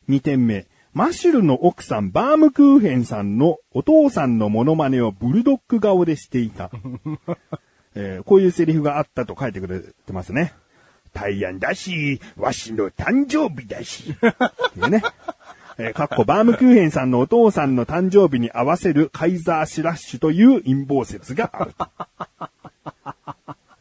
Speaker 2: 2点目。マシュルの奥さんバームクーヘンさんのお父さんのモノマネをブルドッグ顔でしていた。えーこういうセリフがあったと書いてくれてますね。大安だし、わしの誕生日だし。っていうね。えーかっこバームクーヘンさんのお父さんの誕生日に合わせるカイザーシュラッシュという陰謀説があると。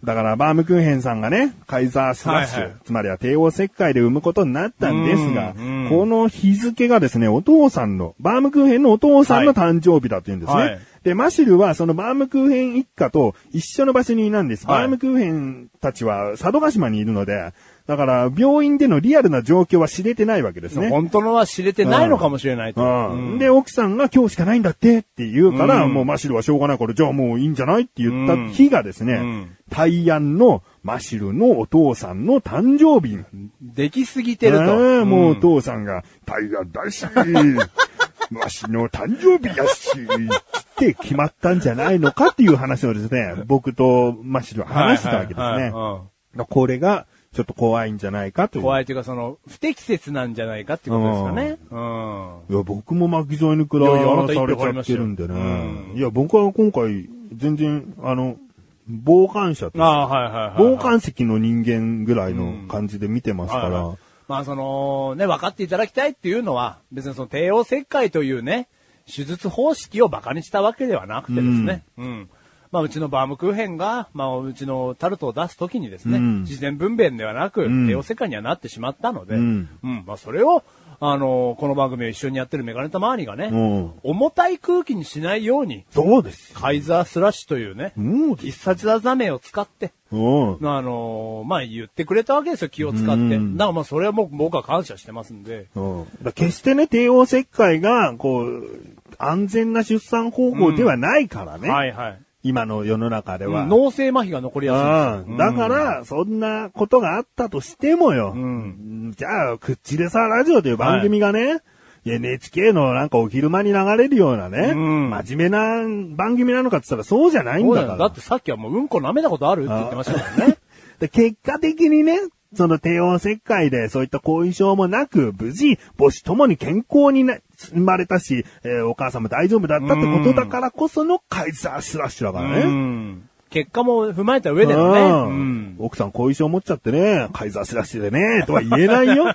Speaker 2: だから、バームクーヘンさんがね、カイザーシュラッシュ、
Speaker 1: はいはい
Speaker 2: つまりは帝王切開で産むことになったんですが、
Speaker 1: うんうん
Speaker 2: この日付がですね、お父さんの、バームクーヘンのお父さんの誕生日だというんですね。
Speaker 1: はい
Speaker 2: で、マシルはそのバームクーヘン一家と一緒の場所にいなんです。
Speaker 1: はい
Speaker 2: バームクーヘンたちは佐渡島にいるので、だから病院でのリアルな状況は知れてないわけですね。
Speaker 1: 本当のは知れてないのかもしれないと。
Speaker 2: うん、で、奥さんが今日しかないんだってって言うから、もうマシルはしょうがないから、じゃあもういいんじゃないって言った日がですね、
Speaker 1: ん
Speaker 2: 大安のマシルのお父さんの誕生日。
Speaker 1: できすぎてると。
Speaker 2: ねえもうお
Speaker 1: ん
Speaker 2: 父さんが、大安だし、 わしの誕生日だし、って決まったんじゃないのかっていう話をですね、僕とマシルは話してたわけです
Speaker 1: はいはい
Speaker 2: ね。
Speaker 1: はいうん
Speaker 2: これが、ちょっと怖いんじゃないかという。
Speaker 1: 怖いというか、その、不適切なんじゃないかってことですかね。うん。
Speaker 2: いや、僕も巻き添えに食ら
Speaker 1: いやいやあな
Speaker 2: わ
Speaker 1: た
Speaker 2: さ
Speaker 1: 一
Speaker 2: れち
Speaker 1: 票入り
Speaker 2: ゃっ
Speaker 1: ましてたよ
Speaker 2: るんでね。
Speaker 1: う
Speaker 2: いや、僕は今回、全然、あの、傍観者として
Speaker 1: ああ、はいはいはい、はい。
Speaker 2: 傍観席の人間ぐらいの感じで見てますか
Speaker 1: はい
Speaker 2: ら、
Speaker 1: はいまあその、ね、分かっていただきたいっていうのは、別にその帝王切開というね、手術方式を馬鹿にしたわけではなくてですね、うん。まあうちのバームクーヘンが、まあうちのタルトを出すときにですね、
Speaker 2: うん
Speaker 1: 自然分娩ではなく、
Speaker 2: ん
Speaker 1: 帝王切開にはなってしまったので、
Speaker 2: う
Speaker 1: うんん。まあそれを、あのこの番組を一緒にやってるメガネタ周りがね、
Speaker 2: うん
Speaker 1: 重たい空気にしないように、
Speaker 2: そうです。
Speaker 1: カイザースラッシュというね、
Speaker 2: もうで
Speaker 1: 必殺技名を使って、
Speaker 2: うん。
Speaker 1: あのーまあ、言ってくれたわけですよ、気を使って。
Speaker 2: うん
Speaker 1: だからまあ、それはもう僕は感謝してますんで。
Speaker 2: うんだ決してね、帝王切開が、こう、安全な出産方法ではないからね。
Speaker 1: はいはい。
Speaker 2: 今の世の中では。
Speaker 1: 脳性麻痺が残りやすいです
Speaker 2: うんだか、ら、そんなことがあったとしてもよ。
Speaker 1: ん
Speaker 2: じゃあ、クッチレサラジオという番組がね、NHK のなんかお昼間に流れるようなね、
Speaker 1: うん
Speaker 2: 真面目な番組なのかって言ったらそうじゃない
Speaker 1: うんん
Speaker 2: だ
Speaker 1: だ
Speaker 2: から。
Speaker 1: だってさっきはもううんこ舐めたことあるって言ってましたからね。
Speaker 2: で結果的にね、その帝王切開でそういった後遺症もなく、無事、母子ともに健康にな、生まれたし、えーお母さんも大丈夫だったってことだからこそのカイザースラッシュだからね。
Speaker 1: うん結果も踏まえた上でのね。うん。
Speaker 2: 奥さん後遺症持っちゃってね、カイザースラッシュでね、とは言えない よ。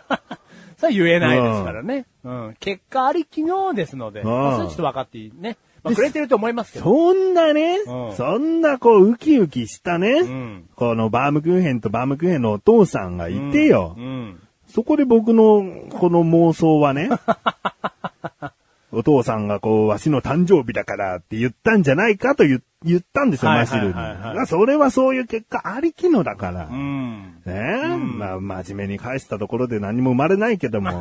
Speaker 1: それは言えないですからね。うん。結果ありきのですので、
Speaker 2: うん
Speaker 1: まあそれはちょっと分かっていいね。まあ、くれてると思いますけど。
Speaker 2: そんなね、
Speaker 1: うん
Speaker 2: そんなこう、ウキウキしたね、
Speaker 1: ん
Speaker 2: このバームクーヘンとバームクーヘンのお父さんがいてよ。
Speaker 1: うん。
Speaker 2: そこで僕のこの妄想は ね、お父さんがこう、わしの誕生日だからって言ったんじゃないかと言言ったんですよ、
Speaker 1: はい
Speaker 2: マシ
Speaker 1: はい
Speaker 2: ル
Speaker 1: は
Speaker 2: に。
Speaker 1: いはい
Speaker 2: まあそれはそういう結果ありきのだから。
Speaker 1: うん。
Speaker 2: ねえ、まあ、真面目に返したところで何も生まれないけど も。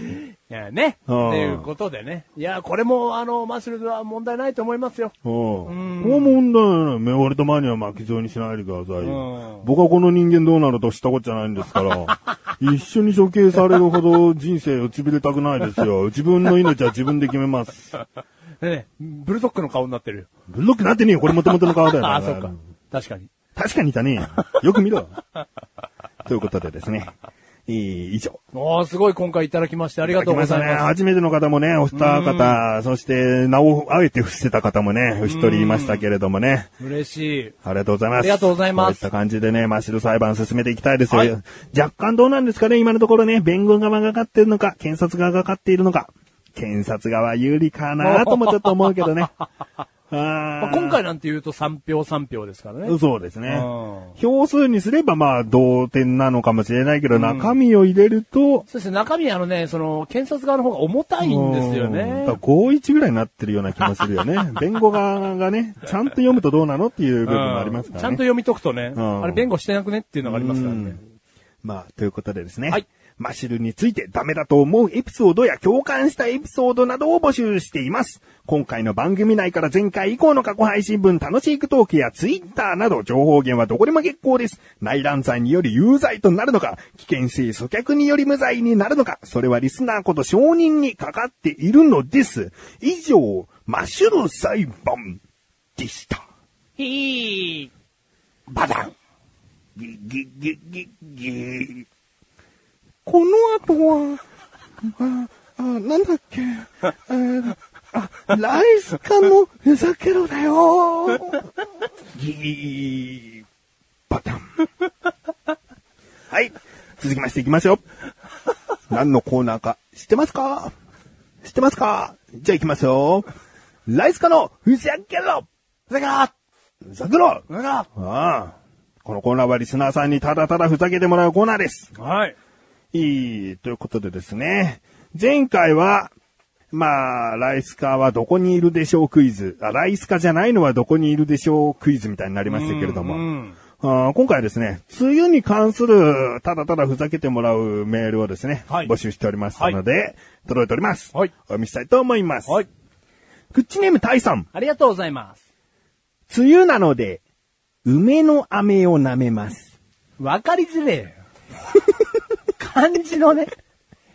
Speaker 1: いやね。って
Speaker 2: うん
Speaker 1: いうことでね。いや、これも、あの、マッシュルは問題ないと思いますよ。
Speaker 2: おうこれは問題ない。メガネと前には巻き添えにしないでくださいよ
Speaker 1: う。ん
Speaker 2: 僕はこの人間どうなると知ったことじゃないんですから。 一緒に処刑されるほど人生をちびれたくないですよ。自分の命は自分で決めます。
Speaker 1: ねね、ブルドッグの顔になってるよ。
Speaker 2: ブロックなってねえよ。これもともとの顔だよな。
Speaker 1: ああ、そうか。確かに。
Speaker 2: 確かにいたね。よく見ろ。ということでですね。えー以上。
Speaker 1: おー、すごい今回いただきましてありがとうござい
Speaker 2: 来ましたね
Speaker 1: ます。
Speaker 2: 初めての方もね、おした方、そして、名をあえて伏せた方もね、お一人いましたけれどもね。
Speaker 1: 嬉しい。
Speaker 2: ありがとうございます。
Speaker 1: ありがとうございます
Speaker 2: こういった感じでね、マシル裁判進めていきたいですよ。
Speaker 1: はい
Speaker 2: 若干どうなんですかね、今のところね、弁護側が勝ってるのか、検察側が勝っているのか、検察側有利かなともちょっと思うけ どね。あ
Speaker 1: まあ、
Speaker 2: ー
Speaker 1: 今回なんて言うと3票3票ですからね。
Speaker 2: そうですね
Speaker 1: うん。
Speaker 2: 票数にすればまあ同点なのかもしれないけど、中身を入れると、
Speaker 1: そして中身あのね、その、検察側の方が重たいんですよね。
Speaker 2: 5-1ぐらいになってるような気もするよね。 弁護側がね、ちゃんと読むとどうなのっていう部分もありますか
Speaker 1: うんち
Speaker 2: ら
Speaker 1: ゃん
Speaker 2: ね
Speaker 1: と。読み解くとね、
Speaker 2: うん
Speaker 1: あれ弁護してなくねっていうのがありますからね。
Speaker 2: まあ、ということでですね。
Speaker 1: はい
Speaker 2: マシルについてダメだと思うエピソードや共感したエピソードなどを募集しています。今回の番組内から前回以降の過去配信分楽しいクトークやツイッターなど情報源はどこでも結構です。内乱罪により有罪となるのか、危険性阻却により無罪になるのか、それはリスナーこと承認にかかっているのです。以上、マシュル裁判でした。
Speaker 1: ひー。
Speaker 2: バダンぎ、ぎ、ぎ、ぎ、ぎ。この後は、あ、あなんだっけ、えーあ、ライス缶のふざけろだよぎ、バタン。はい、続きましていきましょう。何のコーナーか知ってますか知ってますかじゃあ行きますよ。ライスカのふざけろふざけろふざけろ
Speaker 1: うわ
Speaker 2: ああ。このコーナーはリスナーさんにただただふざけてもらうコーナーです。
Speaker 1: はい。
Speaker 2: いい、ということでですね。前回は、まあ、ライスカはどこにいるでしょうクイズ。あ、ライスカじゃないのはどこにいるでしょうクイズみたいになりましたけれども。
Speaker 1: うん
Speaker 2: あー今回はですね、梅雨に関する、ただただふざけてもらうメールをですね、
Speaker 1: はい
Speaker 2: 募集しておりますので、届いております。
Speaker 1: はい
Speaker 2: お読みしたいと思います。
Speaker 1: はい。
Speaker 2: クッチネームタイさん。
Speaker 1: ありがとうございます。
Speaker 2: 梅雨なので、梅の飴を舐めます。
Speaker 1: わかりづれえよ。漢字のね、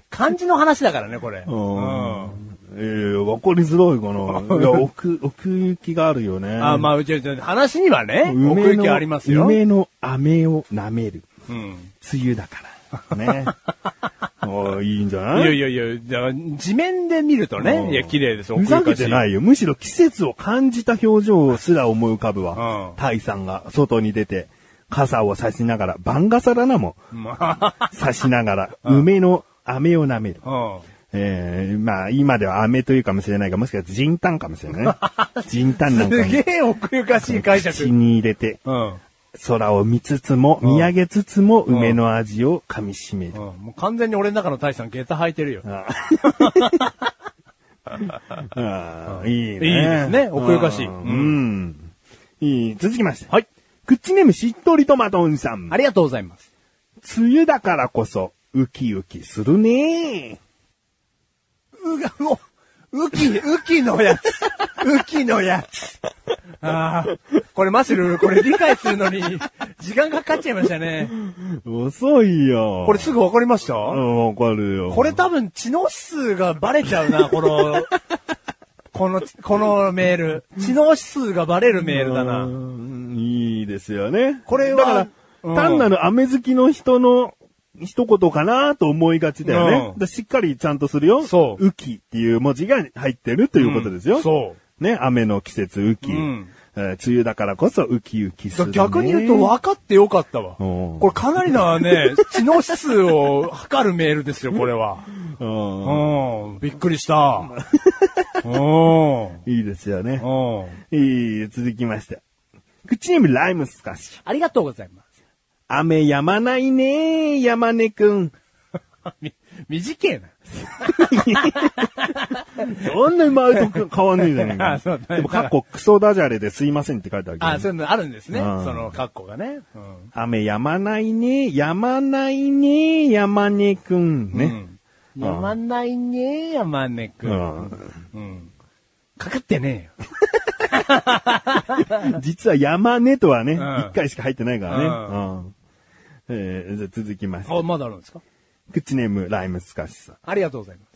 Speaker 1: 漢字の話だからね、これ。
Speaker 2: うんええわかりづらい かな。いや、奥、奥行きがあるよね。
Speaker 1: あーまあ、うちうち話にはね、
Speaker 2: 梅の
Speaker 1: 奥行きありますよ。
Speaker 2: 梅の飴を舐める。
Speaker 1: うん。
Speaker 2: 梅雨だから。 ね。ああ、いいんじゃ
Speaker 1: い
Speaker 2: ない
Speaker 1: やいやいや、だから地面で見ると
Speaker 2: うん
Speaker 1: ね、いや、綺麗です、
Speaker 2: ふざけて
Speaker 1: い。
Speaker 2: ないよ。むしろ季節を感じた表情すら思い浮かぶ
Speaker 1: う
Speaker 2: わ
Speaker 1: ん。
Speaker 2: タイさんが外に出て、傘を差しながら、番傘だ なも
Speaker 1: まあ、
Speaker 2: ん。差しながら、梅の飴を舐める。
Speaker 1: うん。
Speaker 2: ええまあ、今では飴というかもしれないが、もしかしたら人炭かもしれない ね。人炭なんかも
Speaker 1: すげえ奥ゆかしい解釈。
Speaker 2: 口に入れて、
Speaker 1: うん。
Speaker 2: 空を見つつも、
Speaker 1: うん
Speaker 2: 見上げつつも、梅の味を噛み締める
Speaker 1: うん。。もう完全に俺の中の大さん、下駄履いてるよ。
Speaker 2: あ あああいいね。いい
Speaker 1: ですね奥ゆかしい
Speaker 2: うん。
Speaker 1: う
Speaker 2: いい。続きまして。
Speaker 1: はい。
Speaker 2: クッチネームしっとりトマトンさん。
Speaker 1: ありがとうございます。
Speaker 2: 梅雨だからこそ、ウキウキするね。
Speaker 1: うが、もう、ウキ、ウキのやつ。ウキのやつ。ああ、これマシル、これ理解するのに、時間がかかっちゃいましたね。
Speaker 2: 遅いよ。
Speaker 1: これ、すぐわかりました
Speaker 2: うん、わかるよ。
Speaker 1: これ多分知能指数がバレちゃう な、この、この、このメール。知能指数がバレるメールだ
Speaker 2: う
Speaker 1: な。
Speaker 2: んいいですよね。
Speaker 1: これは
Speaker 2: だから、
Speaker 1: うん
Speaker 2: 単なる飴好きの人の一言かなと思いがちだよね。
Speaker 1: うん
Speaker 2: だからしっかりちゃんとするよ。
Speaker 1: そう
Speaker 2: 雨季っていう文字が入ってるということですよ。
Speaker 1: うんそ
Speaker 2: ね、雨の季節雨季、
Speaker 1: うん
Speaker 2: えー梅雨だからこそウキウキす
Speaker 1: う。
Speaker 2: る、ね。
Speaker 1: 逆に言うと分かってよかったわ。
Speaker 2: うん
Speaker 1: これかなりなね、知能指数を測るメールですよ、これは。
Speaker 2: うん
Speaker 1: うん、びっくり した。うん。うん。
Speaker 2: いいですよね。いい、続きまして。口にもライムスカッシュ。
Speaker 1: ありがとうございます。
Speaker 2: 雨止まないね山根くん。
Speaker 1: み、短いな。
Speaker 2: そんなに前と変わんねえじゃねえ
Speaker 1: あそう
Speaker 2: か。
Speaker 1: だ
Speaker 2: でも、かっこクソダジャレですいませんって書いてあるけどね、
Speaker 1: あ、そういうのあるんですね。
Speaker 2: うん
Speaker 1: その格好がね。うん。
Speaker 2: 雨やまないね、やまないね、山根くん。ね。
Speaker 1: うん。やまないね、やまねく。
Speaker 2: うんん。
Speaker 1: うん。かかってねえよ。
Speaker 2: 実は山根とはね、一、
Speaker 1: ん
Speaker 2: 回しか入ってないからね。う。
Speaker 1: うん
Speaker 2: えーじゃあ続きます。
Speaker 1: あ、まだあるんですか
Speaker 2: クチネーム、ライムスカシさん。
Speaker 1: ありがとうございます。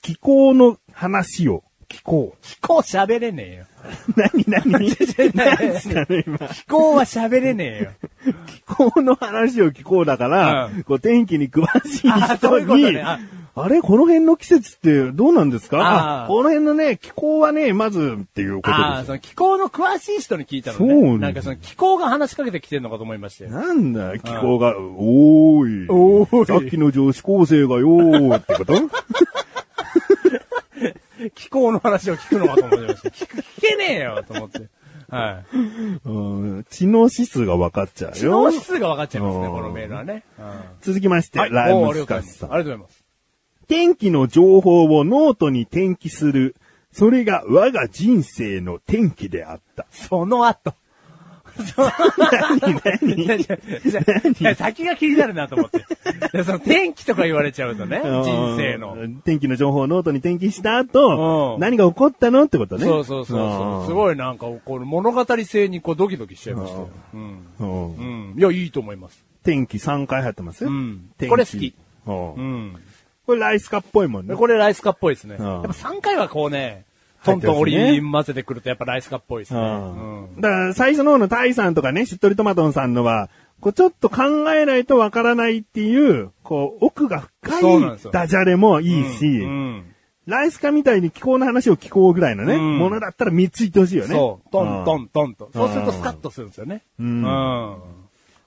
Speaker 2: 気候の話を聞 こう。
Speaker 1: 気候喋れねえよ。
Speaker 2: 何何何ですかね、今。
Speaker 1: 気候は喋れねえよ。
Speaker 2: 気候の話を聞こうだから、
Speaker 1: うん
Speaker 2: こう天気に詳しい
Speaker 1: あそ
Speaker 2: 人
Speaker 1: ういうこと
Speaker 2: に、
Speaker 1: ねあ
Speaker 2: あれこの辺の季節ってどうなんですか
Speaker 1: あー
Speaker 2: あこの辺のね、気候はね、まずっていうこと
Speaker 1: ああ、
Speaker 2: です
Speaker 1: そ
Speaker 2: よ。
Speaker 1: の気候の詳しい人に聞いたのね。
Speaker 2: そうね
Speaker 1: なんかその気候が話しかけてきてるのかと思いまして。
Speaker 2: なんだよ、気候が、おーい。
Speaker 1: おーい
Speaker 2: さっきの女子高生がよーってこと
Speaker 1: 気候の話を聞くのかと思いまして。聞く 聞けねえよと思って。はい。
Speaker 2: うん知能指数が分かっちゃう
Speaker 1: 知能
Speaker 2: よ
Speaker 1: 指。数が分かっちゃいますね、
Speaker 2: うん
Speaker 1: このメールはね。うん
Speaker 2: 続きまして、
Speaker 1: はい、
Speaker 2: ライ
Speaker 1: もうあ
Speaker 2: ム
Speaker 1: りが
Speaker 2: ス
Speaker 1: とう
Speaker 2: カシさん
Speaker 1: ございます。あり。がとうございます。
Speaker 2: 天気の情報をノートに転記する。それが我が人生の転機であ った。
Speaker 1: その後。
Speaker 2: 何何
Speaker 1: いやいやいやいや 先が気になるなと思って。でその天気とか言われ ちゃうとね、人生の。。
Speaker 2: 天気の情報をノートに転記した後
Speaker 1: う、ん
Speaker 2: 何が起こったのってことね。
Speaker 1: そうそうそうそう。すごいなんか、この物語性にこうドキドキしちゃいましたよ。うん。
Speaker 2: うん。う
Speaker 1: うんん。いや、いいと思います。
Speaker 2: 天気3回入ってますよ
Speaker 1: うん
Speaker 2: 天気
Speaker 1: これ好き
Speaker 2: うん
Speaker 1: うん。
Speaker 2: これライスカっぽいもんね。
Speaker 1: これライスカっぽいですね。
Speaker 2: うん
Speaker 1: やっぱ3回はこうね、トントン
Speaker 2: 入って
Speaker 1: 折
Speaker 2: ますね
Speaker 1: り混ぜてくるとやっぱライスカっぽいですね。
Speaker 2: うん
Speaker 1: うん
Speaker 2: だから最初の方のタイさんとかね、しっとりトマトンさんのは、こうちょっと考えないとわからないっていう、こう奥が深
Speaker 1: そうなんです
Speaker 2: い
Speaker 1: よ
Speaker 2: ダジャレもいいし、
Speaker 1: うん
Speaker 2: ライスカみたいに気候の話を聞こうぐらいのね、
Speaker 1: うん
Speaker 2: ものだったら3ついってほしいよね。
Speaker 1: そう。トント
Speaker 2: ン。
Speaker 1: ントンと。そうするとスカッとするんですよね。
Speaker 2: う
Speaker 1: うんん。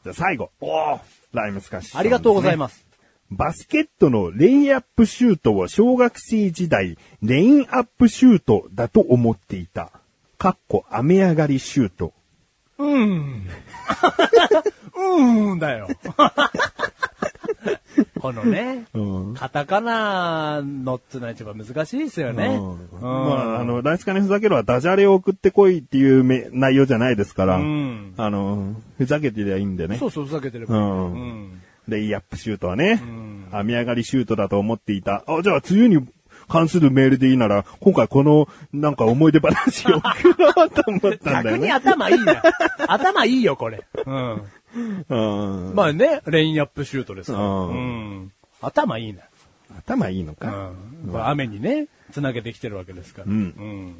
Speaker 2: じゃあ最後、
Speaker 1: おお
Speaker 2: ライムスカッシュさんですね、
Speaker 1: ありがとうございます。
Speaker 2: バスケットのレイアップシュートを小学生時代、レインアップシュートだと思っていた。かっこ雨上がりシュート。
Speaker 1: うん。う んだよ。このね、
Speaker 2: うん
Speaker 1: カタカナのってのは一番難しいですよね。
Speaker 2: うんま
Speaker 1: うん
Speaker 2: あ、あの、ライスカにふざけろはダジャレを送ってこいっていうめ内容じゃないですから、
Speaker 1: うん
Speaker 2: あの、ふざけてりゃいいんでね
Speaker 1: そ。うそう、ふざけてれ
Speaker 2: う
Speaker 1: ば。
Speaker 2: ん
Speaker 1: うん
Speaker 2: レイアップシュートはね、
Speaker 1: ん
Speaker 2: 雨上がりシュートだと思っていた。あ、じゃあ、梅雨に関するメールでいいなら、今回この、なんか思い出話を送ろうと思ったんだ
Speaker 1: 逆
Speaker 2: よ
Speaker 1: に
Speaker 2: ね。
Speaker 1: 頭いい な。頭いいよ、これ。うん。
Speaker 2: うん
Speaker 1: まあね、レインアップシュートですから。
Speaker 2: うん
Speaker 1: うん。頭いいな。
Speaker 2: 頭いいの
Speaker 1: う
Speaker 2: か。
Speaker 1: ん。まあ雨にね、つなげてきてるわけですから。
Speaker 2: ん
Speaker 1: うん。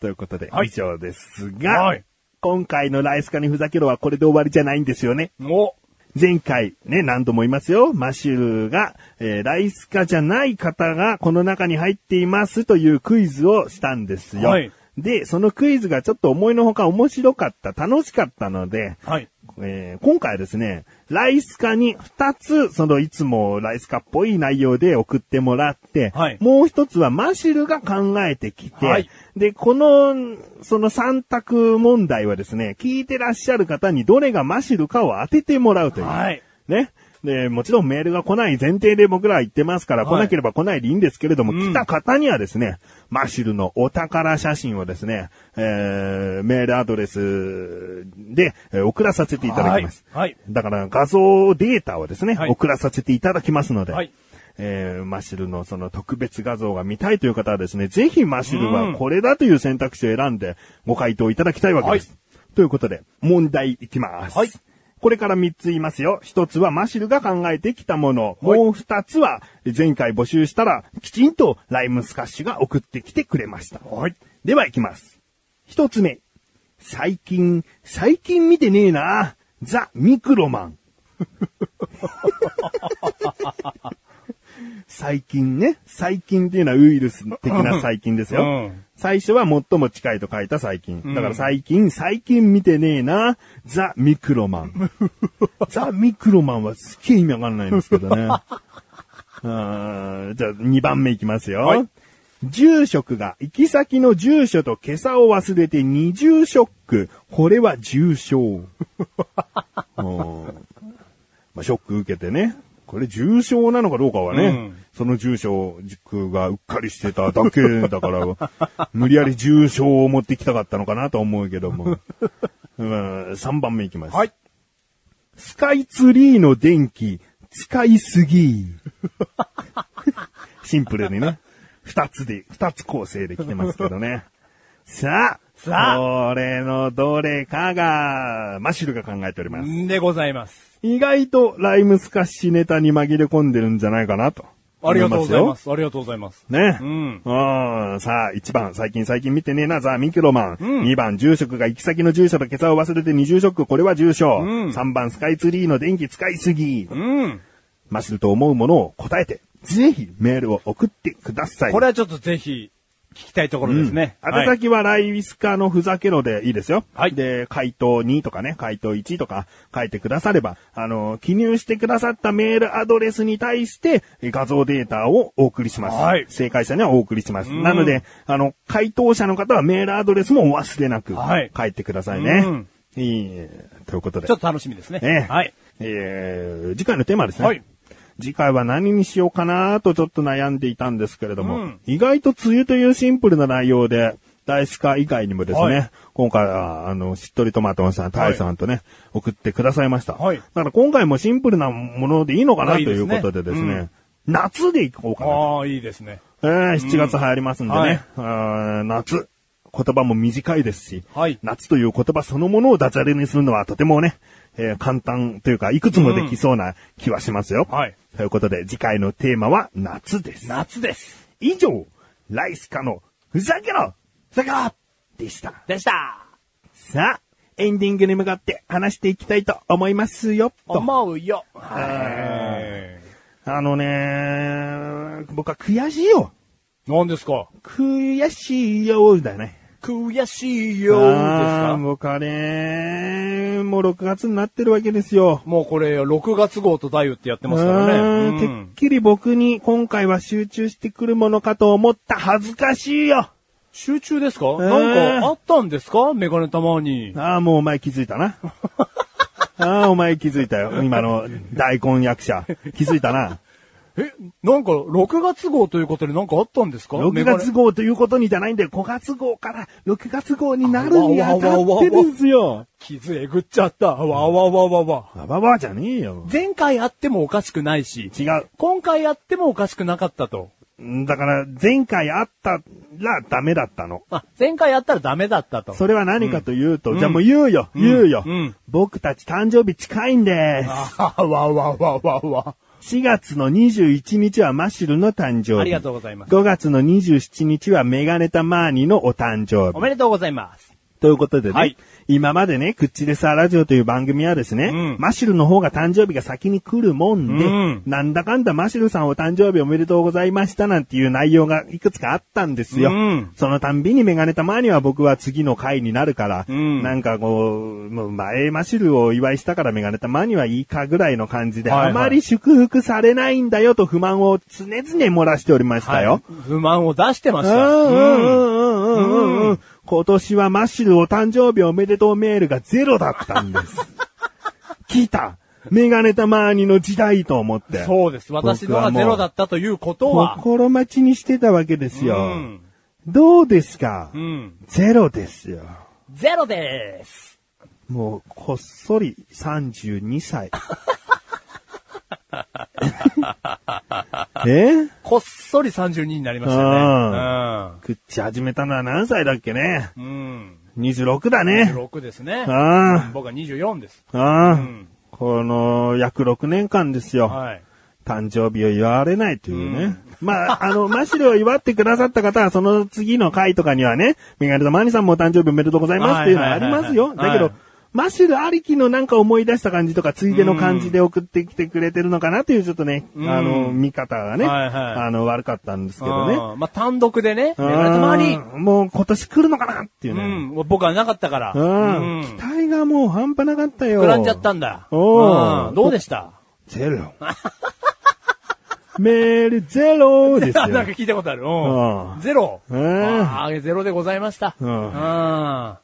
Speaker 2: ということで、
Speaker 1: はい
Speaker 2: 以上ですが、
Speaker 1: はい
Speaker 2: 今回のライスカにふざけろはこれで終わりじゃないんですよね。
Speaker 1: お
Speaker 2: 前回ね、何度も言いますよ。マシュルが、えーライスカじゃない方がこの中に入っていますというクイズをしたんですよ。
Speaker 1: はい
Speaker 2: で、そのクイズがちょっと思いのほか面白かった、楽しかったので、
Speaker 1: はい。
Speaker 2: えー今回はですね、ライスカに2つ、そのいつもライスカっぽい内容で送ってもらって、
Speaker 1: はい
Speaker 2: もう1つはマシルが考えてきて、
Speaker 1: はい
Speaker 2: で、この、その3択問題はですね、聞いてらっしゃる方にどれがマシルかを当ててもらうという。
Speaker 1: はい。
Speaker 2: ね。で、もちろんメールが来ない前提で僕らは言ってますから、
Speaker 1: はい
Speaker 2: 来なければ来ないでいいんですけれども、
Speaker 1: う
Speaker 2: 来
Speaker 1: ん
Speaker 2: た方にはですね、マシュルのお宝写真をですね、えー、メールアドレスでえー送らさせていただきます。
Speaker 1: はいはい
Speaker 2: だから画像データをですね、
Speaker 1: はい
Speaker 2: 送らさせていただきますので、
Speaker 1: はい
Speaker 2: えー、マシュルのその特別画像が見たいという方はですね、ぜひマシュル
Speaker 1: う
Speaker 2: は
Speaker 1: ん
Speaker 2: これだという選択肢を選んでご回答いただきたいわけです。
Speaker 1: は
Speaker 2: ということで、問題いきます。
Speaker 1: はい
Speaker 2: これから3つ言いますよ。1つはマシルが考えてきたもの。
Speaker 1: はい
Speaker 2: もう2つは前回募集したらきちんとライムスカッシュが送ってきてくれました。
Speaker 1: はい。
Speaker 2: では行きます。1つ目。最近、最近見てねえな。ザ・ミクロマ ン。最近ね。最近っていうのはウイルス的 な細菌ですよ。
Speaker 1: うん
Speaker 2: 最初は最も近いと書いた細菌。だから最近、最近見てねえな。ザ・ミクロマ ン。ザ・ミクロマンはすっげえ意味わかんないんですけ どね。あーじゃあ、2番目いきますよ。
Speaker 1: はい
Speaker 2: 住職が行き先の住所と今朝を忘れて二重ショック。これは重 症。うんまあ、ショック受けてね。これ重症なのかどうかはね、
Speaker 1: うん
Speaker 2: その住所がうっかりしてただけだ から、無理やり重症を持ってきたかったのかなと思うけど も。うん、3番目いきます。
Speaker 1: はい。
Speaker 2: スカイツリーの電気、使いすぎ。シンプルにね。二つで、二つ構成できてますけど ね。さあ、
Speaker 1: さ
Speaker 2: これのどれかが、マシュルが考えております。
Speaker 1: んでございます。
Speaker 2: 意外とライムスカッシュネタに紛れ込んでるんじゃないかなと。。
Speaker 1: ありがとうございますす。ありがとうございます。
Speaker 2: ね。
Speaker 1: うん
Speaker 2: うんさあ、1番、最近最近見てねえな、ザ・ミクロマン。
Speaker 1: うん
Speaker 2: 2番、住職が行き先の住所と今朝を忘れて二重ショック、これは重症。
Speaker 1: うん
Speaker 2: 3番、スカイツリーの電気使いすぎ。
Speaker 1: うん。
Speaker 2: マシルと思うものを答えて、ぜひメールを送ってください。
Speaker 1: これはちょっとぜひ、聞きたいところですね。
Speaker 2: うん
Speaker 1: は
Speaker 2: 宛
Speaker 1: い
Speaker 2: 先はライウィスカのふざけろでいいですよ。
Speaker 1: はい
Speaker 2: で、回答2とかね、回答1とか書いてくだされば、あの、記入してくださったメールアドレスに対してえ画像データをお送りします。
Speaker 1: はい
Speaker 2: 正解者にはお送りします。
Speaker 1: ん
Speaker 2: なので、あの、回答者の方はメールアドレスもお忘れなく
Speaker 1: はい
Speaker 2: 書いてくださいね。
Speaker 1: うん
Speaker 2: いいということで。
Speaker 1: ちょっと楽しみですね。
Speaker 2: ええ
Speaker 1: はい。
Speaker 2: えー次回のテーマですね。
Speaker 1: はい
Speaker 2: 次回は何にしようかなとちょっと悩んでいたんですけれども、
Speaker 1: うん
Speaker 2: 意外と梅雨というシンプルな内容で、大スカ以外にもですね、
Speaker 1: はい
Speaker 2: 今回は、あの、しっとりトマトさん、タイさんとね、送ってくださいました。
Speaker 1: はい
Speaker 2: だから今回もシンプルなものでいいのかな
Speaker 1: あ
Speaker 2: と
Speaker 1: いいで
Speaker 2: い
Speaker 1: す
Speaker 2: う
Speaker 1: ね
Speaker 2: ことでですね、
Speaker 1: うん
Speaker 2: 夏でいこうかなと。
Speaker 1: ああ、いいですね。
Speaker 2: えー7月流行りますんで
Speaker 1: は
Speaker 2: ね
Speaker 1: い、
Speaker 2: あー夏。言葉も短いですし、
Speaker 1: はい
Speaker 2: 夏という言葉そのものをダジャレにするのはとてもね、えー簡単というか、いくつもできそうな気はしますよ。
Speaker 1: はい。
Speaker 2: ということで、次回のテーマは夏です。
Speaker 1: 夏です。
Speaker 2: 以上、ライスカのふざけろふざけろでした。
Speaker 1: でした。
Speaker 2: さあ、エンディングに向かって話していきたいと思いますよ、と。
Speaker 1: 思うよ。は
Speaker 2: あのねー、僕は悔しいよ。
Speaker 1: い。何ですか
Speaker 2: 悔しいよ、だよね。
Speaker 1: 悔しい
Speaker 2: あ
Speaker 1: よ。です
Speaker 2: ー
Speaker 1: か
Speaker 2: もうカレー、もう6月になってるわけですよ。
Speaker 1: もうこれ、6月号とダイってやってますから
Speaker 2: うーん
Speaker 1: ね。
Speaker 2: て
Speaker 1: うん
Speaker 2: っきり僕に今回は集中してくるものかと思った恥ずかしいよ。
Speaker 1: 集中ですかなんかあったんですかメガネたまに。
Speaker 2: ああ、もうお前気づいたな。 ああ、お前気づいたよ。今の大根役者。気づいた な。
Speaker 1: え、なんか6月号ということでなんかあったんですか
Speaker 2: 6月
Speaker 1: 号。
Speaker 2: 号ということにじゃないんだよ。5月号から6月号になるにあたってですよ。
Speaker 1: 傷えぐっちゃった。わあわあわあわあわあ。
Speaker 2: あばばあじゃねえよ。
Speaker 1: 前回あってもおかしくないし、
Speaker 2: 違う。
Speaker 1: 今回あってもおかしくなかったと。
Speaker 2: んだから、前回あったらダメだったの。
Speaker 1: あ、前回やったらダメだったと。
Speaker 2: それは何かというと、
Speaker 1: ん
Speaker 2: じゃあもう言うよ、
Speaker 1: うん
Speaker 2: 言うよ、
Speaker 1: うん
Speaker 2: 僕たち誕生日近いんです。
Speaker 1: ああ、 わわわわわ。
Speaker 2: 4月の21日はマッシュルの誕生日。
Speaker 1: ありがとうございます。
Speaker 2: 5月の27日はメガネタマーニのお誕生日。
Speaker 1: おめでとうございます。
Speaker 2: ということでね、
Speaker 1: はい
Speaker 2: 今までね、クッチレサーラジオという番組はですね、
Speaker 1: うん
Speaker 2: マッシュルの方が誕生日が先に来るもんで、
Speaker 1: うん
Speaker 2: なんだかんだマッシュルさんお誕生日おめでとうございましたなんていう内容がいくつかあったんですよ。
Speaker 1: うん
Speaker 2: そのたんびにメガネたまには僕は次の回になるから、
Speaker 1: うん
Speaker 2: なんかこう、もう前マッシュルをお祝いしたからメガネたまにはいいかぐらいの感じで、
Speaker 1: はいはい
Speaker 2: あまり祝福されないんだよと不満を常々漏らしておりましたよ。
Speaker 1: はい不満を出してまし
Speaker 2: うんうん
Speaker 1: た。
Speaker 2: うんうんうんうん。今年はマッシュルお誕生日おめでとうメールがゼロだったんです。来たメガネたまーにの時代と思って。
Speaker 1: そうです。私のがゼロだったということは。
Speaker 2: 心待ちにしてたわけです
Speaker 1: う
Speaker 2: よ。
Speaker 1: ん。
Speaker 2: どうですか、
Speaker 1: うん。
Speaker 2: ゼロですよ。
Speaker 1: ゼロです。
Speaker 2: もう、こっそり32歳。 え
Speaker 1: こっそり32になりましたね。
Speaker 2: 食っち始めたのは何歳だっけね
Speaker 1: うん。うん。
Speaker 2: ?26 だね。
Speaker 1: 6ですね。
Speaker 2: ああ。
Speaker 1: 僕は24です。
Speaker 2: ああ、
Speaker 1: うん
Speaker 2: この約6年間ですよ。
Speaker 1: はい。
Speaker 2: 誕生日を祝われないというね。まあ、あの、マシルを祝ってくださった方は、その次の回とかにはね、メガネとマニさんもお誕生日おめでとうございますっていうのはありますよ。
Speaker 1: はいはい
Speaker 2: だ
Speaker 1: は
Speaker 2: け
Speaker 1: いはい
Speaker 2: ど、マシルありきのなんか思い出した感じとか、ついでの感じで送ってきてくれてるのかなっていう、ちょっとね、
Speaker 1: ん
Speaker 2: あの、見方がね、
Speaker 1: はいはい
Speaker 2: あの、悪かったんですけどね。
Speaker 1: あーまあ、単独でね、メ
Speaker 2: うん
Speaker 1: ガネたまに、
Speaker 2: もう今年来るのかなっていう
Speaker 1: う
Speaker 2: ね。
Speaker 1: ん、僕はなかったから、
Speaker 2: うん
Speaker 1: うん
Speaker 2: 期待がもう半端なかったよ。
Speaker 1: 膨らんじゃったんだ。
Speaker 2: おー
Speaker 1: うんどうでした
Speaker 2: ゼロ。 メールゼロですよ。
Speaker 1: なんか聞いたことある。
Speaker 2: あ
Speaker 1: う
Speaker 2: あ
Speaker 1: ん。ゼロ。
Speaker 2: ええ
Speaker 1: ああゼロでございました。
Speaker 2: うん
Speaker 1: うんま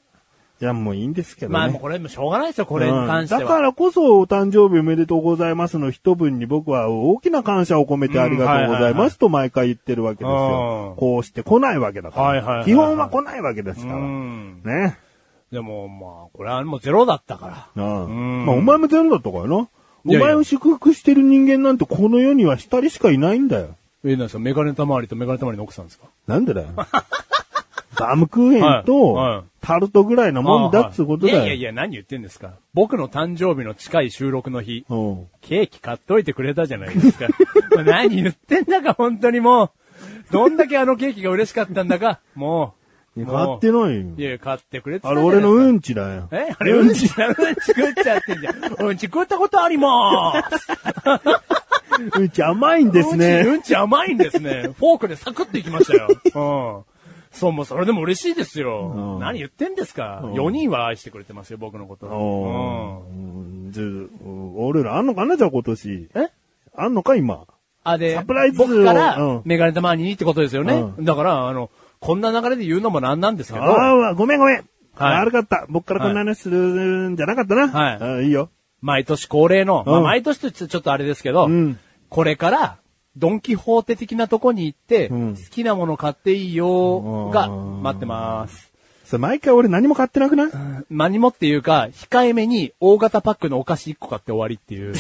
Speaker 2: いや、もういいんですけどね。
Speaker 1: あ、もうこれもしょうがないですよ、これに関しては。
Speaker 2: うんだからこそ、お誕生日おめでとうございますの一文に僕は大きな感謝を込めてありがとうございますと毎回言ってるわけです
Speaker 1: う
Speaker 2: よ
Speaker 1: ん。
Speaker 2: こうして来ないわけだから。
Speaker 1: はいはいはいはい
Speaker 2: 基本は来ないわけですから。
Speaker 1: うん。
Speaker 2: ね。
Speaker 1: でも、まあ、これはもうゼロだったか
Speaker 2: うん
Speaker 1: うん
Speaker 2: まあ、お前もゼロだったからな。お
Speaker 1: いやいや
Speaker 2: 前を祝福してる人間なんてこの世には二人しかいないんだよ。
Speaker 1: ら。え、なんですかメガネたまわりとメガネたまわりの奥さんですか
Speaker 2: なんでだよ。バームクーヘン
Speaker 1: はいは
Speaker 2: と
Speaker 1: い、
Speaker 2: タルトぐらいなもんだっつうことだよ。
Speaker 1: いやいやいや、何言ってんですか。僕の誕生日の近い収録の日、
Speaker 2: うん
Speaker 1: ケーキ買っといてくれたじゃないです か。もう何言ってんだか、本当にもう。どんだけあのケーキが嬉しかったんだか、もう。
Speaker 2: いや買
Speaker 1: も
Speaker 2: っ
Speaker 1: う
Speaker 2: てないよ
Speaker 1: い。やいや、買ってくれて
Speaker 2: あ
Speaker 1: たじ
Speaker 2: れ
Speaker 1: ゃな
Speaker 2: 俺
Speaker 1: い
Speaker 2: の
Speaker 1: ですか
Speaker 2: うんちだよ。
Speaker 1: えあれ、うんち、うんち食っちゃってんじゃん。うんち食ったことあります。
Speaker 2: うんち甘いんです
Speaker 1: うんち、
Speaker 2: ね。
Speaker 1: うんち甘いんですね。フォークでサクッといきましたよ。うん。そう、もうそれでも嬉しいですよ
Speaker 2: う。ん
Speaker 1: 何言ってんですか。
Speaker 2: うん
Speaker 1: 4人は愛してくれてますよ、僕のこ
Speaker 2: う
Speaker 1: と。うん
Speaker 2: ん。じゃあうん俺らあんのかなじゃあ今年。
Speaker 1: え
Speaker 2: あんのか今。
Speaker 1: あ、で、
Speaker 2: サプライズを
Speaker 1: 僕から
Speaker 2: うん
Speaker 1: メガネたまにってことですよね。
Speaker 2: う
Speaker 1: だから、あの、こんな流れで言うのもなんなんですけど、
Speaker 2: ああ、ごめんごめん。
Speaker 1: はい
Speaker 2: 悪かった。僕からこんな話するんじゃなかったな。
Speaker 1: はい
Speaker 2: ああいいよ。
Speaker 1: 毎年恒例の、
Speaker 2: うん
Speaker 1: まあ毎年とちょっとあれですけど、
Speaker 2: うん
Speaker 1: これから、ドンキホーテ的なとこに行って、
Speaker 2: うん
Speaker 1: 好きなもの買っていいよが
Speaker 2: うん
Speaker 1: 待ってます。
Speaker 2: それ毎回俺何も買ってなくない
Speaker 1: 何もっていうか、控えめに大型パックのお菓子1個買って終わりっ ていう。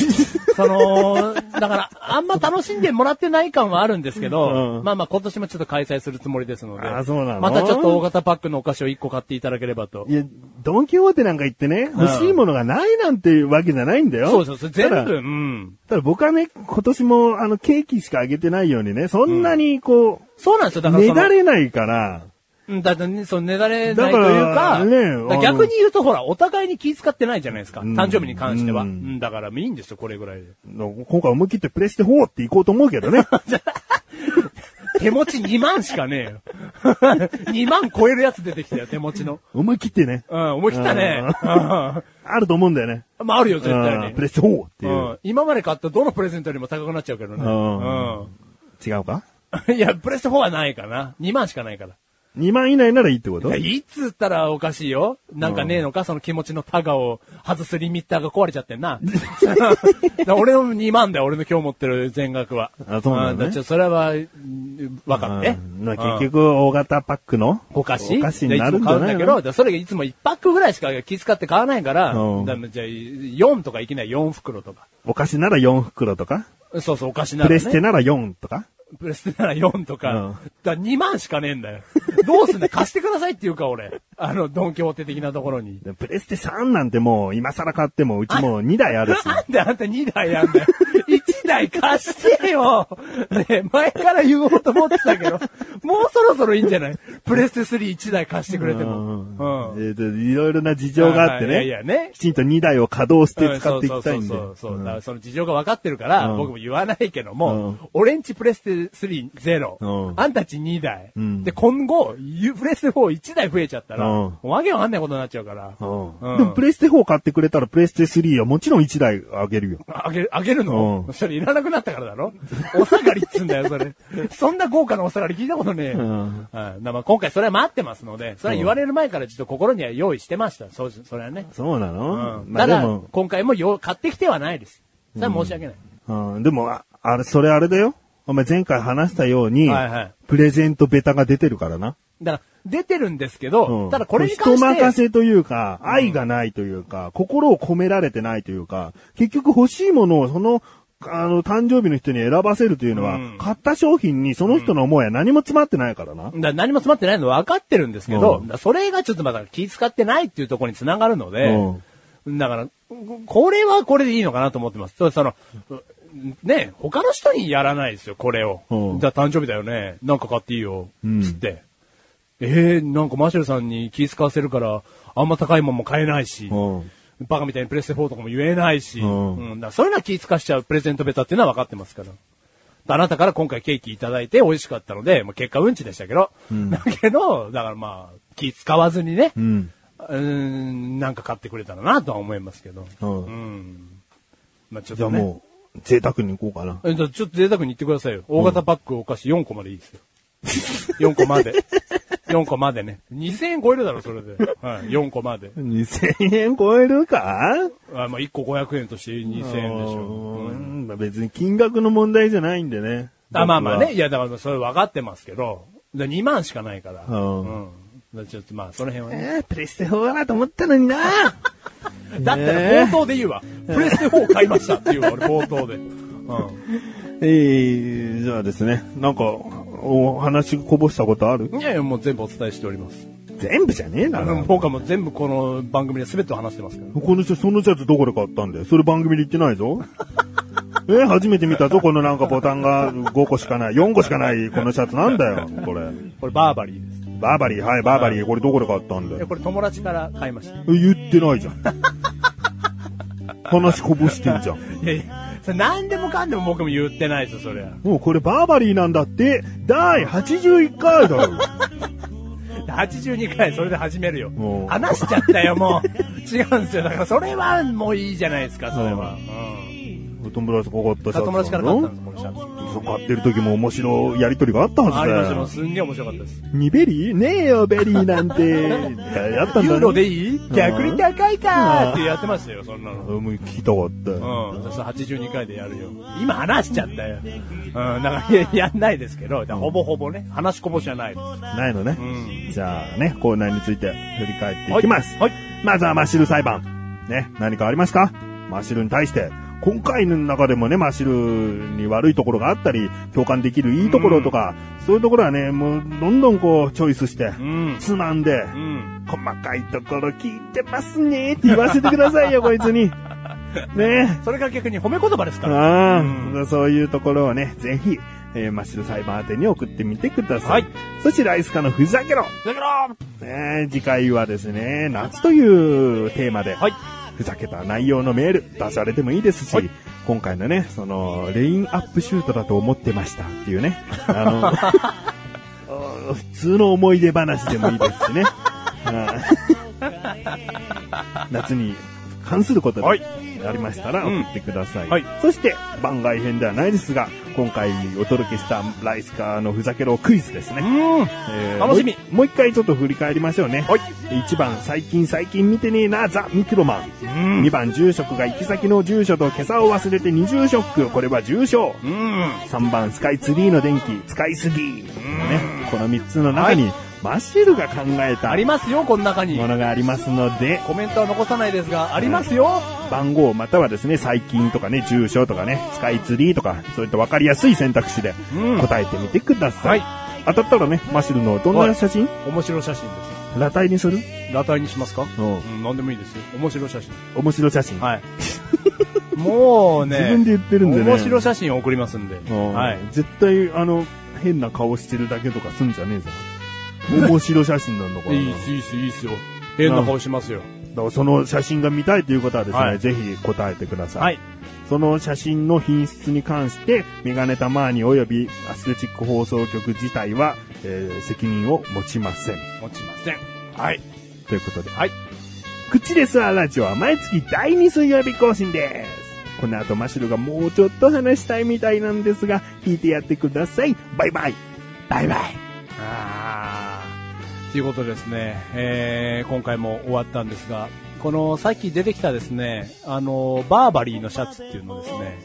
Speaker 1: その、だから、あんま楽しんでもらってない感はあるんですけど、
Speaker 2: うん
Speaker 1: まあまあ今年もちょっと開催するつもりですので、
Speaker 2: あそうなの
Speaker 1: またちょっと大型パックのお菓子を1個買っていただければと
Speaker 2: い。や、ドンキホーテなんか行ってね、欲しいものがないなんていうわけじゃないんだよ。
Speaker 1: そうそうそう、全部、
Speaker 2: た
Speaker 1: う
Speaker 2: だ
Speaker 1: ん。
Speaker 2: ただ僕はね、今年もあのケーキしかあげてないようにね、そんなにこ
Speaker 1: そうなんですよ、
Speaker 2: う、
Speaker 1: だから
Speaker 2: ね
Speaker 1: その
Speaker 2: だれないから、
Speaker 1: うんだってね、そのねだれな
Speaker 2: だ
Speaker 1: いと
Speaker 2: か
Speaker 1: いうか、
Speaker 2: らねあの
Speaker 1: だから逆に言うとほら、お互いに気遣ってないじゃないですか。
Speaker 2: うん
Speaker 1: 誕生日に関しては。う
Speaker 2: うん
Speaker 1: ん、だからいいんですよ、これぐらいで。
Speaker 2: の今回思い切ってプレステ4って行こうと思うけどね。
Speaker 1: 手持ち2万しかねえよ。2万超えるやつ出てきたよ、手持ちの。
Speaker 2: 思い切ってね、
Speaker 1: うん、思い切ったね。
Speaker 2: あると思うんだよね。
Speaker 1: うんまあ、あるよ、絶
Speaker 2: う
Speaker 1: 対
Speaker 2: ん
Speaker 1: に
Speaker 2: プ。レステ4っていうう。
Speaker 1: ん、今まで買ったどのプレゼントよりも高くなっちゃうけどね。
Speaker 2: うん
Speaker 1: う
Speaker 2: 違うか
Speaker 1: ん。い や、プレステ4はないかな。2万しかないから。
Speaker 2: 2万以内ならいいってこと
Speaker 1: いやいつったらおかしいよ。なんかねえのか、その気持ちのタガを外すリミッターが壊れちゃって んな。だから俺の2万だよ、俺の今日持ってる全額は。
Speaker 2: あそうなんだね
Speaker 1: んだからちょっとそれは、うんわかって。
Speaker 2: うんまあ結局、大型パックの
Speaker 1: お菓子
Speaker 2: お菓子になるんじ
Speaker 1: でいつも買
Speaker 2: ゃ
Speaker 1: うん
Speaker 2: ない
Speaker 1: だ
Speaker 2: の
Speaker 1: けど、でそれがいつも1パックぐらいしか気遣って買わないから、
Speaker 2: うん
Speaker 1: だからじゃあ4とかいきない4袋とか。
Speaker 2: お菓子なら4袋とか、
Speaker 1: そうそう、お菓子な
Speaker 2: プ
Speaker 1: ら、ね。
Speaker 2: レステなら4とか。
Speaker 1: プレステなら4とか。
Speaker 2: うん
Speaker 1: だ2万しかねえんだよ。どうすんだよ貸してくださいって言うか、俺。あの、ドンキホーテ的なところに。
Speaker 2: でプレステ3なんてもう今更買ってもうちもう2台あるし。
Speaker 1: なんであんた2台やんだよ。1台貸してよ。ねえ前から言おうと思ってたけど、もうそろそろいいんじゃないプレステ31台貸してくれても。うん。
Speaker 2: えーといろいろな事情があって
Speaker 1: はいは
Speaker 2: ね。
Speaker 1: いいやいやね
Speaker 2: きちんと2台を稼働して使っていきたいんで。
Speaker 1: そうそうそうそう
Speaker 2: う
Speaker 1: だ
Speaker 2: ん
Speaker 1: からその事情が分かってるから、
Speaker 2: うん
Speaker 1: 僕も言わないけども、
Speaker 2: うん
Speaker 1: 俺んちプレステ3ゼロ、
Speaker 2: うん
Speaker 1: あんたち2台、
Speaker 2: うん
Speaker 1: で、今後、ゆプレステ41台増えちゃったら、
Speaker 2: うん
Speaker 1: もうわけわかんないことになっちゃうから、
Speaker 2: うん
Speaker 1: うん
Speaker 2: でもプレステ4買ってくれたらプレステ3はもちろん1台あげるよ。
Speaker 1: あげる、あげるの、
Speaker 2: うん
Speaker 1: それいらなくなったからだろお下がりっつうんだよ、それ。そんな豪華なお下がり聞いたことねえよ。
Speaker 2: ん
Speaker 1: はいだからまあ今回それは待ってますので、それは言われる前からちょっと心には用意してました。そう、それはね。
Speaker 2: そうなの、
Speaker 1: うん。
Speaker 2: まあ
Speaker 1: た
Speaker 2: で
Speaker 1: だ
Speaker 2: も、、
Speaker 1: 今回もよ買ってきてはないです。それは申し訳ない。
Speaker 2: うん、でもあ、あれ、それあれだよ。お前前回話したように、
Speaker 1: はいはい
Speaker 2: プレゼントベタが出てるからな。
Speaker 1: だから、出てるんですけど、
Speaker 2: うん
Speaker 1: ただこれに関
Speaker 2: 人任
Speaker 1: して、
Speaker 2: せというか、愛がないというか、心を込められてないというか、結局欲しいものをその、あの、誕生日の人に選ばせるというのは、
Speaker 1: うん
Speaker 2: 買った商品にその人の思いは何も詰まってないからな。
Speaker 1: だ何も詰まってないの分かってるんですけど、
Speaker 2: うん
Speaker 1: だからそれがちょっとまだ気遣ってないっていうところにつながるので、だから、これはこれでいいのかなと思ってます。そうその、ね、他の人にやらないですよ、これを。
Speaker 2: うん
Speaker 1: だから誕生日だよね、なんか買っていいよ、
Speaker 2: うん
Speaker 1: つって。えー、なんかマシュルさんに気遣わせるから、あんま高いもんも買えないし、
Speaker 2: うん。うん。
Speaker 1: バカみたいにプレステ4とかも言えないし、う
Speaker 2: うんん
Speaker 1: だからそういうのは気遣わしちゃうプレゼントベタっていうのは分かってますから。あなたから今回ケーキいただいて美味しかったので、まあ、結果うんちでしたけど、だけど、だからまあ、気使わずにね、う
Speaker 2: う
Speaker 1: ー
Speaker 2: ん。
Speaker 1: ん、なんか買ってくれたらなとは思いますけど。
Speaker 2: うん
Speaker 1: んまあちょっ
Speaker 2: じゃ
Speaker 1: と
Speaker 2: あ
Speaker 1: ね。
Speaker 2: もう、贅沢に行こうかな。
Speaker 1: えじゃあちょっと贅沢に言ってくださいよ。大型パックお菓子4個までい いですよ。4個まで。4個までね。2000円超えるだろ、それで。はい、4個まで。
Speaker 2: 2000円超えるか
Speaker 1: あまあ、1個500円として2000円でしょ。うん
Speaker 2: うんまあ別に金額の問題じゃないんでね。
Speaker 1: あ、まあまあ
Speaker 2: 僕は
Speaker 1: ね。。いや、だからそれ分かってますけど、で2万しかないから。
Speaker 2: うん
Speaker 1: うん。だからちょっとまあ、その辺はね。
Speaker 2: えープレステ4かなと思ったの にな
Speaker 1: だったら冒頭で言うわ。プレステ4買いましたっていうわ、俺冒頭で。うん。
Speaker 2: えー、じゃあですね、なんか、お話こぼしたことある
Speaker 1: いやいや、もう全部お伝えしております。
Speaker 2: 全部じゃねえだ
Speaker 1: あ
Speaker 2: ろ
Speaker 1: の、。僕はもう全部この番組で全てを話してますから。
Speaker 2: この人、そのシャツどこで買ったんだよ。それ番組で言ってないぞ。 え、初めて見たぞ。このなんかボタンが5個しかない、4個しかない、このシャツなんだよ。これ。
Speaker 1: これバーバリーです。
Speaker 2: バーバリー、はい、バーバリー、これどこで買ったんだ
Speaker 1: いや
Speaker 2: よ。
Speaker 1: これ友達から買いました。い
Speaker 2: え言ってないじゃん。 話こぼしてんじゃん。
Speaker 1: やいや、それ何でもかんでも僕も言ってないですよ、そりゃ。
Speaker 2: もうこれバーバリーなんだって、第81回だよ。
Speaker 1: 82回それで始めるよ
Speaker 2: も。う
Speaker 1: 話しちゃったよ、もう。違うんですよ。だからそれはもういいじゃないですか、それは。うん。
Speaker 2: お 友達こ買ったシャツ
Speaker 1: 友達から買ったんです、このシャツ。
Speaker 2: そう買ってる時も面白いやりとりがあったはずだよ。
Speaker 1: ありましたもうすんげえ面白かったです。
Speaker 2: ニベリーねえよ、ベリーなん て。やったんだ、ね、
Speaker 1: ユーロでいい
Speaker 2: ん
Speaker 1: 逆に高いかーってやってましたよ、そんなの。
Speaker 2: うんもう聞いたかったよ。
Speaker 1: うん。そしたら82回でやるよ。今話しちゃったよ。うん。だから、や、やんないですけど、だからほぼほぼね、話しこぼしはないです。
Speaker 2: ないのね、
Speaker 1: う
Speaker 2: じゃあね、コーナーについて振り返っていきます。
Speaker 1: はい。
Speaker 2: まずはマッシュル裁判。ね、何かありますかマッシュルに対して。今回の中でもね、マッシュルに悪いところがあったり、共感できるいいところとか、そういうところはね、もうどんどんこう、チョイスして、
Speaker 1: うん。
Speaker 2: つまんで、
Speaker 1: うん。
Speaker 2: 細かいところ聞いてますねって言わせてください よ、こいつに。ねえ。
Speaker 1: それが逆に褒め言葉ですから。
Speaker 2: ああ、
Speaker 1: うん
Speaker 2: そういうところをね、ぜひ、えー、マッシュル裁判宛てに送ってみてください。
Speaker 1: はい
Speaker 2: そして、ライスカのふざけろ、
Speaker 1: だから、
Speaker 2: ねえ次回はですね、夏というテーマで、
Speaker 1: はい。
Speaker 2: ふざけた内容のメール出されてもいいですし、
Speaker 1: はい
Speaker 2: 今回のね、その、レインアップシュートだと思ってましたっていうね、あの、普通の思い出話でもいいですしね。うん夏に関することで
Speaker 1: はい
Speaker 2: ありましたら送ってください。
Speaker 1: はい
Speaker 2: そして、番外編ではないですが、今回お届けしたライスカーのふざけろクイズですね。
Speaker 1: うん。
Speaker 2: えー
Speaker 1: 楽しみ
Speaker 2: もうもう一回ちょっと振り返りましょうね。
Speaker 1: はい
Speaker 2: 1番、最近最近見てねえな、ザ・ミクロマン。
Speaker 1: うん
Speaker 2: 2番、住職が行き先の住所と今朝を忘れて二重ショック。これは重症。
Speaker 1: うん。
Speaker 2: 3番、スカイツリーの電気、使いすぎ。ね、この3つの中に、マシルが考えた
Speaker 1: ありますよ、この中に
Speaker 2: も。のがありますので、
Speaker 1: コメントは残さないですが、ありますよ。
Speaker 2: 番号またはですね、最近とかね、住所とかね、スカイツリーとか、そういった分かりやすい選択肢で
Speaker 1: うん
Speaker 2: 答えてみてください。
Speaker 1: は
Speaker 2: 当たったらね、マシルのどんな写真、
Speaker 1: 面白写真で
Speaker 2: 裸体にする
Speaker 1: す。裸体にしますか
Speaker 2: うん
Speaker 1: うん、なんでもいいですよ。面白写真。
Speaker 2: 面白写真。
Speaker 1: はい。 もうね、
Speaker 2: 自分で言ってるんでね
Speaker 1: 面白写真を送りますんで。
Speaker 2: うん
Speaker 1: はい。
Speaker 2: 絶対、あの、変な顔してるだけとかすんじゃねえ ぞ。面白写真なんだか
Speaker 1: い
Speaker 2: らな。
Speaker 1: いっす、いいっす、いいっすよ。変な顔しますよ。
Speaker 2: だからその写真が見たいということはですね、
Speaker 1: はい
Speaker 2: ぜひ答えてください。
Speaker 1: はい。
Speaker 2: その写真の品質に関して、メガネタマーニ及びアスレチック放送局自体は、えー責任を持ちません。
Speaker 1: 持ちません。はい。
Speaker 2: ということで。
Speaker 1: はい。
Speaker 2: 口ですわラジオは毎月第2水曜日更新です。この後マシュルがもうちょっと話したいみたいなんですが、聞いてやってください。バイバイ。バイバイ。
Speaker 1: あーということですね、えー今回も終わったんですが、このさっき出てきたですね、あの、バーバリーのシャツっていうのですね、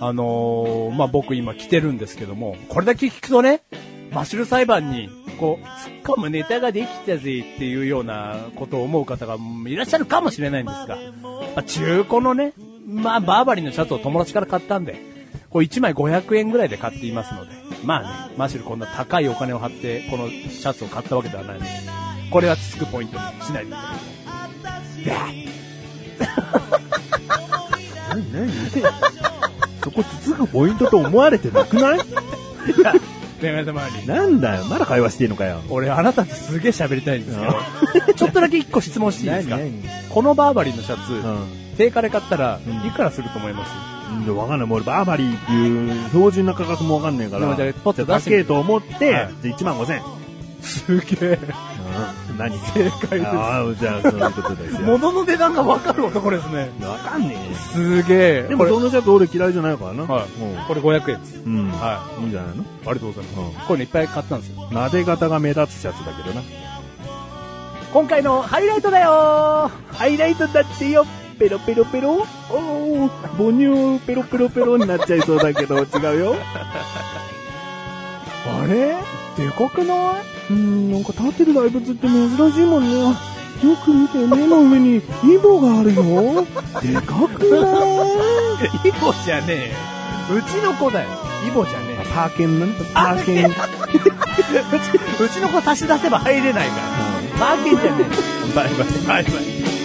Speaker 1: あのーまあ、僕今着てるんですけども、これだけ聞くとね、マシュル裁判に、こう、突っ込むネタができたぜっていうようなことを思う方がうんいらっしゃるかもしれないんですが、まあ、中古のね、まあ、バーバリーのシャツを友達から買ったんで、こう1枚500円ぐらいで買っていますので、まあね、マシュルこんな高いお金を張って、このシャツを買ったわけではないので、これはつつくポイントにしないでください。で
Speaker 2: 何何 そこ続くポイントと思われてなくない
Speaker 1: メガネ玉に。
Speaker 2: なんだよ、まだ会話してんのかよ。
Speaker 1: 俺、あなたとすげえ喋りたいんですけど、ちょっとだけ1個質問していい ですか
Speaker 2: 何何
Speaker 1: このバーバリーのシャツ、
Speaker 2: う
Speaker 1: 定価で買ったら
Speaker 2: うん、
Speaker 1: いくらすると思います、
Speaker 2: ん。でわかんない。もう俺バーバリーっていう標準な価格もわかんないから。
Speaker 1: でもじゃあポッと出して
Speaker 2: 高
Speaker 1: み
Speaker 2: えと思って、
Speaker 1: はい
Speaker 2: じゃあ1万5千円。
Speaker 1: すげ え。
Speaker 2: 何 正
Speaker 1: 解です
Speaker 2: ああ、じゃあそういうことですよ。
Speaker 1: 物の値段がわかる男ですね。
Speaker 2: わかんね
Speaker 1: すげえ。
Speaker 2: え。でも
Speaker 1: こ
Speaker 2: そのシャツ俺嫌いじゃないからな。
Speaker 1: れ、はい、これ500円です。
Speaker 2: うん。うん。
Speaker 1: はい
Speaker 2: いんじゃないの
Speaker 1: い。ありがとうございます。
Speaker 2: うん
Speaker 1: こういうのいっぱい買ったんですよ。
Speaker 2: 撫で型が目立つシャツだけどな。
Speaker 1: 今回のハイライトだよ
Speaker 3: ハイライトだってよ。ペロペロペロ。おお、母乳ペロペロペロになっちゃいそうだけ ど、違うよ。
Speaker 1: あれでかくないう
Speaker 3: ーん、なんか立ってる大仏って珍しいもんね。よく見て、目の上にイボがあるよ。でかく ない
Speaker 1: イボじゃねえようちの子だよイボじゃね
Speaker 2: パーケンなパーケン。
Speaker 1: うちの子差し出せば入れないから。負けてね。バイバイ。バイバイ。